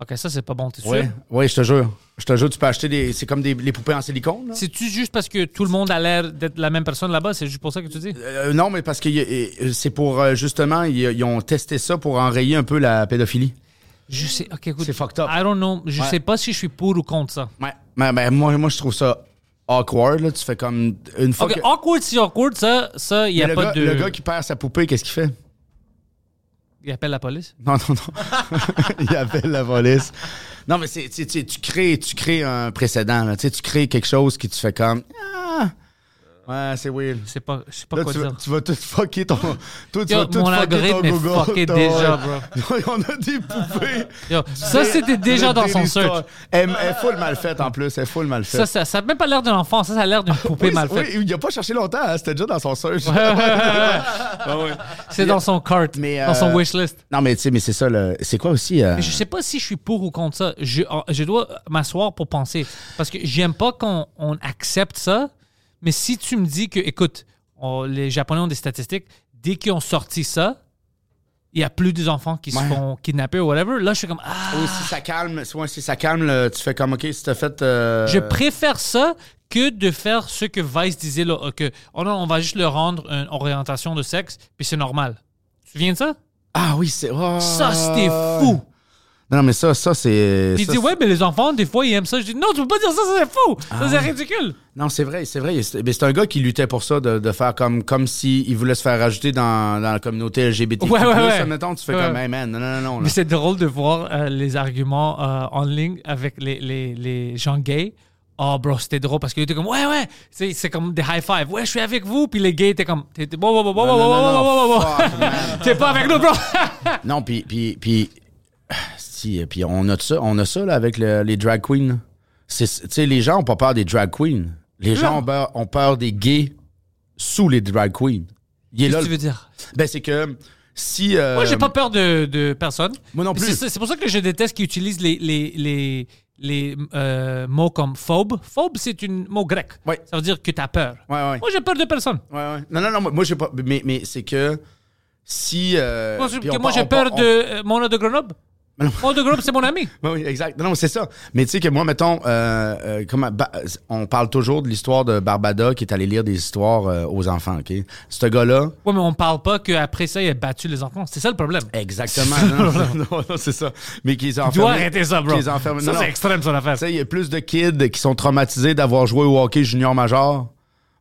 Ok, ça, c'est pas bon, t'es sûr?
Ouais, ouais, je te jure. Je te jure, tu peux acheter des. C'est comme des les poupées en silicone, là.
C'est-tu juste parce que tout le monde a l'air d'être la même personne là-bas? C'est juste pour ça que tu dis?
Euh, non, mais parce que y a- et- c'est pour euh, justement, ils, ils ont testé ça pour enrayer un peu la pédophilie.
Je sais. Ok, écoute.
C'est fucked up.
I don't know. Je
Ouais.
sais pas si je suis pour ou contre ça.
Ouais. Mais, mais moi, moi, je trouve ça awkward. Là. Tu fais comme une fois
Ok,
que
awkward, si awkward, ça, ça, il y
Mais
a
le,
pas
gars,
de.
le gars qui perd sa poupée, qu'est-ce qu'il fait
Il appelle la police.
Non, non, non. il appelle la police. Non, mais c'est, tu, tu- tu crées, tu crées un précédent. Là. Tu, sais, tu crées quelque chose qui tu fais comme ah, ouais, c'est weird.
Je sais pas, je sais pas
Là,
quoi
tu, vas-
dire.
tu vas tout fucker ton. Toi, tu
Yo,
vas tout
mon
fucker ton
algorithme est
Google.
fucké
ton-
déjà, bro.
On a des poupées.
Yo, ça, c'était déjà dans son search.
Elle, elle est full mal faite en plus. Elle est full mal faite.
Ça, ça, ça a même pas l'air d'un enfant. Ça, ça a l'air d'une poupée
Oui,
mal
oui,
faite.
il n'a pas cherché longtemps. hein, C'était déjà dans son search.
C'est dans son cart,
Ah Mais,
dans son
euh,
wishlist.
Non, mais tu sais, mais c'est ça. le- C'est quoi aussi euh,
Mais je sais pas si je suis pour ou contre ça. Je, oh, je dois m'asseoir pour penser. Parce que j'aime pas qu'on on accepte ça. Mais si tu me dis que, écoute, on- les Japonais ont des statistiques, dès qu'ils ont sorti ça, il y a plus des enfants qui se
Ouais.
font kidnapper ou whatever. Là, je suis comme, ah,
ou si ça calme, ouais, si ça calme, le- tu fais comme OK, si t'as fait. euh,
Je préfère ça que de faire ce que Vice disait là, que oh non, on va juste leur rendre une orientation de sexe, puis c'est normal. Tu te souviens de ça?
Ah oui, c'est. oh.
Ça, c'était fou!
Non, mais ça, ça c'est.
Puis il
ça,
dit,
c'est- Ah
ouais, mais les enfants, des fois, ils aiment ça. Je dis, non, tu peux pas dire ça, ça, c'est fou! ça, c'est ridicule!
Non, c'est vrai, c'est vrai. C'est mais c'est un gars qui luttait pour ça, de, de faire comme, comme s'il voulait se faire rajouter dans, dans la communauté LGBT.
Ouais, ouais, ouais.
Mettons, tu fais
Ouais.
comme, hey man, non, non, non. non
Mais
là.
c'est drôle de voir euh, les arguments euh, en ligne avec les, les, les gens gays. Oh, bro, c'était drôle parce qu'ils étaient comme, ouais, ouais, c'est c'est comme des high five. Ouais, je suis avec vous. Puis les gays étaient comme, t'es t'es- bon, bon, bon, bon, bon,
non,
bon,
non,
bon, bon, bon,
fuck,
bon. T'es pas avec nous, bro.
Non, puis, puis, puis, si, puis on a de ça, on a ça là, avec le- les drag queens. là. C'est, tu sais, les gens ont pas peur des drag queens. Les gens ont peur, ont peur des gays sous les drag queens. Il est
Qu'est-ce
là,
que tu
le-
veux dire?
Ben, c'est que si. euh,
Moi, j'ai pas peur de, de personne.
Moi non
Puis
plus.
C'est ça- c'est pour ça que je déteste qu'ils utilisent les, les, les, les, euh, mots comme phobe. Phobe, c'est un mot grec.
Ouais.
Ça veut dire que t'as peur.
Ouais, ouais.
Moi, j'ai peur de personne.
Ouais, ouais. Non, non, non, moi, moi, j'ai pas. Mais, mais c'est que si. euh,
Moi, c'est-
puis
que
on
moi,
par-
j'ai
on par-
peur
on- Ben
de euh, mon homme de Grenoble. Mon homme de Grenoble, c'est mon ami.
Oui, oui, exact. Non, non, c'est ça. Mais tu sais que moi, mettons, euh, euh, comment- Ba- on parle toujours de l'histoire de Barbada qui est allé lire des histoires euh, aux enfants, OK? Ce gars-là.
Ouais, mais on parle pas qu'après ça, il a battu les enfants. C'est ça le problème.
Eh, Exactement. non, non, non, non, c'est ça. Mais qu'ils ont
Tu dois arrêter ça, bro.
Qu'ils enferment.
Ça,
non,
c'est
non.
extrême, son affaire.
Tu sais, il y a plus de kids qui sont traumatisés d'avoir joué au hockey junior major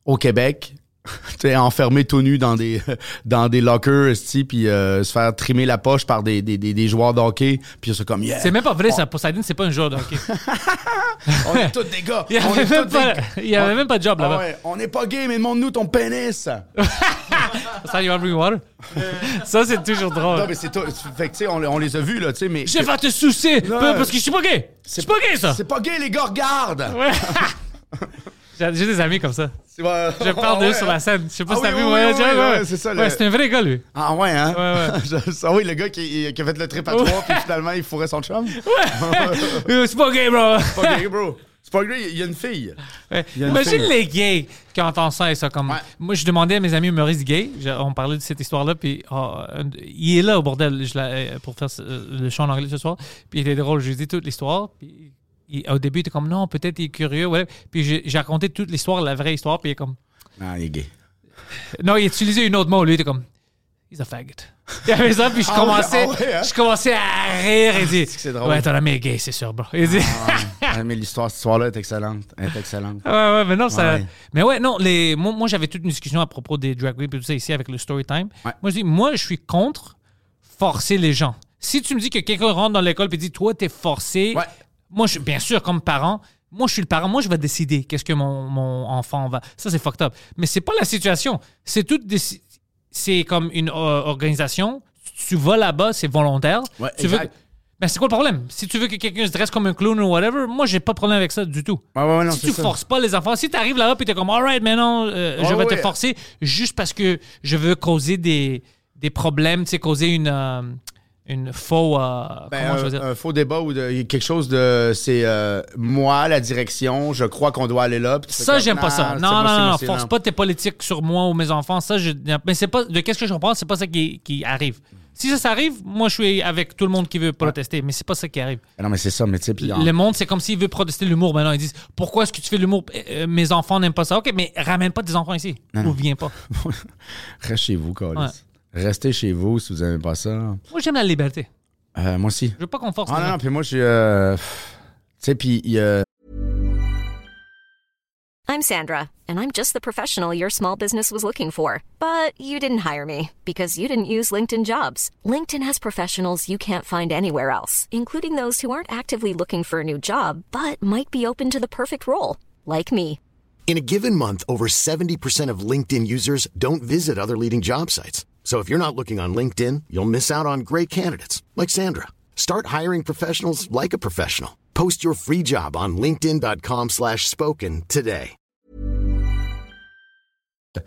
au Québec. tu sais, enfermés tout nus dans des, dans des lockers, esti, puis euh, se faire trimer la poche par des, des, des, des joueurs de hockey. Puis c'est comme, yeah,
C'est même pas vrai, ça. Poseidon, c'est pas un joueur de hockey.
on est tous des gars.
Il y
on
avait
est
même
tous
pas-
des-
il y avait
on-
même pas de job
Ah
là-bas.
ouais, on n'est pas gay, mais demande-nous ton pénis.
Ça, you want me water? Ça, c'est toujours
Euh. non,
drôle.
mais c'est tout. Fait que, tu sais, on, on les a vus, là, tu sais, mais.
Je vais te soucier
Non.
parce que je suis pas gay. Je suis pas gay, ça.
C'est pas gay, les gars, regarde!
Ouais. J'ai j'ai des amis comme ça. Je parle
de
d'eux sur la scène. Je sais pas
Ah
si t'as
oui,
vu.
oui,
ouais,
oui,
ouais,
oui,
ouais.
ouais, c'est ça,
Ouais,
le-
c'est un vrai gars, lui.
Ah ouais, hein?
Ouais, ouais.
Je- ah oui, le gars qui, qui a fait le trip à trois, puis finalement, il fourrait son chum.
Euh, C'est pas gay, bro.
C'est pas gay, bro. C'est pas gay, il y a une fille.
Ouais.
y a une
Imagine
fille.
les gays qui entendent ça et ça. Comme...
Ouais.
Moi, je demandais à mes amis humoristes gays. je- on parlait de cette histoire-là. Puis oh, un- il est là, au bordel, je l'ai- pour faire ce- euh, le chant en anglais ce soir. Puis il était drôle. Je lui ai dit toute l'histoire. Puis il- au début, il était comme non, peut-être il est curieux. Ouais. Puis j'ai j'ai raconté toute l'histoire, la vraie histoire. Puis il est comme.
Ah, il est gay.
Non, il utilisait une autre mot. Lui, il était comme, he's a faggot. Il avait ça, puis je
Ah
commençais,
ouais, ah ouais, hein? Ah,
je commençais à rire et dit,
c'est que c'est drôle.
ouais, ton ami est gay, c'est sûr, bro. Il dit,
Ah, mais l'histoire, cette histoire-là est excellente. Elle est excellente.
ouais, ouais, mais non, ça,
Ouais.
mais ouais, non, les, moi, moi, j'avais toute une discussion à propos des drag queens et tout ça ici avec le story time.
Ouais.
Moi, je dis, moi, je suis contre forcer les gens. Si tu me dis que quelqu'un rentre dans l'école et dit, toi, t'es forcé,
Ouais.
moi, je, bien sûr, comme parent. Moi, je suis le parent. Moi, je vais décider qu'est-ce que mon, mon enfant va. Ça, c'est fucked up. Mais c'est pas la situation. C'est toute déci- C'est comme une euh, organisation. Tu vas là-bas, c'est volontaire.
Ouais,
tu veux.
exact.
Ben, c'est quoi le problème? Si tu veux que quelqu'un se dresse comme un clown ou whatever, moi, j'ai pas de problème avec ça du tout.
Ouais, ouais, ouais, Ah non,
si
c'est
tu
ça.
forces pas les enfants, si tu arrives là-bas et t'es comme, alright, mais non, euh, je
Ouais,
vais te
ouais.
forcer juste parce que je veux causer des, des problèmes, tu sais, causer une, euh, une faux. euh,
Ben,
comment je
un,
veux dire?
un faux débat ou de- quelque chose de. C'est euh, moi, la direction, je crois qu'on doit aller là. puis tu fais
Ça,
comme,
j'aime pas ça.
c'est
Non,
moi,
non,
c'est
non,
moi,
non,
c'est
force
non.
pas tes politiques sur moi ou mes enfants. Ça, je, mais c'est pas de qu'est-ce que je comprends, c'est pas ça qui, qui arrive. Si ça, ça arrive, moi, je suis avec tout le monde qui veut protester, mais c'est pas ça qui arrive.
Ah Non, mais c'est ça, mais tu sais, puis en-
Le monde, c'est comme s'il veut protester l'humour maintenant. Ils disent Pourquoi est-ce que tu fais de l'humour Euh, Mes enfants n'aiment pas ça. Ok, mais ramène pas tes enfants ici. Ou viens pas.
Reste chez vous, Carlis.
Ouais.
Restez chez vous si vous aimez pas ça.
Moi, j'aime la liberté.
Euh, moi aussi.
Je veux pas qu'on force.
Ah
les
non,
gens.
non, puis moi, je suis. euh, Tu sais, puis il y a.
I'm Sandra, and I'm just the professional your small business was looking for. But you didn't hire me because you didn't use LinkedIn jobs. LinkedIn has professionals you can't find anywhere else, including those who aren't actively looking for a new job but might be open to the perfect role, like me.
In a given month, over 70% of LinkedIn users don't visit other leading job sites. So if you're not looking on LinkedIn, you'll miss out on great candidates like Sandra. Start hiring professionals like a professional. Post your free job on linkedin.com/spoken slash spoken today.
Tu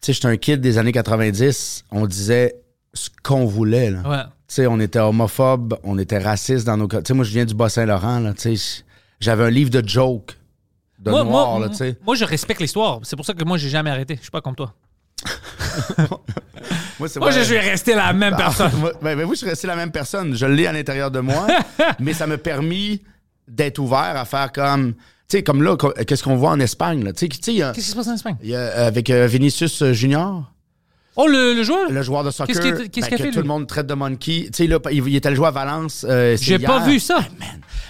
sais, j'étais un kid des années 90. On disait ce qu'on voulait, là.
Ouais.
Tu sais, on était homophobe, on était raciste dans nos. co- Tu sais, moi, je viens du Bas-Saint-Laurent, là. Tu sais, j'avais un livre de jokes. De
Moi,
noir,
moi,
là, tu sais.
moi, je respecte l'histoire. C'est pour ça que moi, j'ai jamais arrêté. Je suis pas comme toi.
Moi, c'est
Moi,
vrai.
je suis resté la même personne.
Moi, ben, ben, moi, je suis resté la même personne. Je l'ai à l'intérieur de moi, mais ça m'a permis d'être ouvert à faire comme. Tu sais, comme là, co- qu'est-ce qu'on voit en Espagne, là. Tu sais, tu sais, il y a-
Qu'est-ce qui se passe en Espagne
il y a, avec euh, Vinicius Junior.
Oh, le, le joueur
le joueur de soccer
Qu'est-ce qu'il- qu'est-ce qu'il
ben,
a
que
fait,
tout
lui?
le monde traite de monkey. Tu sais, là, il, il était le joueur à Valence. euh, c'est
J'ai
hier.
pas vu ça.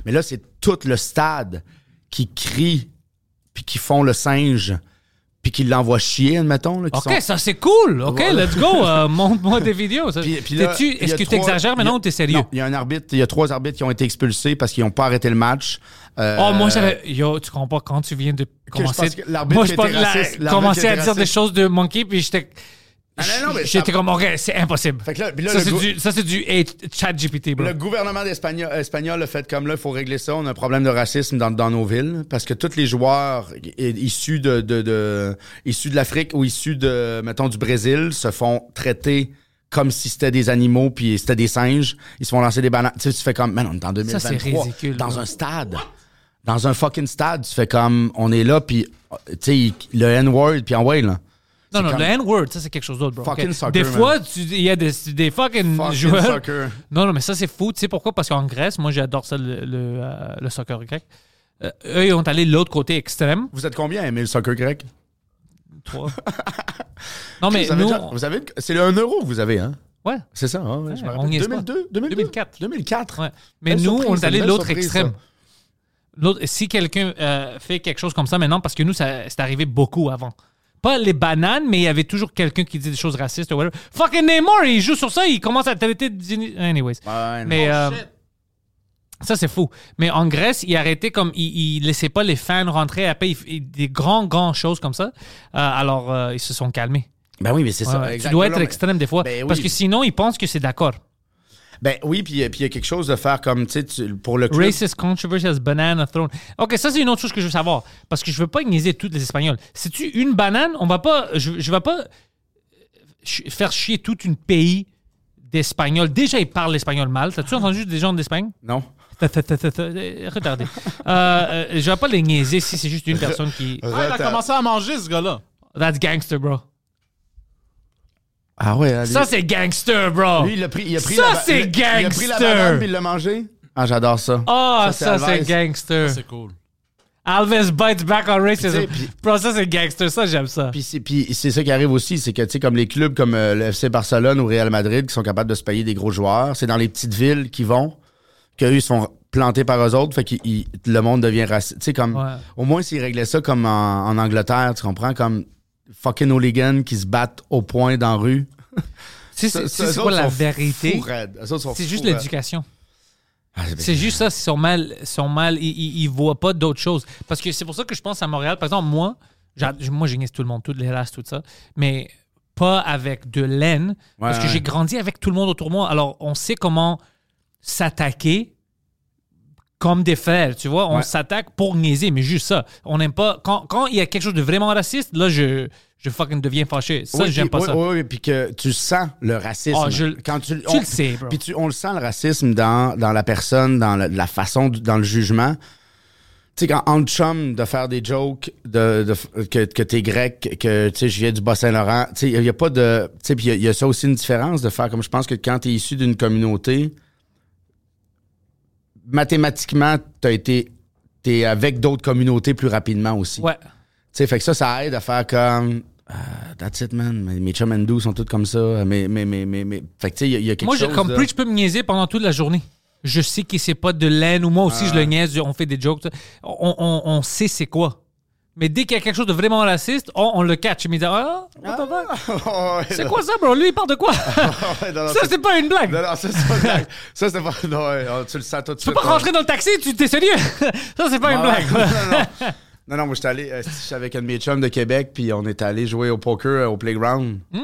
Mais là, c'est tout le stade qui crie, puis qui font le singe, puis qui l'envoie chier, admettons. Là, qui
Ok,
sont-
ça c'est cool. Ok,
Voilà.
let's go. Euh, Montre-moi des vidéos. Ça.
Puis- puis là,
T'es-tu-
il y
Est-ce
a
que tu
trois-
exagères
il y a-
maintenant ou t'es sérieux
Non, il y a un arbitre, il y a trois arbitres qui ont été expulsés parce qu'ils n'ont pas arrêté le match. Euh,
Oh, moi, j'avais. Yo, tu comprends pas quand tu viens de commencer.
pense que l'arbitre
moi,
qui
je pense
était
que la-
raciste, l'arbitre
commencer
qui
à
était
dire des
raciste.
choses de Monkey, puis j'étais.
Ah non, non, mais
J'étais
ça-
comme, ok, c'est impossible.
Fait que là- puis là,
ça,
le
c'est
go-
du, ça, c'est du hate chat GPT, bro.
Le gouvernement d'Espagnol- espagnol a fait comme là, il faut régler ça. On a un problème de racisme dans, dans nos villes parce que tous les joueurs i- issus de, de, de- issus de l'Afrique ou issus de, mettons, du Brésil se font traiter comme si c'était des animaux puis c'était des singes. Ils se font lancer des bananes. Tu sais, tu fais comme, man, on est en 2023.
c'est ridicule,
Dans
là.
un stade. Dans un fucking stade, tu fais comme, on est là puis, tu sais, il- le N-word puis en way, là.
non, non,
comme-
le N-word, ça, c'est quelque chose d'autre, bro.
Fucking
ok?
soccer,
des
man.
fois, tu- il y a des, des fucking,
Fucking
joueurs.
soccer.
Non, non, mais ça, c'est fou. Tu sais pourquoi? Parce qu'en Grèce, moi, j'adore ça, le, le, euh, le soccer grec. Euh, eux, ils ont allé l'autre côté extrême.
Vous êtes combien à aimer le soccer grec?
Trois. non, mais
vous avez,
nous.
déjà-
on-
vous avez- c'est le 1 euro que vous avez, hein?
Ouais.
C'est ça, hein, ouais, je me
Ouais,
rappelle.
on y est pas.
2002, 2002,
2004.
2004.
Ouais. Mais
Belle
nous,
surprise,
on est allé
une belle
l'autre
surprise,
extrême.
ça.
L'autre- si quelqu'un euh, fait quelque chose comme ça maintenant, parce que nous, ça, c'est arrivé beaucoup avant. Pas les bananes, mais il y avait toujours quelqu'un qui dit des choses racistes ou whatever. Fucking Neymar, il joue sur ça, il commence à traiter de- Anyways.
Ouais, non.
mais euh, ça, c'est fou. Mais en Grèce, il arrêtait comme. Il, il laissait pas les fans rentrer. Après, il- il- des grands, grands choses comme ça. Euh, alors, euh, ils se sont calmés.
Ben oui, mais c'est ça.
Ouais, tu
exact.
dois
Non,
être
non, mais-
extrême des fois.
Ben oui.
Parce que sinon, ils pensent que c'est d'accord.
Ben oui, puis puis il y a quelque chose de faire comme, tu sais, tu- pour le club.
Racist controversy as banana thrown. OK, ça, c'est une autre chose que je veux savoir. Parce que je veux pas niaiser tous les Espagnols. Si tu une banane, on va pas. Je, je vais pas euh, ch- faire chier tout un pays d'Espagnols. Déjà, ils parlent l'espagnol mal. T'as-tu entendu des gens d'Espagne?
Non.
Ta- ta- ta- ta- ta- euh, Retardé. Euh, euh, je vais pas les niaiser si c'est juste une personne qui.
Ah, il a commencé à manger, ce gars-là.
That's gangster, bro.
Ah ouais, allez.
Ça, c'est gangster, bro.
Lui, il a pris, il a pris
Ça,
la ba-
c'est
il a- Il a pris la
gangster.
banane puis il l'a mangé. Ah, j'adore ça.
Ah, ça, c'est
Alvarez.
gangster.
C'est cool.
Alves bites back on racism.
Puis tu sais, puis-
Bro, ça, c'est gangster. Ça, j'aime ça.
Puis c'est, puis c'est ça qui arrive aussi, c'est que, tu sais, comme les clubs comme euh, le FC Barcelone ou Real Madrid qui sont capables de se payer des gros joueurs, c'est dans les petites villes qui vont qu'eux, ils se font planter par eux autres, fait que le monde devient raciste. Tu sais, comme,
Ouais.
au moins s'ils réglaient ça comme en, en Angleterre, tu comprends, comme fucking hooligans qui se battent au point dans la rue.
Si
Ça-
c'est
ça,
si
eux
c'est
autres
quoi la
sont fous
vérité,
hein. raides. Eux autres sont
c'est
fous
juste
raides.
l'éducation.
Ah, c'est-
C'est juste ça, ils sont mal, ils sont mal, ils, ils, ils voient pas d'autres choses. Parce que c'est pour ça que je pense à Montréal. Par exemple, moi, j'a- moi, je niaise tout le monde, toutes les races, tout ça, mais pas avec de laine, parce que
ouais.
j'ai grandi avec tout le monde autour de moi. Alors, on sait comment s'attaquer comme des frères, tu vois. On
Ouais.
s'attaque pour niaiser, mais juste ça. On n'aime pas. Quand, quand il y a quelque chose de vraiment raciste, là, je, je fucking deviens fâché. Ça,
Oui,
j'aime
puis-
pas
oui,
ça.
Oui, oui, puis que tu sens le racisme.
Ah, je-
Quand tu,
tu
on-
le sais, bro.
Puis tu- on le sent le racisme dans, dans la personne, dans la, la façon, du- dans le jugement. Tu sais, quand en chum de faire des jokes de, de f- que, que t'es grec, que tu sais, je viens du Bas-Saint-Laurent, tu sais, il y, a pas de. Tu sais, puis il y a- il y, a ça aussi une différence de faire comme je pense que quand t'es issu d'une communauté, mathématiquement, t'as été. T'es avec d'autres communautés plus rapidement aussi.
Ouais.
Tu sais, fait que ça, ça aide à faire comme. Ah, that's it, man. Mes, mes chums hindous sont tous comme ça. Mais, mais, mais, mais, mais- Fait que, tu sais, il y, a- il y a quelque
Moi, j'ai
chose.
comme
de-
plus, je peux me niaiser pendant toute la journée. Je sais que c'est pas de laine, ou moi aussi, je le niaise, on fait des jokes. tout ça. On, on- on sait c'est quoi. Mais dès qu'il y a quelque chose de vraiment raciste, on, on le catch. Il me dit Ah, what the fuck?
Ah, ouais,
c'est
non,
quoi ça, bro? Lui, il parle de quoi?
ouais, non, non,
ça, c'est pas une blague.
Non, non, ça, c'est pas une blague. Ça, c'est pas. Non, ouais, oh, tu le sens tout de
Tu peux
suite.
pas rentrer dans le taxi, tu t'es sérieux? ça, c'est pas une blague.
Non, non, non. Non, non, moi, j'étais allé. euh, j'étais avec un de mes chums de Québec, puis on est allé jouer au poker euh, au playground.
Hmm.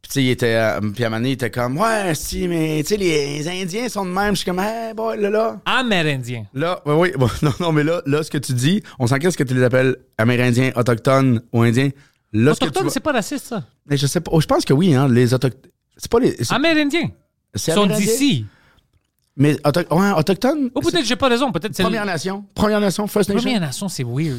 Puis, tu sais, il était. euh, puis, à un moment donné, il était comme, ouais, si, mais, tu sais, les Indiens sont de même. Je suis comme, hey, boy, là, là.
Amérindien.
Là, oui, oui, bon, non, non, mais là, là, ce que tu dis, on s'en crisse que tu les appelles Amérindiens, Autochtones ou Indiens. Là, ce que tu
Autochtone,
vas-
c'est pas raciste, ça.
Mais je sais pas. Oh, je pense que oui, hein, les Autochtones. C'est pas les. c'est-
Amérindien.
c'est
Ah, Ils sont
Amérindiens?
d'ici.
Mais auto- ouais, Autochtones.
Ou peut-être j'ai pas raison. Peut-être
c'est
c'est.
Première Nation. Première Nation, First Nation.
Première Nation, c'est weird.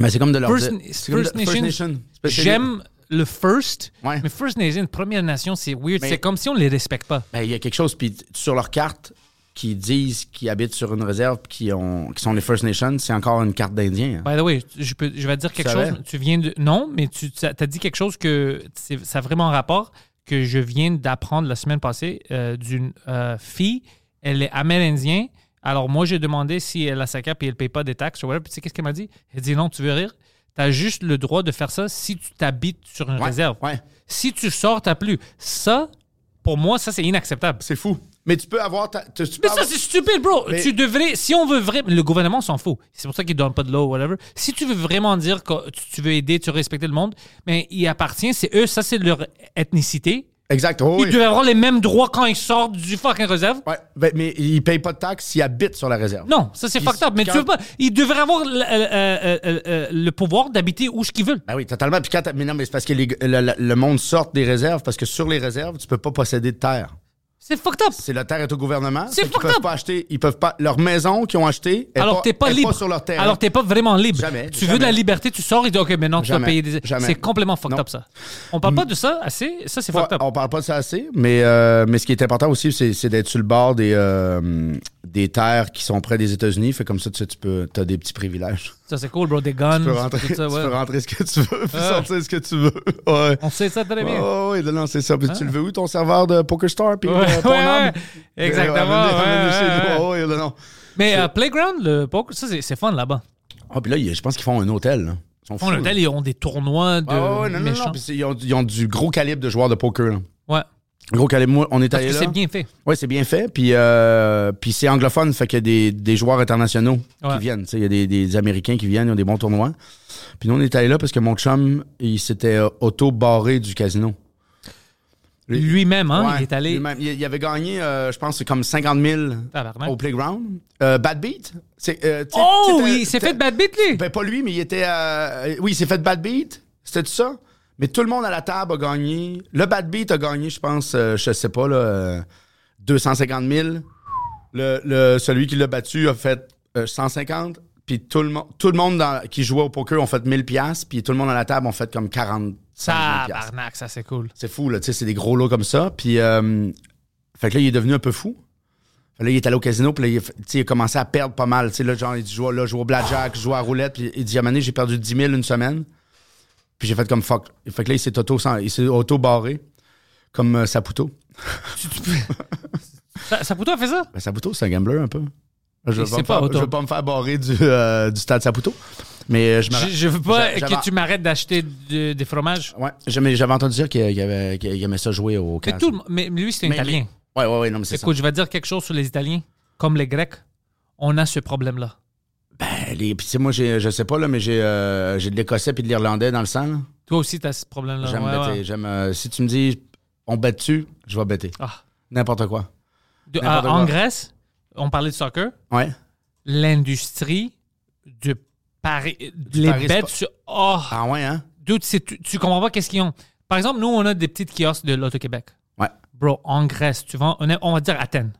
Mais c'est comme de leur.
First,
dire-
First
c'est comme de-
Nation,
C'est- c'est-
j'aime le First,
Ouais.
mais First Nation, Première Nation, c'est weird.
Mais-
C'est comme si on les respecte pas.
Ben, Il y a quelque chose, puis t- sur leur carte, qui disent qu'ils habitent sur une réserve, puis qui, ont, qui sont les First Nations, c'est encore une carte d'Indien. hein.
By the way, je, peux, je vais te dire quelque
savais?
chose. Tu viens de. Non, mais tu as dit quelque chose que c'est- ça a vraiment rapport que je viens d'apprendre la semaine passée euh, d'une euh, fille. Elle est amérindienne. Alors moi, j'ai demandé si elle a sa cape et elle paye pas des taxes. ou whatever. Puis tu sais qu'est-ce qu'elle m'a dit? Elle dit non, tu veux rire? Tu as juste le droit de faire ça si tu t'habites sur une
Ouais,
réserve.
ouais.
Si tu sors, t'as plus. Ça, pour moi, ça, c'est inacceptable.
C'est fou. Mais tu peux avoir. ta- tu- tu
Mais
peux
ça,
avoir-
c'est stupide, bro.
Mais-
Tu devrais, si on veut vraiment, le gouvernement s'en fout. C'est pour ça qu'il donne pas de l'eau, whatever. Si tu veux vraiment dire que tu tu veux aider, tu veux respecter le monde, mais il appartient, c'est eux, ça, c'est leur ethnicité.
Exact. oh
Ils
oui.
devraient avoir les mêmes droits quand ils sortent du fucking réserve.
Ouais, ben, mais ils payent pas de taxes s'ils habitent sur la réserve.
Non, ça, c'est
Puis
fucked up. Mais
quand-
tu veux pas, ils devraient avoir le, euh, euh, euh, euh, le pouvoir d'habiter où ce qu'ils veulent.
Ben oui, totalement. Puis quand t'as- mais non, mais c'est parce que les- le, le- le monde sort des réserves parce que sur les réserves, tu peux pas posséder de terre.
C'est fucked up.
C'est la terre est au gouvernement.
C'est
fait qu'ils
fucked
peuvent
up.
pas acheter, ils peuvent pas leur maison qu'ils ont achetée. est
Alors,
pas-
t'es pas
est
libre.
sur leur terre.
Alors, t'es pas vraiment libre.
Jamais,
Tu veux de la
jamais.
liberté, tu sors et dis, OK, maintenant, tu
Jamais,
dois payer des.
jamais.
C'est complètement fucked
Non. Mm.
up, ça. On parle pas de ça assez. Ça, c'est fucked up.
on parle pas de ça assez, mais, euh, mais ce qui est important aussi, c'est c'est d'être sur le bord des, euh, des terres qui sont près des États-Unis. Fait comme ça, tu sais, tu peux, as des petits privilèges.
Ça, c'est cool, bro. Des guns.
Tu peux rentrer,
Ah tout ça,
tu
ouais.
peux rentrer ce que tu veux, puis
Ouais.
sortir ce que tu veux. Ouais.
On sait ça très bien. Hein?
Oh, oui, non, non, c'est ça. Puis Tu le veux où, ton serveur de PokerStar? Puis euh, ton
ouais,
âme?
ouais. Exactement,
Euh, amenez-
ouais,
amenez
ouais,
chez nous.
ouais.
Oh, oui, là, non.
Mais euh, Playground, le poker, ça, c'est c'est fun là-bas.
Ah, puis là, ils- je pense qu'ils font un hôtel. là. Ils sont
Ils font
fous,
l'hôtel,
là.
ils ont des tournois de
Ah, ouais, ouais, non, non, non,
méchants.
puis c'est- ils, ont, ils ont du gros calibre de joueurs de poker. là.
ouais.
Gros calibre, moi, on est
Parce
allé
que c'est
là.
bien fait.
Oui, c'est bien fait. Puis, euh, puis c'est anglophone, fait qu'il y a des, des joueurs internationaux
Ouais.
qui viennent. tu sais. Il y a des, des Américains qui viennent, ils ont des bons tournois. Puis nous, on est allé là parce que mon chum, il s'était euh, auto-barré du casino. Lui-
Lui-même, hein,
Ouais,
il est allé.
lui-même. Il, il avait gagné, euh, je pense, c'est comme 50 000
Tabarnak.
au playground. Euh, bad Beat. c'est, euh, t'sais-
Oh,
t'sais,
il s'est
t'as-
fait de bad beat, lui.
Ben, pas lui, mais il était. euh, oui, il s'est fait Bad Beat. C'était tout ça. Mais tout le monde à la table a gagné. Le Bad Beat a gagné, je pense, euh, je sais pas, là, euh, 250 000. Le, le- celui qui l'a battu a fait euh, 150. Puis tout le, monde, tout le monde dans- qui jouait au poker ont fait 1000 piastres. Puis tout le monde à la table ont fait comme 40 000 piastres.
Tabarnak, ça, c'est cool.
C'est fou, là. Tu sais, c'est des gros lots comme ça. Puis, euh, fait que là, il est devenu un peu fou. Fait que Là, il est allé au casino, puis là, il, a fait- tu sais, il a commencé à perdre pas mal. Tu sais, là, genre, il dit, je joue, là, je joue au blackjack, je joue à roulette, puis il dit, à un moment donné, j'ai perdu 10 000 une semaine. Puis j'ai fait comme fuck. Fait que là, il s'est auto, il s'est auto-barré, comme euh, Saputo.
Ça, ça pour toi, fait ça?
Ben, Saputo, c'est un gambler un peu. Je
Il
veux, pas
sait
me
pas,
faire,
auto.
je veux pas me faire barrer du, euh, du stade Saputo. Mais euh, je me
Je, je veux pas
j'a- j'avais-
que tu m'arrêtes d'acheter de- des fromages.
Ouais, j'aimais- j'avais entendu dire qu'il qu'il avait- qu'il aimait ça jouer au
Que
casino.
tout le- mais mais lui, c'est un
Mais-
Italien.
mais- Ouais, ouais, ouais, non, mais c'est ça.
Écoute, je vais te dire quelque chose sur les Italiens. comme les Grecs, on a ce problème-là.
Ben, les, puis tu sais, moi, j'ai- je sais pas, là, mais j'ai euh, j'ai de l'Écossais puis de l'Irlandais dans le sang. là.
Toi aussi, tu as ce problème-là.
J'aime
Ah, Ouais,
bêter,
ouais.
j'aime, euh, si tu me dis, on bet dessus, je vais bêter.
Ah.
N'importe quoi.
De- euh,
N'importe
en
quoi.
Grèce, on parlait de soccer.
Ouais.
L'industrie du pari, les
pari
bêtes
spo-
sur- oh,
Ah ouais, hein?
dude, c'est- tu, tu comprends pas qu'est-ce qu'ils ont. Par exemple, nous, on a des petites kiosques de l'Auto-Québec.
Ouais.
Bro, en Grèce, tu vas, on, est- on va dire Athènes.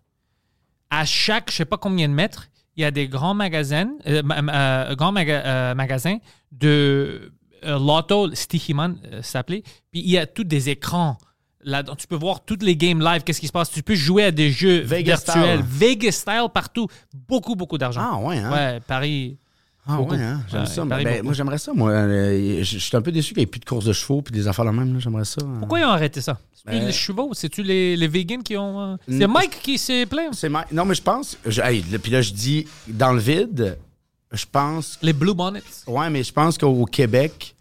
À chaque, je sais pas combien de mètres, il y a des grands magasins, euh, ma- ma- euh, grands maga- euh, magasins de euh, Lotto, Stichiman euh, s'appelait. Puis il y a tous des écrans. Là, tu peux voir toutes les games live, qu'est-ce qui se passe. Tu peux jouer à des jeux
Vegas style.
virtuels, Vegas style partout. Beaucoup, beaucoup d'argent.
Ah ouais, hein?
Ouais, Paris.
Ah
Beaucoup.
ouais, hein? J'aime
Ouais,
ça.
il
moi.
paraît
Ben,
beaucoup.
moi, j'aimerais ça, moi. Euh, Je je suis un peu déçu qu'il n'y ait plus de courses de chevaux puis des affaires la même, là. J'aimerais ça. hein.
Pourquoi ils ont arrêté ça? C'est-tu
Ben-
les chevaux? C'est-tu les, les vegans qui ont. euh, C'est
Mm.
Mike qui s'est plaint.
C'est ma- Non, mais je pense. je- hey, là, puis là, je dis, dans le vide, je pense.
Les Blue Bonnets.
Ouais, mais je pense qu'au Québec,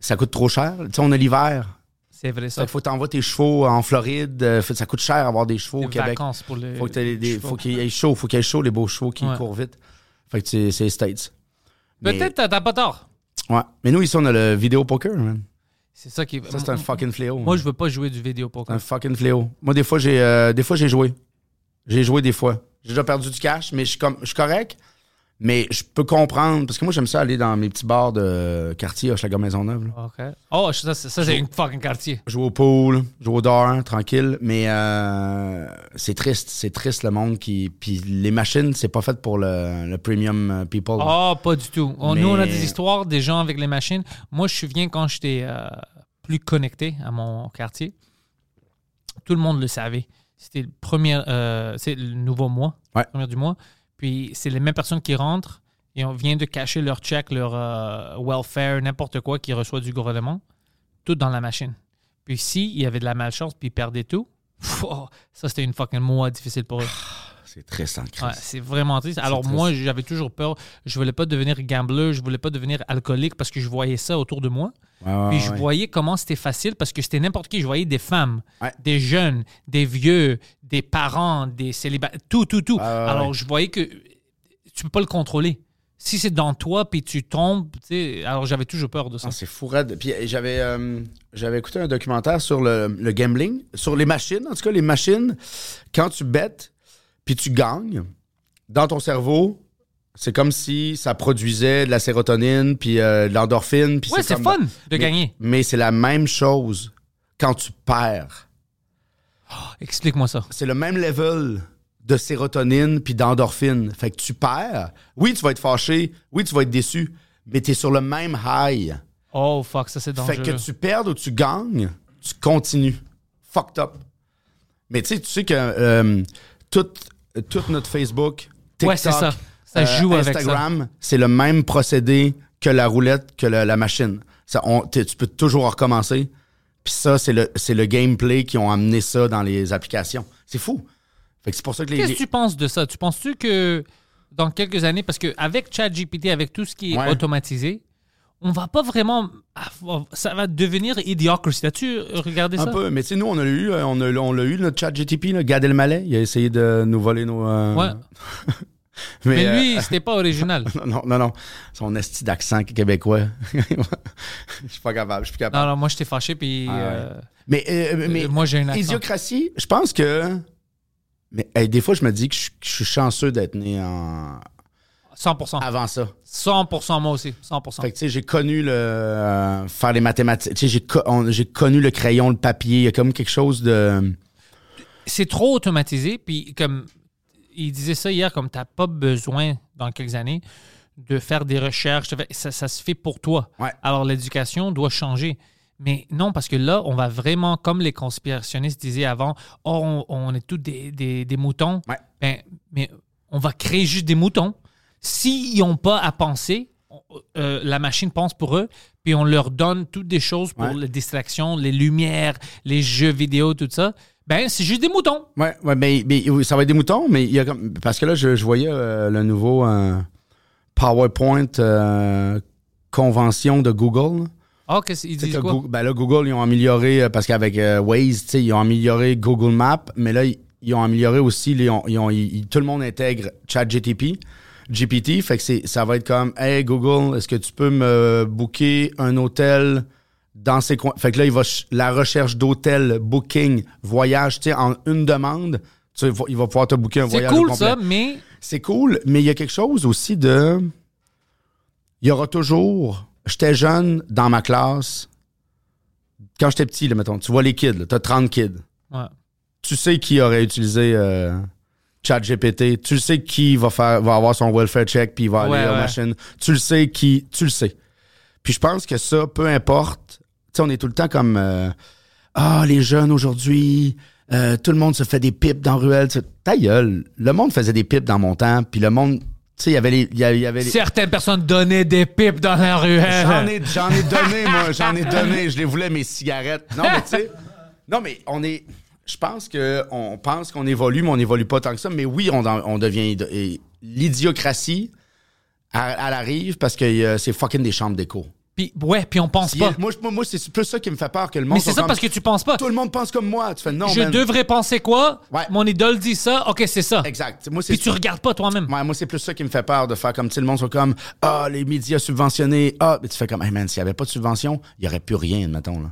ça coûte trop cher. Tu sais, on a l'hiver.
C'est vrai ça.
Il faut que t'envoies tes chevaux en Floride. euh, fait- Ça coûte cher avoir des chevaux
des
au Québec.
vacances pour les.
Faut que t'aies des-
chevaux.
faut qu'il y ait chaud, faut qu'il y ait chaud les beaux chevaux qui
Ouais.
courent vite. Fait que c'est c'est les States. Mais-
Peut-être t'as t'as pas tort.
Ouais. Mais nous ici on a le vidéo poker, man.
C'est ça qui.
Ça c'est un fucking fléau.
Moi,
man.
je veux pas jouer du vidéo
C'est
poker.
un fucking fléau. Moi des fois j'ai euh, des fois j'ai joué. J'ai joué des fois. J'ai déjà perdu du cash, mais je suis comme je suis correct. Mais je peux comprendre parce que moi j'aime ça aller dans mes petits bars de quartier Hochelaga Maisonneuve. là.
OK. Oh, ça, c'est- ça, c'est une fucking quartier.
Jouer au pool, jouer au dehors, tranquille, mais euh, c'est triste, c'est triste le monde qui puis les machines, c'est pas fait pour le, le premium euh, people. là.
Oh, pas du tout. On- Nous, on a
Mais-
des histoires des gens avec les machines. Moi, je me souviens quand j'étais euh, plus connecté à mon quartier, tout le monde le savait. C'était le premier, euh, c'est le nouveau mois,
Ouais.
le premier du mois. Puis c'est les mêmes personnes qui rentrent et on vient de cacher leur check, leur euh, welfare, n'importe quoi qu'ils reçoivent du gouvernement, tout dans la machine. Puis s'il y avait de la malchance, puis ils perdaient tout, oh, ça c'était une fucking mois difficile pour eux.
C'est triste hein, en crise.
Ouais, c'est vraiment triste. Alors
triste.
moi, j'avais toujours peur. Je voulais pas devenir gambler, je voulais pas devenir alcoolique parce que je voyais ça autour de moi.
Ouais, ouais,
Puis je
Ah, ouais.
voyais comment c'était facile parce que c'était n'importe qui. Je voyais des femmes,
Ouais.
des jeunes, des vieux, des parents, des célibataires, tout, tout, tout.
Ah,
Alors je voyais que tu peux pas le contrôler. Si c'est dans toi puis tu tombes, tu sais, alors j'avais toujours peur de ça.
Ah, c'est fou raide. Puis euh, j'avais euh, j'avais écouté un documentaire sur le, le gambling, sur les machines. En tout cas, les machines, quand tu bêtes, puis tu gagnes, dans ton cerveau, c'est comme si ça produisait de la sérotonine, puis euh, de l'endorphine. puis
ouais, c'est
comme-
fun de
Mais-
gagner.
Mais c'est la même chose quand tu perds.
Explique-moi ça.
C'est le même level de sérotonine puis d'endorphine. Fait que tu perds. Oui, tu vas être fâché. Oui, tu vas être déçu. Mais tu es sur le même high.
Oh fuck, ça c'est dangereux.
Fait que tu perdes ou tu gagnes, tu continues. Fucked up. Mais tu sais, tu sais que euh, tout, tout notre Facebook, TikTok, euh,
Ouais, c'est ça. Ça joue avec ça.
Instagram, c'est le même procédé que la roulette, que la, la machine. Ça, on- t'es- tu peux toujours en recommencer. Puis ça, c'est le, c'est le gameplay qui ont amené ça dans les applications. C'est fou. Fait que c'est pour ça que les...
Qu'est-ce
les-
que tu penses de ça? Tu penses-tu que dans quelques années, parce qu'avec ChatGPT, avec tout ce qui est
Ouais.
automatisé, on va pas vraiment. Ça va devenir idiocracy. As-tu regardé
Un
ça?
peu, mais tu sais, nous, on a eu, euh, on a, on l'a eu, notre chat GTP, là, Gad Elmaleh, il a essayé de nous voler nos... euh,
Ouais.
mais,
Mais
euh,
lui, c'était pas original.
Non, non, non, non. Son esti d'accent québécois. Je suis pas capable, je suis plus capable.
Non, non, moi, j'étais fâché, puis.
Ah ouais.
euh,
Mais, euh, mais
Euh, moi, j'ai un accent.
Idiocratie, je pense que. Mais hey, des fois, je me dis que je, je suis chanceux d'être né en...
100%.
avant ça.
100%, moi aussi.
Ah. Fait
100%.
que, tu sais, j'ai connu le. euh, faire les mathématiques. Tu sais, j'ai co- on- j'ai connu le crayon, le papier. Il y a comme quelque chose de.
C'est trop automatisé, puis comme. Il disait ça hier, comme t'as pas besoin, dans quelques années, de faire des recherches. de faire- Ça, ça se fait pour toi.
Ouais.
Alors l'éducation doit changer. Mais non, parce que là, on va vraiment, comme les conspirationnistes disaient avant, oh, on, on est tous des, des- des moutons.
Ouais.
Ben, mais on va créer juste des moutons. S'ils n'ont pas à penser, on- euh, la machine pense pour eux, puis on leur donne toutes des choses pour
Ouais.
les distractions, les lumières, les jeux vidéo, tout ça. Ben, c'est juste des moutons.
Ouais, ouais, mais, mais, oui, ça va être des moutons, mais il y a comme. Parce que là, je, je voyais euh, le nouveau euh, PowerPoint euh, convention de Google. là.
Ah, qu'est-ce qu'ils
Tu sais
disent
que
quoi?
Google, ben là, Google, ils ont amélioré, euh, parce qu'avec euh, Waze, tu sais, ils ont amélioré Google Maps, mais là, ils- ils ont amélioré aussi, les- ils ont- ils ont- ils- ils- tout le monde intègre ChatGTP. GPT, fait que c'est- ça va être comme Hey Google, est-ce que tu peux me booker un hôtel dans ces coins? Fait que là, il va ch- la recherche d'hôtel, booking, voyage, tu sais, en une demande, tu vas- il va pouvoir te booker un
C'est
voyage. au
cool
complet.
ça, mais
C'est cool, mais il y a quelque chose aussi de. Il y aura toujours. J'étais jeune dans ma classe. Quand j'étais petit, là, mettons, tu vois les kids, tu as 30 kids.
ouais.
Tu sais qui aurait utilisé euh, ChatGPT. Tu le sais qui va, faire, va avoir son welfare check puis il va
Ouais,
aller aux
ouais.
machines. Tu le sais qui. Tu le sais. Puis je pense que ça, peu importe. Tu sais, on est tout le temps comme. euh, ah, les jeunes aujourd'hui, euh, tout le monde se fait des pipes dans ruelle. Tu- Ta gueule, le monde faisait des pipes dans mon temps, puis le monde, tu sais, il y avait les. il y a- il y avait les-
certaines personnes donnaient des pipes dans la ruelle.
J'en ai, j'en ai donné, moi, j'en ai donné, je les voulais, mes cigarettes. Non, mais tu sais, non, mais on est. Je pense que on pense qu'on évolue, mais on n'évolue pas tant que ça. Mais oui, on, en- on devient. ido- et L'idiocratie, elle, elle arrive parce que euh, c'est fucking des chambres d'écho.
Puis, ouais, puis on pense
Puis, euh,
pas.
Moi, je- moi, moi, c'est plus ça qui me fait peur que le monde.
Mais c'est
soit
ça
comme-
parce que tu penses pas.
Tout le monde pense comme moi. Tu fais non,
Je
man.
devrais penser quoi?
Ouais.
Mon idole dit ça, ok, c'est ça.
Exact. Moi, c'est
Puis tu regardes pas toi-même.
Ouais, moi, c'est plus ça qui me fait peur de faire comme, tu sais, le monde sont comme, ah, les médias subventionnés, ah, mais tu fais comme, hey man, s'il n'y avait pas de subvention, il n'y aurait plus rien, mettons, là.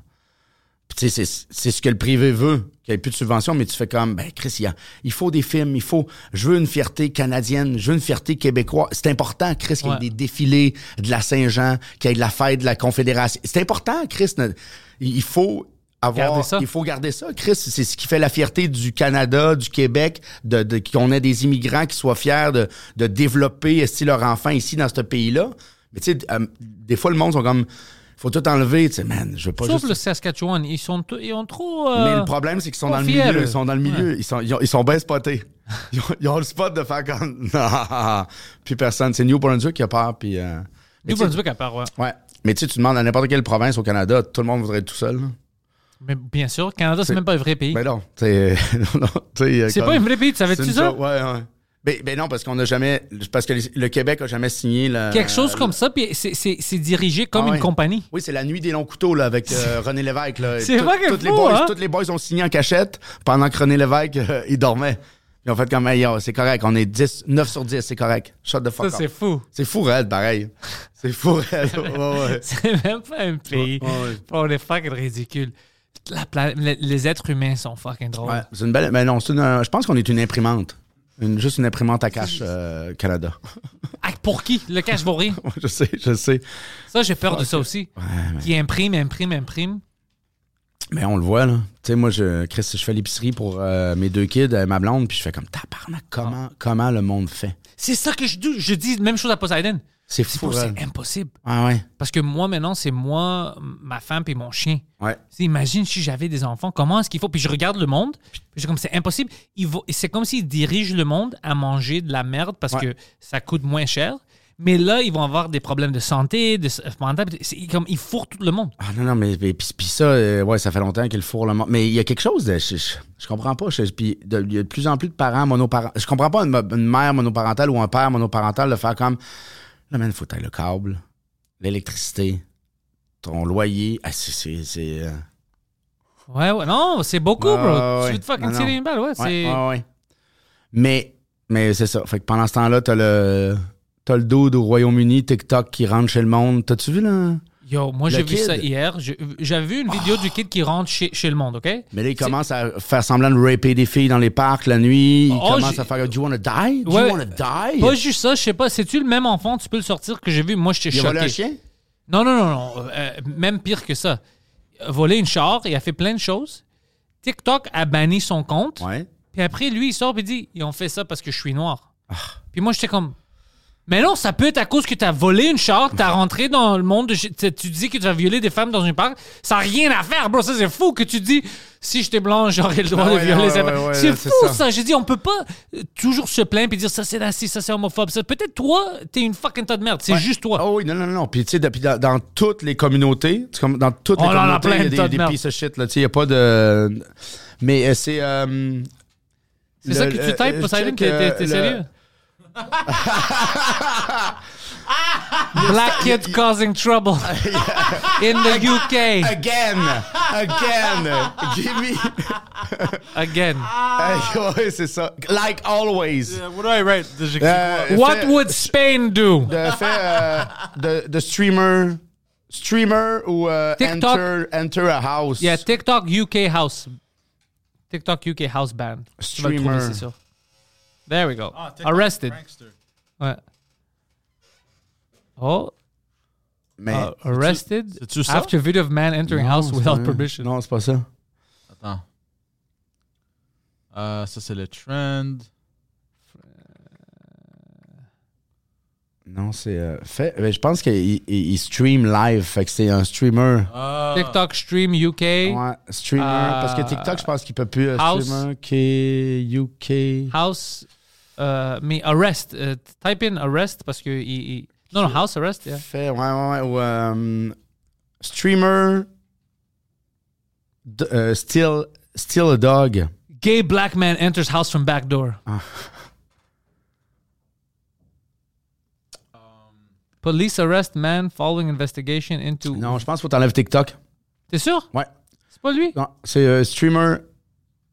Puis, tu sais, c'est- c'est ce que le privé veut, qu'il n'y ait plus de subvention, mais tu fais comme, ben, Chris, il, y a- il faut des films, il faut, je veux une fierté canadienne, je veux une fierté québécoise. C'est important, Chris, qu'il y ait
Ouais.
des défilés de la Saint-Jean, qu'il y ait de la fête de la Confédération. C'est important, Chris. ne- Il faut avoir,
Garder ça.
il faut garder ça, Chris. C'est ce qui fait la fierté du Canada, du Québec, de, de- qu'on ait des immigrants qui soient fiers de, de développer est-ce, leur enfant ici dans ce pays-là. Mais tu sais, euh, des fois, le monde sont comme, faut tout enlever, tu sais, man, je veux pas
Sauf
juste...
le Saskatchewan, ils sont, t- ils ont trop. euh,
Mais le problème, c'est qu'ils sont
pas
dans le
fiers,
milieu.
eux.
Ils sont dans le milieu. Ils sont, ils ont- ils sont bien spotés. Ils ont, ils ont le spot de faire comme. Non. Puis personne. C'est New Brunswick qui a peur. Puis. euh, mais
New
tu sais-
Brunswick à part, ouais.
Ouais. Mais tu sais, tu demandes à n'importe quelle province au Canada, tout le monde voudrait être tout seul. là.
Mais bien sûr, le Canada, c'est même pas un vrai pays.
Ben non. tu sais, non, non, tu sais,
C'est
comme-
pas un vrai pays, tu savais-tu
c'est une
ça?
joke, Ouais, ouais. Ben, ben non, parce qu'on n'a jamais. Parce que les- le Québec a jamais signé. la-
Quelque chose comme ça, puis c'est- c'est c'est dirigé comme
Ah ouais.
une compagnie.
Oui, c'est la nuit des longs couteaux là, avec euh, René Lévesque. là.
C'est
Tout-
vrai que
toutes les
fou,
boys,
hein?
Toutes les boys ont signé en cachette pendant que René Lévesque, euh, il dormait. Ils ont fait comme, Hey, yo, c'est correct, on est 10, 9 sur 10, c'est correct. Shut the fuck
Ça,
up.
c'est fou.
C'est fou, raide, pareil. C'est fou, raide. Ouais, ouais.
C'est même pas un pays.
Ouais, ouais.
On est fucking ridicule. La pla- le- les êtres humains sont fucking drôles.
Ouais, c'est une belle. Mais non, c'est une- je pense qu'on est une imprimante. Une- juste une imprimante à cash, euh, Canada.
Ah, pour qui? Le cash vaut rien.
je sais, je sais.
Ça, j'ai peur de ça aussi. Qui imprime, imprime, imprime.
Mais Ben, on le voit, là. Tu sais, moi, je, Chris, je fais l'épicerie pour euh, mes deux kids, euh, ma blonde, puis je fais comme, tabarnak, comment, comment le monde fait?
C'est ça que je dis. Je dis même chose à Poseidon.
C'est
C'est
fou,
pas-
raide.
c'est impossible.
Ah ouais.
Parce que moi, maintenant, c'est moi, m- ma femme et mon chien.
Ouais.
Tu sais, Imagine si j'avais des enfants, comment est-ce qu'il faut? Puis je regarde le monde, puis je suis comme c'est impossible. Il va- C'est comme s'ils dirigent le monde à manger de la merde parce
Ouais.
que ça coûte moins cher. Mais là, ils vont avoir des problèmes de santé, de s- mental. C'est comme ils fourrent tout le monde.
Ah non, non, mais, mais puis, puis ça, euh, ouais, ça fait longtemps qu'il fourre le monde. Mais il y a quelque chose, de, je, je, je comprends pas. je- puis de- il y a de plus en plus de parents monoparentaux. Je comprends pas une, une mère monoparentale ou un père monoparental de faire comme, là, man, faut tailler le câble, l'électricité, ton loyer. Ah, c'est- c'est... c'est, euh,
Ouais, ouais. Non, c'est beaucoup,
Ouais,
bro. tu
ouais,
veux
ouais.
te fucking
Non,
tirer
non.
une balle, ouais.
Ouais,
c'est-
ouais, ouais. Mais, mais c'est ça. Fait que pendant ce temps-là, t'as le, t'as le dude au Royaume-Uni, TikTok qui rentre chez le monde. T'as-tu vu, là?
Yo, moi,
Le
j'ai vu
kid.
ça hier. Je- J'avais vu une vidéo du kid qui rentre chez, chez le monde, OK?
Mais là, il commence à faire semblant de raper des filles dans les parcs la nuit. Il
Oh,
commence
j'ai-
à faire « Do you wanna die? Do
Ouais.
you wanna die?
Pas juste ça, je sais pas. C'est-tu le même enfant, tu peux le sortir, que j'ai vu? Moi, j'étais
Il a volé
choqué.
un chien?
Non, non, non, non. Euh, même pire que ça. Il a volé une char, il a fait plein de choses. TikTok a banni son compte.
Ouais.
Puis après, lui, il sort et dit Ils ont fait ça parce que je suis noir.
Ah.
Puis moi, j'étais comme Mais non, ça peut être à cause que t'as volé une char, t'as rentré dans le monde, de- tu tu dis que tu as violé des femmes dans une parc. Ça n'a rien à faire, bro. Ça, c'est fou que tu dis Si j'étais blanc, j'aurais le droit
Ah
de
ouais,
violer
ouais,
ces femmes.
ouais, ouais,
c'est
là,
fou,
c'est
ça.
ça.
J'ai dit On peut pas euh, toujours se plaindre puis dire Ça, c'est raciste, ça, c'est homophobe. Ça, peut-être toi, t'es une fucking tas de merde. C'est
Ouais.
juste toi.
Oh oui, non, non, non. Puis tu sais, depuis dans, dans toutes les communautés, tu sais, comme dans toutes les
On en a
communautés,
plein,
il y a
tas de
des, des
merde.
pieces of shit, là. Tu sais, il n'y a pas de... Mais euh, c'est... euh,
C'est
le-
ça que
le-
tu types,
euh,
Poseidon,
check,
t'es- t'es
euh,
t'es
le-
sérieux Black kid causing trouble in the UK
Again! Again! Give me.
again.
Hey, ouais, c'est ça. Like always.
What do I write? J'ai-
Euh,
What
fait-
would Spain do?
de, fait, euh, de, de streamer. Streamer ou euh,
TikTok.
enter, enter a house.
Yeah, TikTok UK house. TikTok UK house band. Tu vas le trouver,
Streamer.
c'est sûr. There we go.
Ah, TikTok
Arrested.
prankster.
Ouais. Oh,
Mais,
uh, arrested
c'est-tu ça?
after video of man entering house without permission.
Non, c'est pas ça.
Attends. Euh, ça, c'est le trend.
Non, c'est. euh, fait, ben, je pense qu'il il- il stream live. Fait que c'est un streamer.
TikTok stream UK
Ouais, streamer.
Euh,
parce que TikTok, je pense qu'il peut plus. euh,
House.
Streamer, K, UK.
house. euh, mais arrest. euh, type in arrest parce que. il- il- Non, non, house arrest. Yeah.
Fait, ouais, ouais, ouais. Ou, euh, streamer. d- euh, still, still a dog.
Gay black man enters house from back door.
Ah.
Um. Police arrest man following investigation into.
Non, je pense qu'il faut t'enlèves TikTok.
T'es sûr?
Ouais.
C'est pas lui?
Non, c'est euh, streamer.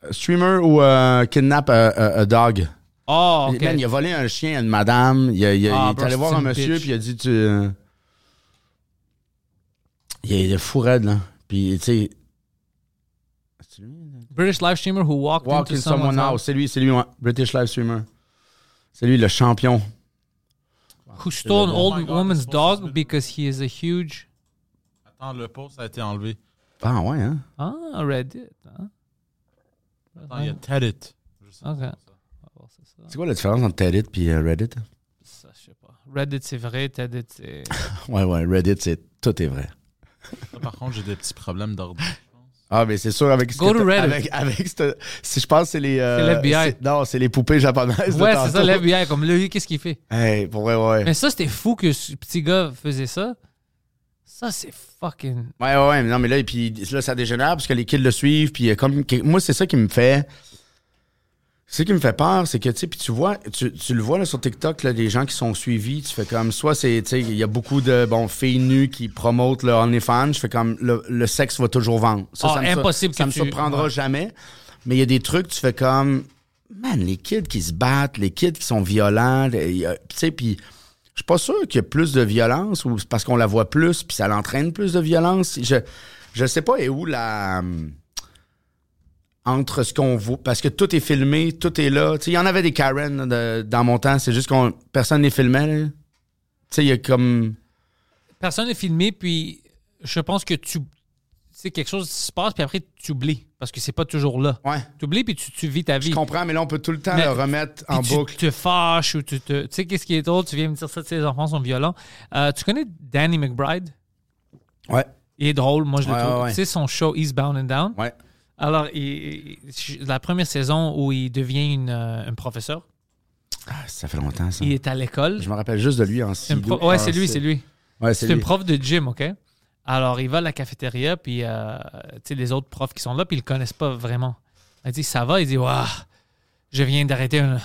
euh, Streamer ou euh, kidnap a, a- a dog.
Oh,
Man,
ok.
il a volé un chien à une madame. Il, a- il a-
Ah,
il est
bro,
allé
c'est
voir un
une
monsieur,
bitch.
puis il a dit tu, euh, Il est il est fou raide, là. Puis, tu sais. c'est lui?
British live streamer who walked,
Walk in
into
someone's house. C'est lui, c'est lui, ouais. British Live Streamer. C'est lui le champion.
who stole an old
Oh my God,
woman's
it's supposed to
dog
be-
because he is a huge.
Attends, le post a été enlevé.
Ah, ouais, hein?
Ah, Reddit. Hein?
Attends, il y a Teddit. Je sais pas
Ok.
ça.
Oh, c'est ça.
C'est quoi la différence entre Reddit puis euh, Reddit?
Ça, je sais pas. Reddit, c'est vrai. Reddit, c'est.
Ouais, ouais, Reddit, c'est tout est vrai.
Ça, Par contre, j'ai des petits problèmes d'ordi.
Ah, mais c'est sûr, avec ce
Go
que
to
t'as-
Reddit.
Avec, avec ce- si je pense que c'est les. euh,
C'est l'FBI.
c'est- Non, c'est les poupées japonaises. de
Ouais, c'est ça,
tantôt.
l'FBI. Comme lui, qu'est-ce qu'il fait?
Hey, pour vrai, ouais.
Mais ça, c'était fou que ce petit gars faisait ça. Ça, c'est fucking.
Ouais, ouais, ouais, mais non, mais là, et puis là, ça dégénère parce que les kids le suivent, puis euh, comme que- moi, c'est ça qui me fait. Ce qui me fait peur, c'est que tu sais, puis tu vois, tu, tu le vois là sur TikTok, là, les gens qui sont suivis, tu fais comme soit c'est, tu sais, il y a beaucoup de bon filles nues qui promotent le OnlyFans, je fais comme le, le sexe va toujours vendre. Ça,
Ah,
ça me, sur-
impossible
ça
que
me
tu-
surprendra
ouais.
jamais. Mais il y a des trucs, tu fais comme man, les kids qui se battent, les kids qui sont violents, les- il y a- tu sais, puis je suis pas sûr qu'il y a plus de violence ou c'est parce qu'on la voit plus puis ça l'entraîne plus de violence. Je je sais pas et où la euh, entre ce qu'on voit parce que tout est filmé, tout est là. Tu sais, il y en avait des Karen là, de- dans mon temps, c'est juste qu'on personne les filmait. là. Tu sais, il y a comme
Personne n'est filmé, puis je pense que tu. C'est quelque chose qui se passe, puis après, tu oublies. Parce que c'est pas toujours là.
ouais,
Tu oublies, puis tu, tu vis ta vie.
je comprends mais là on peut tout le temps
Mais-
le remettre
Puis
en
tu
boucle.
te fâches ou tu te. Tu sais, qu'est-ce qui est drôle? Tu viens me dire ça, tu sais, les enfants sont violents. Euh, tu connais Danny McBride?
Ouais.
Il est drôle, moi je le
Ouais,
trouve.
ouais, ouais.
Tu sais, son show Eastbound and Down.
Ouais.
Alors, il- il- la première saison où il devient une, euh, un professeur,
Ah, ça fait longtemps ça.
il est à l'école.
Je me rappelle juste de lui en
C'est un
Sido.
pro- Ouais,
Ah,
c'est lui, c'est lui.
Ouais, c'est
C'est un
lui.
prof de gym, OK? Alors, il va à la cafétéria, puis euh, tu sais, les autres profs qui sont là, puis ils le connaissent pas vraiment. Il dit, ça va? Il dit, waouh, je viens d'arrêter un,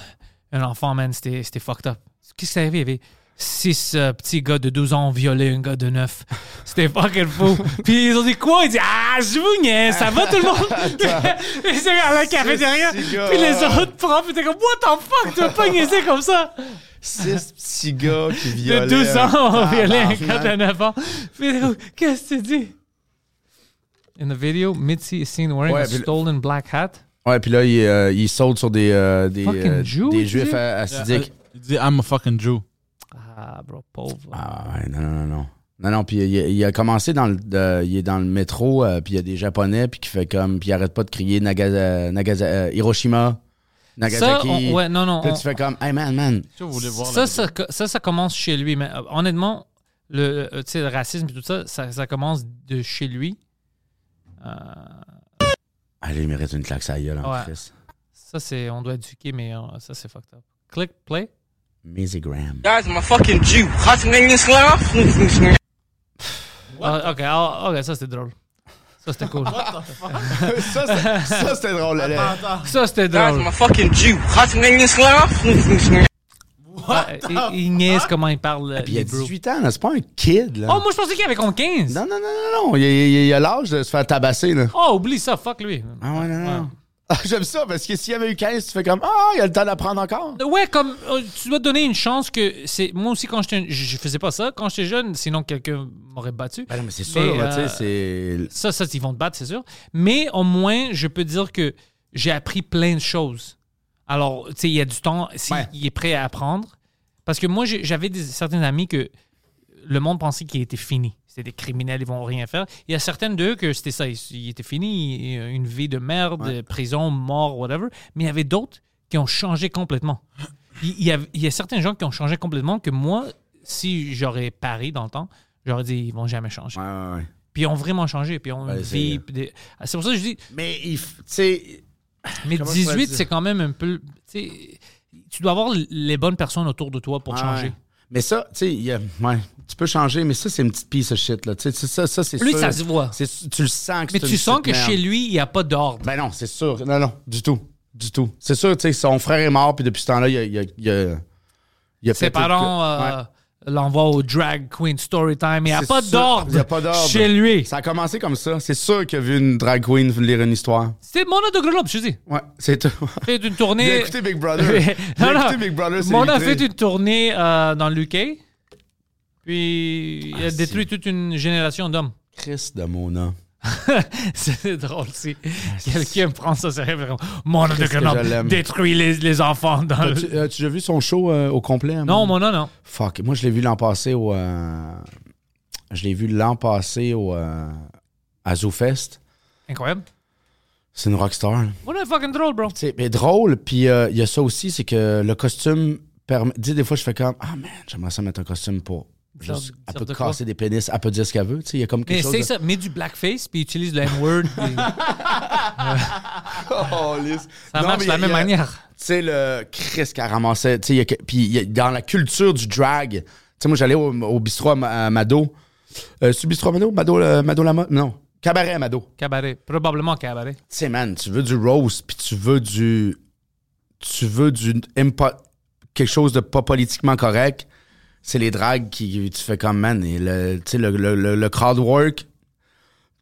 un enfant, man, c'était c'était fucked up. Qu'est-ce qui s'est arrivé? Il y avait six euh, petits gars de 12 ans ont violé un gars de 9. C'était fucking fou. puis ils ont dit, quoi? Il dit, ah, je vous niaise, ça va tout le monde? Ils sont à la cafétéria,
six gars,
puis les
ouais, ouais.
autres profs étaient comme, what the fuck, tu vas pas niaiser comme ça?
six petits gars qui violaient.
de 12 ans, on
un
violait un
tabarnak.
gars de 9 ans. Vidéo, qu'est-ce que tu dis? In the video, Mitzi is seen wearing
Ouais,
a
puis le-
stolen black hat.
Ouais, puis là, il, euh, il saute sur des, euh, des,
Fucking
euh,
Jew,
des
tu
juifs
dis?
à- assidiques.
Euh, Il dit I'm a fucking Jew.
Ah, bro, pauvre.
Ah ouais, non, non, non, non. Non, non, puis il, il a commencé dans le, de- il est dans le métro, euh, puis il y a des Japonais, puis qui fait comme, puis il arrête pas de crier Naga, euh, Nagaza- euh,
ça,
Hiroshima, Nagasaki.
on- ouais, non, non.
Puis là,
on-
tu fais comme, hey man, man.
Si vous voulez voir
ça,
la-
ça, ça, ça commence chez lui. Mais euh, honnêtement, le, euh, tu sais, le racisme et tout ça, ça, ça commence de chez lui. Euh,
Allez, Ah, il mérite une claque, ça gueule, en
Ouais.
Christ.
ça, c'est, on doit éduquer, mais euh, ça, c'est fucked up. Click, play.
Maisie Graham.
Guys, I'm a fucking Jew. Hot nigga slime.
Ah, ok, ah, ok, ça, c'était drôle. Ça, c'était cool.
ça, c'était- ça, c'était drôle. là.
ça, c'était
Guys,
drôle.
I'm a fucking Jew. Hot nigga slime.
Ah,
Ouais, Ah, il, il niaise comment il parle.
Puis il a
les bros.
18 ans, là, c'est pas un kid. Là.
Oh, moi, je pensais qu'il avait con 15.
Non, non, non, non, non. Il, il- il a l'âge de se faire tabasser. Là.
Oh, oublie ça, fuck lui.
Ah ouais, non, non. non. Ah, J'aime ça, parce que s'il y avait eu 15, tu fais comme Ah, il a le temps d'apprendre encore.
Ouais, comme euh, tu dois te donner une chance que c'est moi aussi quand j'étais je je faisais pas ça quand j'étais jeune, sinon quelqu'un m'aurait battu.
Ben non, mais c'est sûr,
Mais,
là, tu
euh,
sais, c'est.
ça ça ils vont te battre, c'est sûr. Mais au moins, je peux dire que j'ai appris plein de choses. Alors, tu sais, il y a du temps s'il
Ouais.
il est prêt à apprendre parce que moi j'ai- j'avais des- certains amis que le monde pensait qu'il était fini. C'est des criminels, ils vont rien faire. Il y a certaines d'eux que c'était ça, ils, ils étaient finis, ils- une vie de merde, prison, mort, whatever. Mais il y avait d'autres qui ont changé complètement. Il il y, a, il y a certains gens qui ont changé complètement que moi, si j'aurais pari dans le temps, j'aurais dit ils vont jamais changer.
Ouais, ouais, ouais.
Puis ils ont vraiment changé, puis on
Ouais,
vit.
c'est-
puis des- Ah, C'est pour ça que je dis,
Mais il. f- Tu sais.
mais
Comment je pourrais
18,
dire?
c'est quand même un peu. tu sais, Tu dois avoir les bonnes personnes autour de toi pour
ouais.
changer.
Mais ça, tu sais, il y a- ouais, tu peux changer, mais ça, c'est une petite piece of shit, là. Tu sais, ça, ça c'est
Lui,
sûr.
ça se voit.
C'est- Tu le sens que
Mais
c'est
tu
une
sens
petite
que
merde.
chez lui, il n'y a pas d'ordre.
Ben non, c'est sûr. Non, non, du tout. Du tout. C'est sûr, tu sais, son frère est mort, puis depuis ce temps-là, il a. Il a, il a, il a
Ses
pété le
parents
cou-
euh,
Ouais.
l'envoient au drag queen story time. Il n'y a
C'est
pas
sûr.
d'ordre.
Il y a pas d'ordre.
Chez lui.
Ça a commencé comme ça. C'est sûr qu'il a vu une drag queen lire une histoire.
C'est mon de Grenoble, je te dis.
Ouais, c'est tout.
Fait une tournée.
Il a écouté Big Brother. Il a
non,
écouté
non.
Big Brother, c'est
Mon a
vitré.
fait une tournée euh, dans l'UK. Puis il a
Ah,
détruit
c'est-
toute une génération d'hommes.
Christ de mon nom.
C'est drôle si quelqu'un prend ça sérieux. vraiment. Mon Dieu,
Ah, Qu'est-ce que je
Grenoble
l'aime.
détruit les, les enfants dans le...
As-tu as-tu déjà vu son show euh, au complet? hein,
Non, mon
mon-
non, non.
Fuck. Moi, je l'ai vu l'an passé au. euh, Je l'ai vu l'an passé au. euh, À ZooFest.
Incroyable.
C'est une rockstar. là.
Mon est fucking drôle, bro.
Tu sais, mais drôle, puis euh, il y a ça aussi, c'est que le costume permet. Tu sais, des fois, je fais comme Ah, man, j'aimerais ça mettre un costume pour.
Genre-
Juste, elle
genre
peut
de quoi?
casser des pénis, elle peut dire ce qu'elle veut. Tu sais, il y a comme quelque
Mais
chose.
c'est ça,
de-
mets du blackface puis utilise le N-word. puis
Oh, lisse.
ça
Non,
marche
mais
de la
il y
même
a-
manière.
Tu sais, le Chris qu'elle ramassait. Tu sais, il y a que- puis il y a- dans la culture du drag, tu sais, moi, j'allais au, au bistrot à, Ma- à Mado. Euh, c'est le bistrot à Mado? Mado, le- Mado Lama? Non. Cabaret à Mado.
Cabaret. Probablement cabaret.
Tu sais, man, tu veux du roast, puis tu veux du. Tu veux du. impo- quelque chose de pas politiquement correct. C'est les drags qui. Tu fais comme, man, et le, tu sais, le, le, le, le crowd work.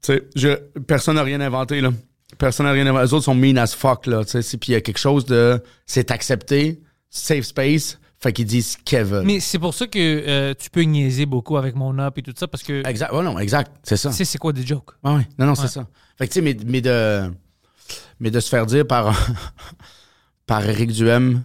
Tu sais, je- personne n'a rien inventé, là. Personne n'a rien inventé. Les autres sont mean as fuck, là. Tu sais, c'est- puis il y a quelque chose de. C'est accepté, safe space, fait qu'ils disent Kevin.
Mais c'est pour ça que euh, tu peux niaiser beaucoup avec mon up et tout ça parce que tu
Exact. Ouais, non, exact. C'est ça.
sais c'est quoi des jokes.
Ouais, ouais. Non, non, c'est ça. Fait que, tu sais, mais, mais de, mais de se faire dire par, par Eric Duhem,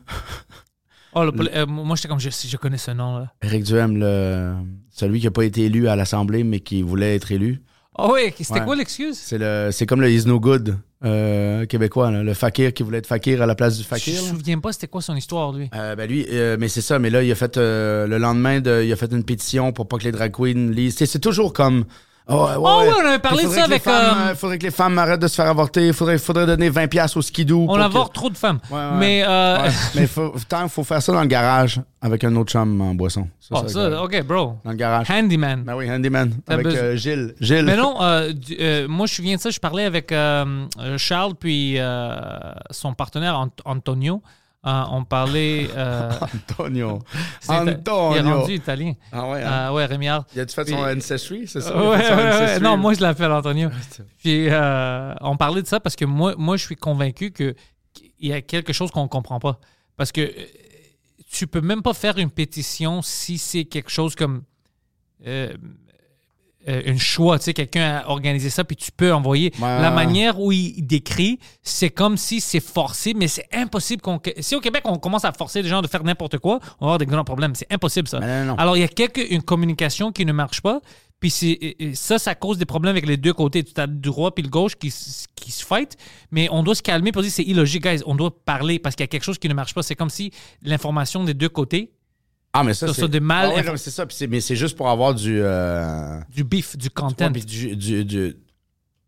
Oh, le poli- euh, moi j'étais comme je, je connais ce nom là.
Eric Duhem, le, celui qui n'a pas été élu à l'Assemblée, mais qui voulait être élu,
Oh oui, c'était
Ouais.
quoi l'excuse?
c'est le c'est comme le Is No Good euh, québécois, là. le fakir qui voulait être fakir à la place du
Je
fakir.
me
là.
souviens pas c'était quoi son histoire lui.
Euh, ben lui, euh, mais c'est ça, mais là, il a fait euh, le lendemain, de, il a fait une pétition pour pas que les drag queens lisent. C'est- C'est toujours comme. Oh, ouais,
Oh, ouais, on avait parlé de ça
Faudrait que les
avec,
femmes,
euh,
euh, faudrait que les femmes arrêtent de se faire avorter. Faudrait, faudrait donner 20$ piastres aux skidoo.
On
pour
a
que-
voir trop de femmes.
Ouais, ouais.
Mais euh,
Ouais, mais faut, tant, faut faire ça dans le garage avec un autre chum en boisson. Ça,
oh,
c'est
ça,
correct.
ok bro.
Dans le garage.
Handyman.
Ben oui, handyman. Avec
besoin-
euh, Gilles. Gilles.
Mais non, euh, du- euh, moi je me souviens de ça, je parlais avec euh, euh, Charles puis euh, son partenaire Ant- Antonio. Euh, on parlait. euh,
Antonio.
c'est- Il est
Antonio.
rendu italien.
Ah ouais, hein?
Euh, ouais, Rémiard.
Il a-tu fait
Puis-
son ancestry, c'est ça? Il a
Ouais,
fait son
ouais, ouais.
ancestry?
Non, moi je l'appelle Antonio. Puis euh, on parlait de ça parce que moi, moi je suis convaincu que qu'il y a quelque chose qu'on ne comprend pas. Parce que euh, tu peux même pas faire une pétition si c'est quelque chose comme euh, euh, un choix. Tu sais, quelqu'un a organisé ça, puis tu peux envoyer.
Ouais.
La manière où il décrit, c'est comme si c'est forcé, mais c'est impossible. qu'on Si au Québec, on commence à forcer les gens de faire n'importe quoi, on va avoir des grands problèmes. C'est impossible, ça.
Mais non, non, non.
Alors, il y a quelque, une communication qui ne marche pas. Puis c'est- et- et ça, ça cause des problèmes avec les deux côtés. Tu as le droit puis le gauche qui, s- qui se fight. Mais on doit se calmer pour dire c'est illogique, guys. On doit parler parce qu'il y a quelque chose qui ne marche pas. C'est comme si l'information des deux côtés,
Ah, mais ça,
Ça,
c'est.
ça, de mal-
Ah ouais, non, mais c'est ça. puis c'est- mais c'est juste pour avoir du. euh,
du beef, du
ouais,
content.
puis du, du, du,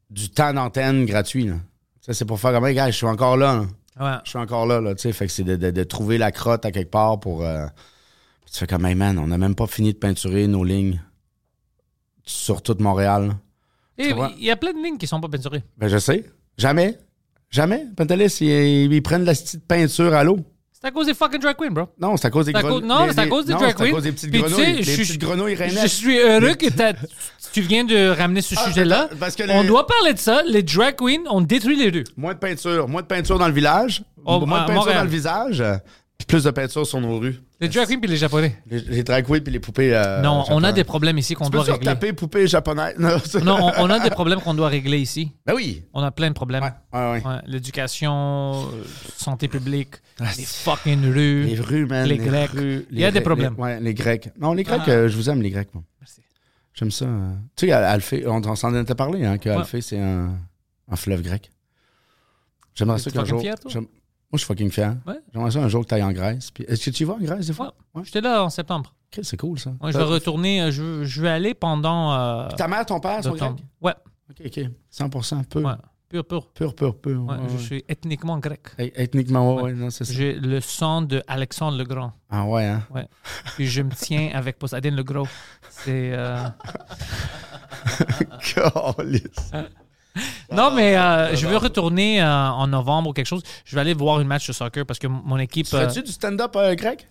du temps d'antenne gratuit, là. Ça, c'est pour faire comme, Hey, gars, je suis encore là. là.
Ouais.
Je suis encore là, là, tu sais. Fait que c'est de, de- de trouver la crotte à quelque part pour. euh, tu fais comme, hey man, on n'a même pas fini de peinturer nos lignes sur toute Montréal.
Et
Tu vois?
Il y a plein de lignes qui sont pas peinturées.
Ben, je sais. Jamais. Jamais. Pantelis, ils, ils prennent de la petite peinture à l'eau.
C'est à cause des fucking drag queens, bro.
Non, c'est à cause des
C'est à
grenouilles.
cause- non, c'est à cause des drag
C'est à
queens.
cause des petites
Puis tu sais,
grenouilles. Des
je suis-
petites grenouilles
Je
rainettes.
suis heureux que t'as- tu viens de ramener ce
Ah,
sujet-là.
parce que
On
les-
doit parler de ça. Les drag queens, on détruit les rues.
Moins de peinture. Moins de peinture dans le village.
Oh,
moins
à
de peinture
Montréal.
dans le visage. euh, Puis plus de peinture sur nos rues.
Les drag queens puis les japonais.
Les, les drag queens puis les poupées. euh,
non, on a
japonaises.
des problèmes ici qu'on
Tu
doit
peux-tu
régler.
retaper poupées japonaises? Non, ça-
Non, on, on a des problèmes qu'on doit régler ici.
Ben oui.
On a plein de problèmes.
Ouais, ouais, ouais.
Ouais, L'éducation, euh, santé publique, les
c'est-
fucking rues.
Les rues, man.
Les Grecs.
rues,
Il y a
les-
des problèmes. Ah.
les- ouais, les Grecs. Non, les Grecs, euh, je vous aime, les Grecs. moi.
Merci.
J'aime ça. euh. Tu sais, Al- Alphée, on, on s'en était parlé, hein, que
Ouais.
Alphée, c'est un, un fleuve grec. J'aimerais
T'es
ça qu'un
fucking
jour.
fier, toi?
j'aime- Moi, je suis fucking fier.
Ouais.
J'aimerais ça un jour que tu ailles en Grèce. puis- Est-ce que tu y vas en Grèce des fois? Ouais.
J'étais là en septembre.
Ok, c'est cool, ça.
Ouais, je vais retourner. euh, Je, veux- je vais aller pendant. euh,
Ta mère, ton père, sont
l'automne.
grecs?
Ouais,
Ok, ok. 100 peu.
ouais. Pur, pur.
Pur, pur, pur.
Ouais,
Euh. ouais,
Je
ouais.
suis ethniquement grec.
Eh, Ethniquement, ouais, ouais, non, c'est ça.
J'ai le sang de Alexandre le Grand.
Ah ouais, hein?
Ouais. Puis je me tiens avec Poseidon le Gros. C'est. euh, Ah.
Calisse.
Non, mais euh, je veux retourner euh, en novembre ou quelque chose. Je vais aller voir une match de soccer parce que m- mon équipe. euh,
Fais-tu du stand-up euh, grec?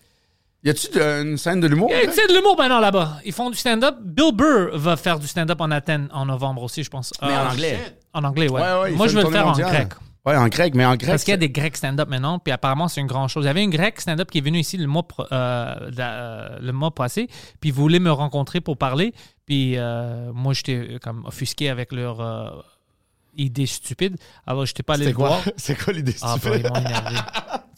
Y a-tu de- une scène de l'humour?
Hey,
grec?
tu sais, de l'humour maintenant là-bas. Ils font du stand-up. Bill Burr va faire du stand-up en Athènes en novembre aussi, je pense.
Mais en
Euh,
anglais.
En anglais, ouais.
Ouais, ouais, il
Moi,
fait
je veux
une
le
tournée
faire en
mondiale.
grec.
Ouais, en grec, mais en grec.
Parce qu'il y a des Grecs stand-up maintenant, puis apparemment, c'est une grande chose. Il y avait une Grecque stand-up qui est venue ici le mois, pro- euh, la- euh, le mois passé, puis voulait me rencontrer pour parler. Puis euh, moi, j'étais euh, comme offusqué avec leur euh, idée stupide. Alors, je n'étais pas allé
C'est
le
quoi,
voir.
c'est quoi l'idée
Ah, bah,
stupide?
ils m'ont énervé.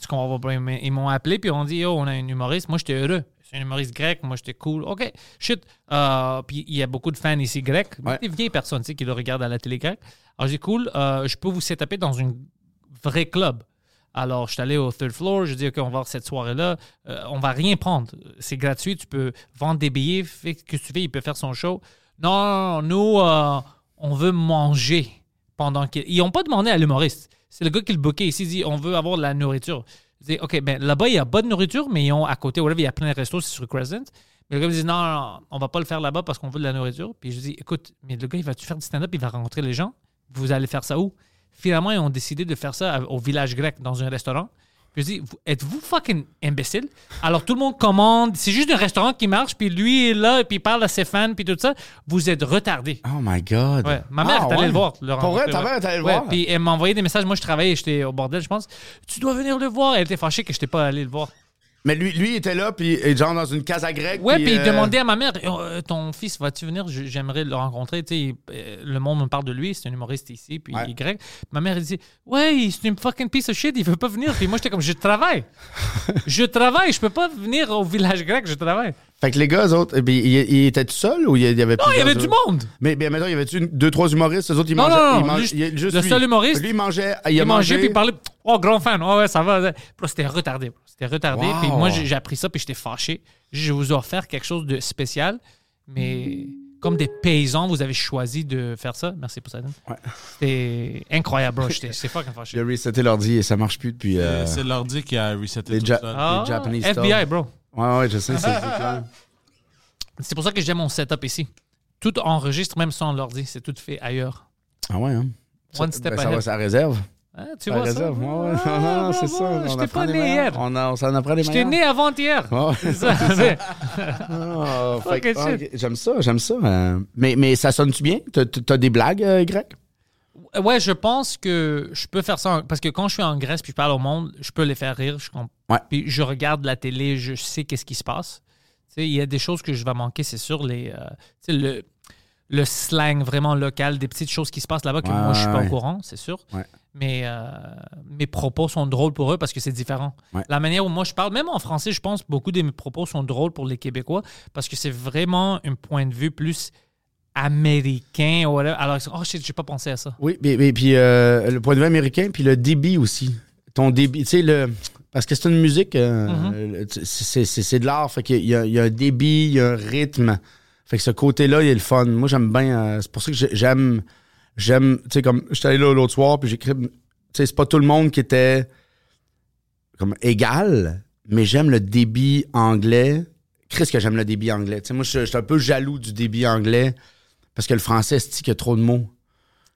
tu comprends pas, ben, ils m'ont- Ils m'ont appelé, puis on dit, oh, on a un humoriste. Moi, j'étais heureux. C'est un humoriste grec. Moi, j'étais cool. OK, shit. Euh, puis il y a beaucoup de fans ici grecs.
Ouais.
Des vieilles personnes, tu sais, qui le regardent à la télé grecque. Alors, j'ai dit, cool, euh, je peux vous setuper dans un vrai club. Alors, je suis allé au third floor, je dis, OK, on va voir cette soirée-là. Euh, on va rien prendre. C'est gratuit, tu peux vendre des billets, fais ce que tu veux, il peut faire son show. Non, non, non, nous, euh, on veut manger pendant qu'ils. Ils n'ont pas demandé à l'humoriste. C'est le gars qui le bookait ici, il dit on veut avoir de la nourriture. Je dis OK, ben là-bas, il y a pas de nourriture, mais ils ont à côté, whatever, il y a plein de restos, c'est sur Crescent. Mais le gars me dit non, non, non, on va pas le faire là-bas parce qu'on veut de la nourriture. Puis je dis écoute, mais le gars, il va-tu faire du stand-up, il va rencontrer les gens Vous allez faire ça où Finalement, ils ont décidé de faire ça à- au village grec, dans un restaurant. Puis je dis, Vous- êtes-vous fucking imbécile? Alors tout le monde commande, c'est juste un restaurant qui marche, puis lui est là, puis il parle à ses fans, puis tout ça. Vous êtes retardé.
Oh my God.
Ouais, ma mère
Ah,
est allée
ouais?
le voir. le
Pour vrai,
rencontrer,
ta
ouais.
mère est allée le
Ouais,
voir?
Puis elle m'a envoyé des messages. Moi, je travaillais, j'étais au bordel, je pense. Tu dois venir le voir. Elle était fâchée que je n'étais pas allé le voir.
Mais lui, lui il était là, puis et genre dans une casa grecque.
Ouais, puis il
euh,
demandait à ma mère Euh, Ton fils, vas-tu venir Je- J'aimerais le rencontrer. Tu sais, euh, le monde me parle de lui, c'est un humoriste ici, puis
Ouais.
il est grec. Ma mère, elle dit Ouais, c'est une fucking piece of shit, il veut pas venir. Puis moi, j'étais comme Je travaille. je travaille, je peux pas venir au village grec, je travaille.
Fait que les gars, eux autres, eh bien, ils ils étaient tout seuls ou il y avait
Non, il y avait du monde.
Mais bien, maintenant, il y avait une, deux, trois humoristes, eux autres, ils
Non,
mangeaient.
non, non,
ils mangeaient-
juste-
il y a juste
le
lui.
seul humoriste-
Lui, il mangeait. Il, a
Il mangeait
mangé,
puis il parlait. Oh, grand fan. Ouais, ouais, ça va. Bro, c'était retardé. bro. C'était retardé.
Wow.
Puis moi, j'ai j'ai appris ça puis j'étais fâché. Je vous ai offert quelque chose de spécial, mais comme des paysans, vous avez choisi de faire ça. Merci pour ça. Dan. C'était incroyable, bro. J'étais j'étais fucking
J'ai
fâché.
reseté l'ordi et ça marche plus depuis. euh,
Euh, C'est l'ordi qui a reseté
les
tout
Ja-
ça.
Ah,
Japanese
FBI,
style.
bro.
Ouais, ouais, je sais, c'est c'est clair.
C'est pour ça que j'aime mon setup ici. Tout enregistre, même sans l'ordi. C'est tout fait ailleurs.
Ah ouais, hein?
One step
Ben, ça va,
ahead.
ça réserve.
Hein, tu
Ça
vois ça?
réserve. Ouais, ouais.
Ah,
Non, non, c'est
bravo.
ça. on
Je t'ai
apprend
pas
des
né
meilleurs.
hier.
On, a- on s'en apprend les
Je t'ai
meilleurs.
né avant-hier.
Ouais.
Ça, c'est-
Ah, fait que-
Fuck
ah,
shit.
ok, j'aime ça, j'aime ça. euh, mais, mais ça sonne-tu bien? T'as- T'as t'as des blagues euh, grecques?
Euh, Ouais, je pense que je peux faire ça en- parce que quand je suis en Grèce puis je parle au monde, je peux les faire rire. Je comp-
Ouais.
Puis je regarde la télé, je sais qu'est-ce qui se passe. Tu sais, il y a des choses que je vais manquer, c'est sûr. Les, euh, tu sais, le, le slang vraiment local, des petites choses qui se passent là-bas que
Ouais,
moi je suis pas
ouais.
au courant, c'est sûr.
Ouais.
Mais euh, mes propos sont drôles pour eux parce que c'est différent.
Ouais.
La manière où moi je parle, même en français, je pense beaucoup de mes propos sont drôles pour les Québécois parce que c'est vraiment un point de vue plus américain. ou whatever. Alors, ils sont, oh shit, j'ai pas pensé à ça.
Oui, et, et puis euh, le point de vue américain, puis le débit aussi. Ton débit, tu sais, le. Parce que c'est une musique, euh, le- tu- c'est- c'est c'est de l'art, fait qu'il y, a- il y a un débit, il y a un rythme. Fait que ce côté-là, il est le fun. Moi, j'aime bien. euh, c'est pour ça que j'ai- j'aime. J'aime. Tu sais, comme. J'étais allé là l'autre soir, puis j'écris. Tu sais, c'est pas tout le monde qui était. Comme égal, mais j'aime le débit anglais. Chris, que j'aime le débit anglais. Tu sais, moi, je je suis un peu jaloux du débit anglais, parce que le français, cest qu'il y a trop de mots?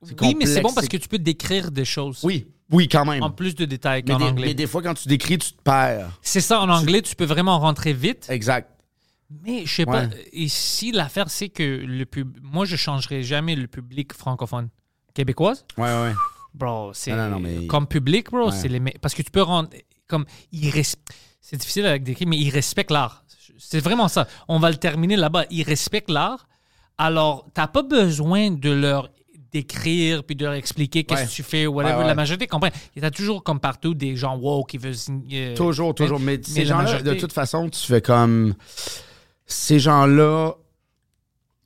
Oui, mais c'est
complexe,
bon parce
c'est-
que tu peux décrire des choses.
Oui. Oui, quand même.
en plus de détails
mais,
qu'en
des,
anglais.
mais des fois, quand tu décris, tu te perds.
C'est ça, en anglais, tu peux vraiment rentrer vite.
Exact.
Mais je sais pas.
Euh, Ouais.
Ici, l'affaire, c'est que le pub... moi, je changerai jamais le public francophone. Québécoise,
Ouais, ouais.
bro, c'est.
Non, non, non, mais-
Comme public, bro,
Ouais.
c'est les. me- Parce que tu peux rendre. Comme. Ils res- C'est difficile avec des cris, mais ils respectent l'art. C'est vraiment ça. On va le terminer là-bas. Ils respectent l'art. Alors, t'as pas besoin de leur décrire puis de leur expliquer qu'est-ce
Ouais.
que tu fais, whatever.
Ouais, ouais.
La majorité comprend. Il y a toujours, comme partout, des gens wow qui veulent signer.
Toujours, toujours. Mais, ces
Euh, la
gens-là, de
majorité-
toute façon, tu fais comme. Ces gens-là,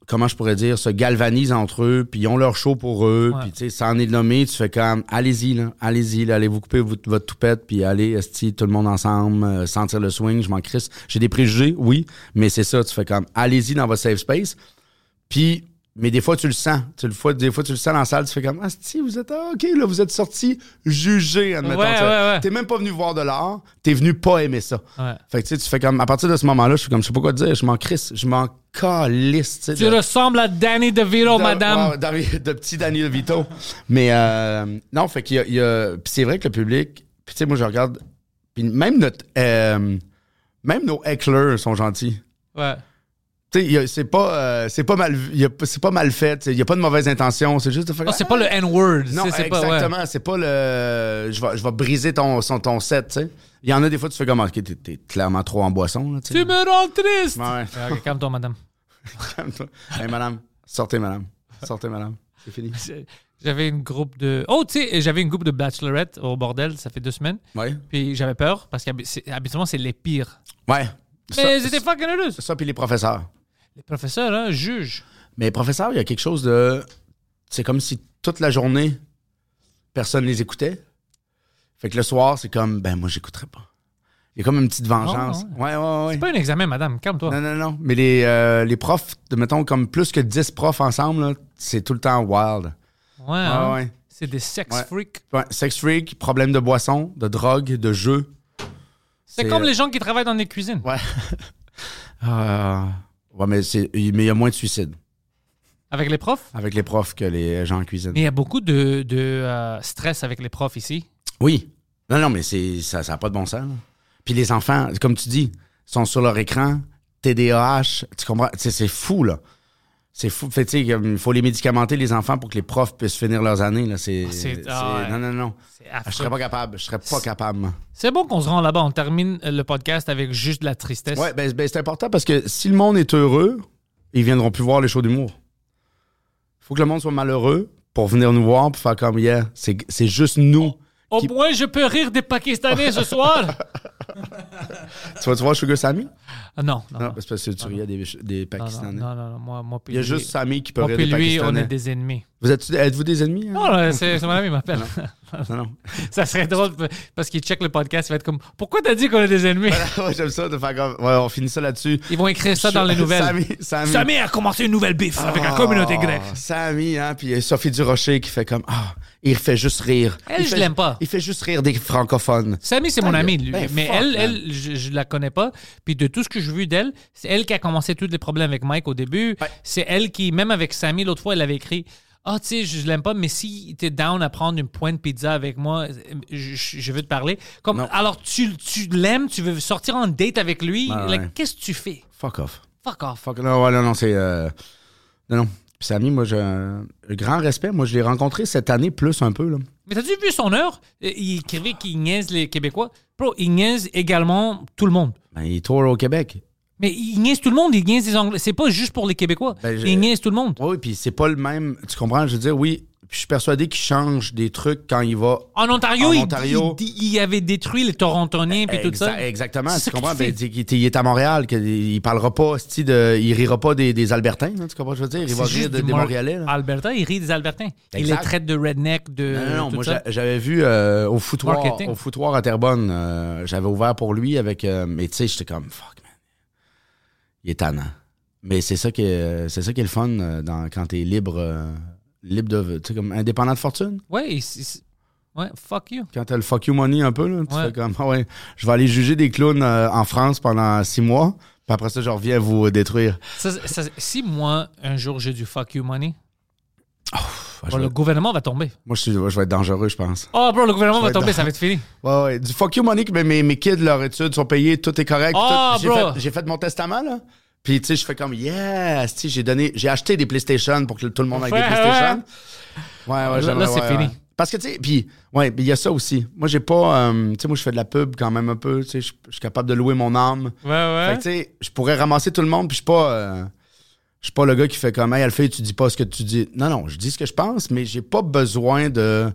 comment je pourrais dire, se galvanisent entre eux, puis ils ont leur show pour eux,
Ouais.
puis tu sais, ça en est nommé, tu fais comme, allez-y, là, allez-y, là, allez vous couper votre, votre toupette, puis allez, esti, tout le monde ensemble, euh, sentir le swing, je m'en crisse. J'ai des préjugés, oui, mais c'est ça, tu fais comme, allez-y dans votre safe space, puis. Mais des fois, tu le sens. Tu le fois, des fois, tu le sens dans la salle, tu fais comme, ah, si, vous êtes, ah, OK, là, vous êtes sorti jugé, admettons.
Ouais,
tu vois.
ouais, ouais.
T'es même pas venu voir de l'art, t'es venu pas aimer ça.
Ouais.
Fait que tu sais, tu fais comme, à partir de ce moment-là, je suis comme, je sais pas quoi te dire, je m'en crisse, je m'en calisse, tu sais.
Tu
de-
ressembles à Danny DeVito,
de-
madame.
ouais, de, de petit Daniel Vito. Mais euh, non, fait qu'il y a. il y a- puis c'est vrai que le public. Puis tu sais, moi, je regarde. Puis même notre. euh, même nos hecklers sont gentils.
Ouais.
Tu sais, il y a- c'est pas, euh, c'est pas mal, il y a- c'est pas mal fait. tu sais, Il y a pas de mauvaise intention. C'est juste de faire.
Non, c'est pas le N-word.
Non,
c'est- c'est pas- ouais.
exactement. C'est pas le. Je vais, je vais briser ton, son- ton set, tu sais. Il y en a des fois, tu fais comme. Ok, t'es, t'es clairement trop en boisson, là, tu sais.
Tu me rends triste.
Ouais.
Ouais, ok, Calme-toi, madame.
Calme-toi. Hey, madame, sortez, madame. Sortez, madame. C'est fini.
J'avais une groupe de. Oh, tu sais, j'avais une groupe de Bachelorette au bordel, ça fait deux semaines.
Ouais.
Puis j'avais peur parce qu'habituellement, c'est les pires.
Ouais.
Mais
Ça-
c'était fucking heureux.
Ça, puis les professeurs.
Les professeurs, hein, jugent.
Mais professeurs, il y a quelque chose de. C'est comme si toute la journée, personne les écoutait. Fait que le soir, c'est comme, ben moi, j'écouterai pas. Il y a comme une petite vengeance.
Non,
ouais, ouais, ouais.
C'est pas un examen, madame, calme-toi.
Non, non, non. Mais les, euh, les profs, de- mettons, comme plus que 10 profs ensemble, là, c'est tout le temps wild.
Ouais, hein.
Ah ouais.
C'est des sex
Ouais.
freaks.
Ouais, sex freak, problème de boisson, de drogue, de jeu.
C'est
C'est,
comme
euh,
les gens qui travaillent dans les cuisines.
Ouais. Euh, ouais, mais c'est- mais il y a moins de suicides
Avec les profs.
avec les profs que les gens en cuisine.
Mais il y a beaucoup de, de euh, stress avec les profs ici.
Oui. Non, non, mais c'est ça n'a pas de bon sens. là. Puis les enfants, comme tu dis, sont sur leur écran, TDAH, tu comprends? Tu sais, C'est fou, là. C'est fou. Fait, que, tu sais, comme, il faut les médicamenter, les enfants, pour que les profs puissent finir leurs années. Là. C'est,
c'est-
c'est-
ah ouais.
Non, non, non.
C'est
Ah,
affreux.
Je serais pas capable. Je serais pas capable. moi.
C'est bon qu'on se rend là-bas. On termine euh, le podcast avec juste de la tristesse.
Ouais, ben, ben, c'est important parce que si le monde est heureux, ils viendront plus voir les shows d'humour. faut que le monde soit malheureux pour venir nous voir, pour faire comme, yeah, c'est, c'est juste nous.
Au
qui-
moins, je peux rire des Pakistanais ce soir.
Tu vas tu voir Sugar Sammy?
Ah, non, non,
Non,
non.
c'est parce que tu riais des, des Pakistanais.
Non, non, non, non, moi, moi, puis
Il y a
lui-
juste Samy qui peut
moi,
rire
Oh, puis
des
lui, on
Pakistanais.
est des ennemis.
Vous êtes, êtes-vous des ennemis? hein?
Non, là, c'est c'est mon ami il m'appelle.
Non, non.
Ça serait drôle p- parce qu'il check le podcast, il va être comme Pourquoi t'as dit qu'on est des ennemis
Ouais, j'aime ça de faire comme... Ouais, on finit ça là-dessus.
Ils vont écrire ça dans les nouvelles.
Samy, Samy.
Samir a commencé une nouvelle bif avec la communauté grecque.
Oh, Samy, hein, puis il y a Sophie Durocher qui fait comme... Ah, il fait juste rire.
Elle,
Il
Eh, je
fait-
l'aime pas.
Il fait juste rire des francophones.
Samy, c'est mon
Ah,
amie,
ben,
lui.
ben,
mais
fuck,
elle,
man.
elle je, je la connais pas. Puis de tout ce que j'ai vu d'elle, c'est elle qui a commencé tous les problèmes avec Mike au début.
Ouais.
C'est elle qui, même avec Samy, l'autre fois, elle avait écrit Ah, tu sais, je, je l'aime pas, mais si t'es down à prendre une pointe pizza avec moi, je, je- je veux te parler. Comme,
Non.
alors, tu, tu l'aimes, tu veux sortir en date avec lui.
Ouais,
Like,
ouais.
Qu'est-ce que tu fais
Fuck off.
Fuck off.
Fuck, non, ouais, non, non, c'est... euh, Non, non. Puis Samy, moi, j'ai un grand respect. Moi, je l'ai rencontré cette année plus un peu, là.
Mais t'as-tu vu son heure Euh, Il écrivait qu'il niaise les Québécois. Bro, il niaise également tout le monde.
Ben, il tourne au Québec.
Mais il niaise tout le monde, il niaise les Anglais. C'est pas juste pour les Québécois.
Ben, je-
Il niaise tout le monde.
Oui, puis c'est pas le même. Tu comprends? Je veux dire, oui. Puis je suis persuadé qu'il change des trucs quand il va.
En Ontario,
En
il-
Ontario.
Il, il- il avait détruit les Torontoniens puis tout ça.
Exa- Exactement.
C'est ça
Tu
qu'il
comprends?
fait.
Ben, tu sais, qu'il était- il est à Montréal, qu'il- il parlera pas, sti, de, il rira pas des, des Albertains. hein, tu comprends? ce que Je veux dire, il va
C'est juste
rire de-
du Ah,
des
Mor-
Montréalais. là.
Alberta, il rit des Albertains. Il
Exact.
les traite de redneck, de.
Non, non, non,
euh, tout
moi
ça.
j'a- j'avais vu euh, au foutoir,
Marketing.
au foutoir à Terrebonne, euh, j'avais ouvert pour lui avec, euh, mais tu sais, j'étais comme fuck man, il est tannant. Mais c'est ça qui, est- c'est ça qui est le fun euh, dans, quand t'es libre, euh, libre de, tu sais, comme indépendant de fortune.
Ouais, il- il- ouais, fuck you.
quand t'as le fuck you money un peu, là, tu
Ouais.
fais comme, ah ouais, je vais aller juger des clowns euh, en France pendant six mois, puis après ça, je reviens vous détruire.
Ça- ça- si moi, un jour, j'ai du fuck you money,
Ouais,
Bon,
Oh, je,
le
vais,
gouvernement va tomber.
moi, je, suis- je vais être dangereux, je pense.
Oh, bro, le gouvernement va
vais être
tomber,
dans-
ça va être fini.
Ouais, ouais. Du fuck you, Monique, mais mes, mes kids, leurs études sont payées, tout est correct.
Ah,
tout. J'ai
bro!
fait- J'ai fait, mon testament, là. Puis, tu sais, je fais comme, yes, tu sais, j'ai donné, j'ai acheté des PlayStation pour que tout le monde ait des
Ouais,
PlayStation. Ouais, ouais,
Là,
j'aimerais,
là, c'est
ouais,
fini.
ouais. Parce que, tu sais, puis, ouais, puis il y a ça aussi. Moi, j'ai pas, euh, tu sais, moi, je fais de la pub quand même un peu, tu sais, je je suis capable de louer mon âme.
Ouais, ouais.
Fait que, tu sais, je pourrais ramasser tout le monde, puis je suis pas. euh, je suis pas le gars qui fait comme, hey, Alfie, tu dis pas ce que tu dis. Non, non, je dis ce que je pense, mais j'ai pas besoin de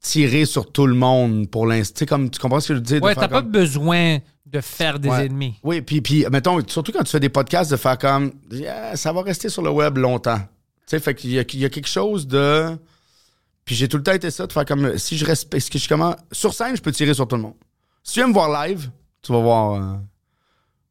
tirer sur tout le monde pour l'instant. Tu sais, comme, tu comprends ce que je veux dire? De
ouais,
faire
t'as pas
comme-
besoin de faire des
Ouais.
ennemis.
Oui, puis, puis, mettons, surtout quand tu fais des podcasts, de faire comme, Yeah, ça va rester sur le web longtemps. Tu sais, fait qu'il y a, il y a quelque chose de. Puis j'ai tout le temps été ça, de faire comme, si je respecte, ce que je comment. Sur scène, je peux tirer sur tout le monde. Si tu viens me voir live, tu vas voir. euh,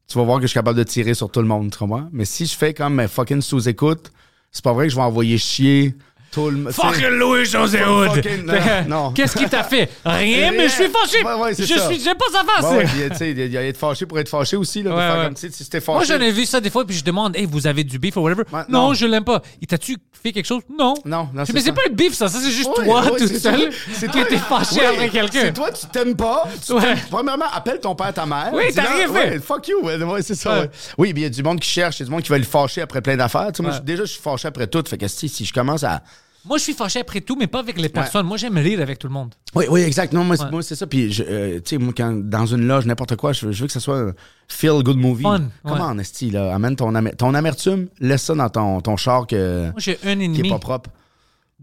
tu vas voir que je suis capable de tirer sur tout le monde, tu comprends? Mais si je fais comme, mais fucking sous-écoute, c'est pas vrai que je vais envoyer chier tout le monde. tu sais.
Fucking Louis José
Fuck-
Hood!
fucking- non, non.
Qu'est-ce qu'il t'a fait? Rien,
Rien.
mais je suis fâché!
Ouais, ouais,
je
c'est ça.
suis, j'ai pas sa face!
Ouais, ouais, puis, tu sais, il y a- il y a être fâché pour être fâché aussi, là. de
Ouais,
faire
ouais.
comme, tu sais, si t'es fâché.
Moi, j'en ai vu ça des fois, puis je demande, hey, vous avez du beef ou whatever?
Ouais,
non,
non.
je l'aime pas. Il t'a-tu fait quelque chose? Non.
Non, non,
Je dis,
c'est
Mais c'est
ça.
pas le beef, ça. Ça, c'est juste
Ouais,
toi,
ouais,
tout
c'est
seul,
ça.
qui était fâché
Ouais,
après quelqu'un.
C'est toi, tu t'aimes pas. Tu
Ouais.
t'aimes- Premièrement, appelle ton père, ta mère.
Oui,
Dis-leur,
t'as rien fait.
ouais, fuck you. Ouais, ouais, c'est ça.
Ouais.
ouais. Oui, puis il y a du monde qui cherche, il y a du monde qui va le fâcher après plein d'affaires. Tu sais, Moi,
Ouais.
je- déjà, je suis fâché après tout. Fait que si, si je commence à.
Moi, je suis fâché après tout, mais pas avec les personnes. Moi, j'aime rire avec tout le monde.
Oui, oui, exact. Non, moi, c'est- moi, c'est ça. Puis, je, euh, tu sais, moi, quand, dans une loge, n'importe quoi, je, veux- je veux que ça soit un feel good movie.
Fun, ouais.
Comment, Esti, là? Amène ton, ama- ton amertume, laisse ça dans ton, ton char que,
Moi, j'ai un
qui est
ennemi
pas propre.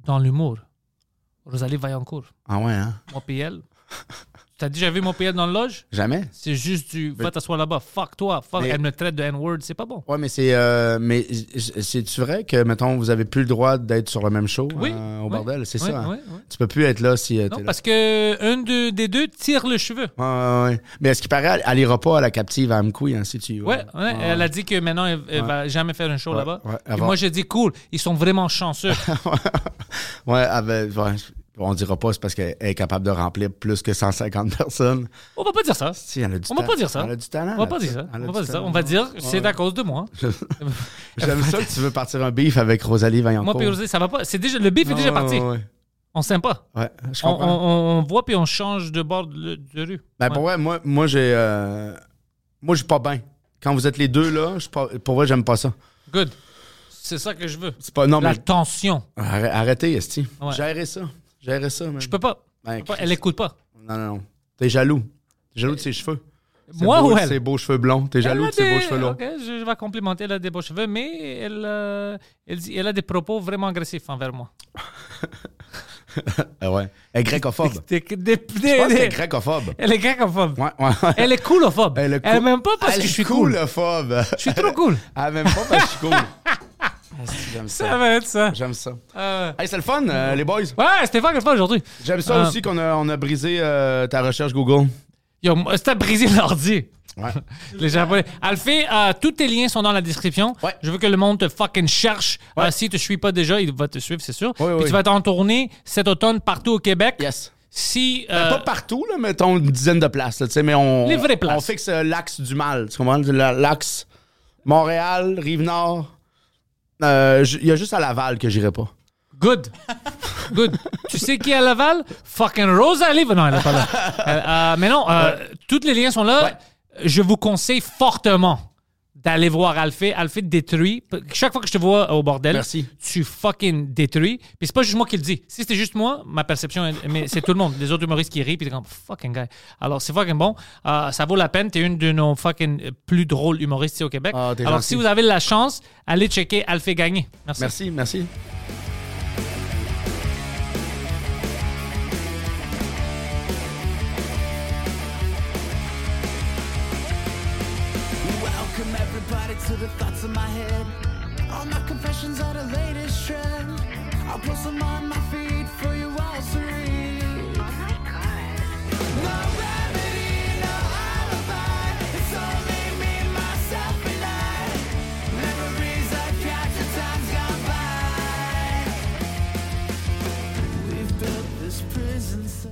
dans l'humour. Rosalie Vaillancourt.
Ah ouais, hein?
Mon PL. T'as déjà vu mon PL dans le loge?
Jamais?
C'est juste du va t'asseoir là-bas, fuck toi, fuck,
Mais-
elle me traite de N-word, c'est pas bon.
Ouais, mais c'est. euh, mais c'est-tu vrai que, mettons, vous avez plus le droit d'être sur le même show
Oui,
euh, au
oui,
bordel? C'est
oui,
ça. hein?
oui, oui.
Tu peux plus être là si euh, t'es
Non,
là.
parce que un de- des deux tire le cheveu.
Ouais, ouais, ouais. Mais est-ce qu'il paraît, elle ira pas à la captive à Amkoui, hein, si tu.
Ouais, ouais, elle a dit que maintenant, elle, elle va jamais faire un show
Ouais,
là-bas.
ouais,
Et
avant.
moi, j'ai dit, cool, ils sont vraiment chanceux.
ouais, avec- ouais, on dira pas, c'est parce qu'elle est capable de remplir plus que 150 personnes.
On va pas dire ça.
Si, elle a du
On va
ta-
pas dire ça.
Elle a du talent.
On va
la
pas dire
petite.
ça.
Elle a
On va
du
pas dire ça.
talent.
On va dire,
Ouais,
c'est
ouais.
à cause de moi.
J'aime ça que tu veux partir un beef avec Rosalie Vaillancourt.
Moi, puis Rosé, ça va pas. C'est déjà, le bif est déjà
Ouais,
parti.
Ouais, ouais.
On s'aime pas.
Ouais, je
On,
comprends.
on- on voit puis on change de bord de, de rue.
Ben, pour vrai, moi, moi j'ai. euh, moi, je suis pas bien. Quand vous êtes les deux, là, je suis pas- pour vrai, j'aime pas ça.
Good. C'est ça que je veux.
C'est pas. Non,
La
mais.
tension.
Arrê- Arrêtez, Esti.
Ouais.
Gérer ça. Gérer ça, man.
Je peux pas. Je
Ben,
peux pas. Elle écoute pas.
Non, non, non. T'es jaloux. T'es jaloux de ses cheveux. C'est
Moi
beau-
ou elle?
Ses beaux cheveux blonds. T'es jaloux
Elle a
de ses beaux
des-
cheveux longs.
ok, je je vais complimenter, elle a des beaux cheveux, mais elle, euh, elle, dit- elle a des propos vraiment agressifs envers moi.
Ah ouais. Elle est grécophobe. Ah bah.
Des- des-
Je
des-
pense qu'elle
des-
est grécophobe.
elle est grecophobe.
Ouais, ouais.
Elle est coolophobe. Elle,
Elle est cool-
m'aime pas parce
Elle
que je
est
suis cool.
coolophobe.
Je suis trop cool.
Elle m'aime pas parce que je suis cool. Ah, si, J'aime
Ça
ça.
va être ça.
J'aime ça.
Euh,
Hey, c'est le fun, euh, les boys.
ouais, c'était fucking fun aujourd'hui.
J'aime ça
Euh,
aussi qu'on a, on a brisé euh, ta recherche Google.
Yo, moi, c'était à briser l'ordi.
Ouais.
Les Japonais. Alphé, euh, tous tes liens sont dans la description.
Ouais.
Je veux que le monde te fucking cherche. Euh, si tu ne suis pas déjà, il va te suivre, c'est sûr.
Ouais, ouais,
Puis tu
ouais.
vas t'en tourner cet automne partout au Québec.
Yes.
Si.
Ben,
euh,
Pas partout, là, mettons une dizaine de places, là, tu sais, mais on.
Les vraies places.
On fixe euh, l'axe du mal. Tu comprends? La- L'axe Montréal, Rive-Nord. Euh, j- Il y a juste à Laval que j'irai pas.
Good. Good. tu sais qui est à Laval? Fucking Rosalie. Non, elle n'est pas là. Euh, euh, mais non, euh, tous les liens sont là. Je vous conseille fortement d'aller voir Alphé. Alphé détruit. P- Chaque fois que je te vois au bordel,
Merci.
tu fucking détruis. Puis c'est pas juste moi qui le dis. Si c'était juste moi, ma perception, est- mais c'est tout le monde. Les autres humoristes qui rient, puis t'es comme fucking guy. Alors c'est fucking bon. Euh, ça vaut la peine. T'es une de nos fucking euh, plus drôles humoristes ici au Québec.
Ah,
Alors
t'es gentil.
si vous avez la chance, allez checker Alphé Gagné. Merci.
Merci, merci.
Welcome everybody to the thoughts in my head. All my confessions are the latest trend. I'll post them on my feed for you all to read. No remedy, no alibi. It's only me, myself, and I. Memories I capture, time's gone by. We've built this prison cell.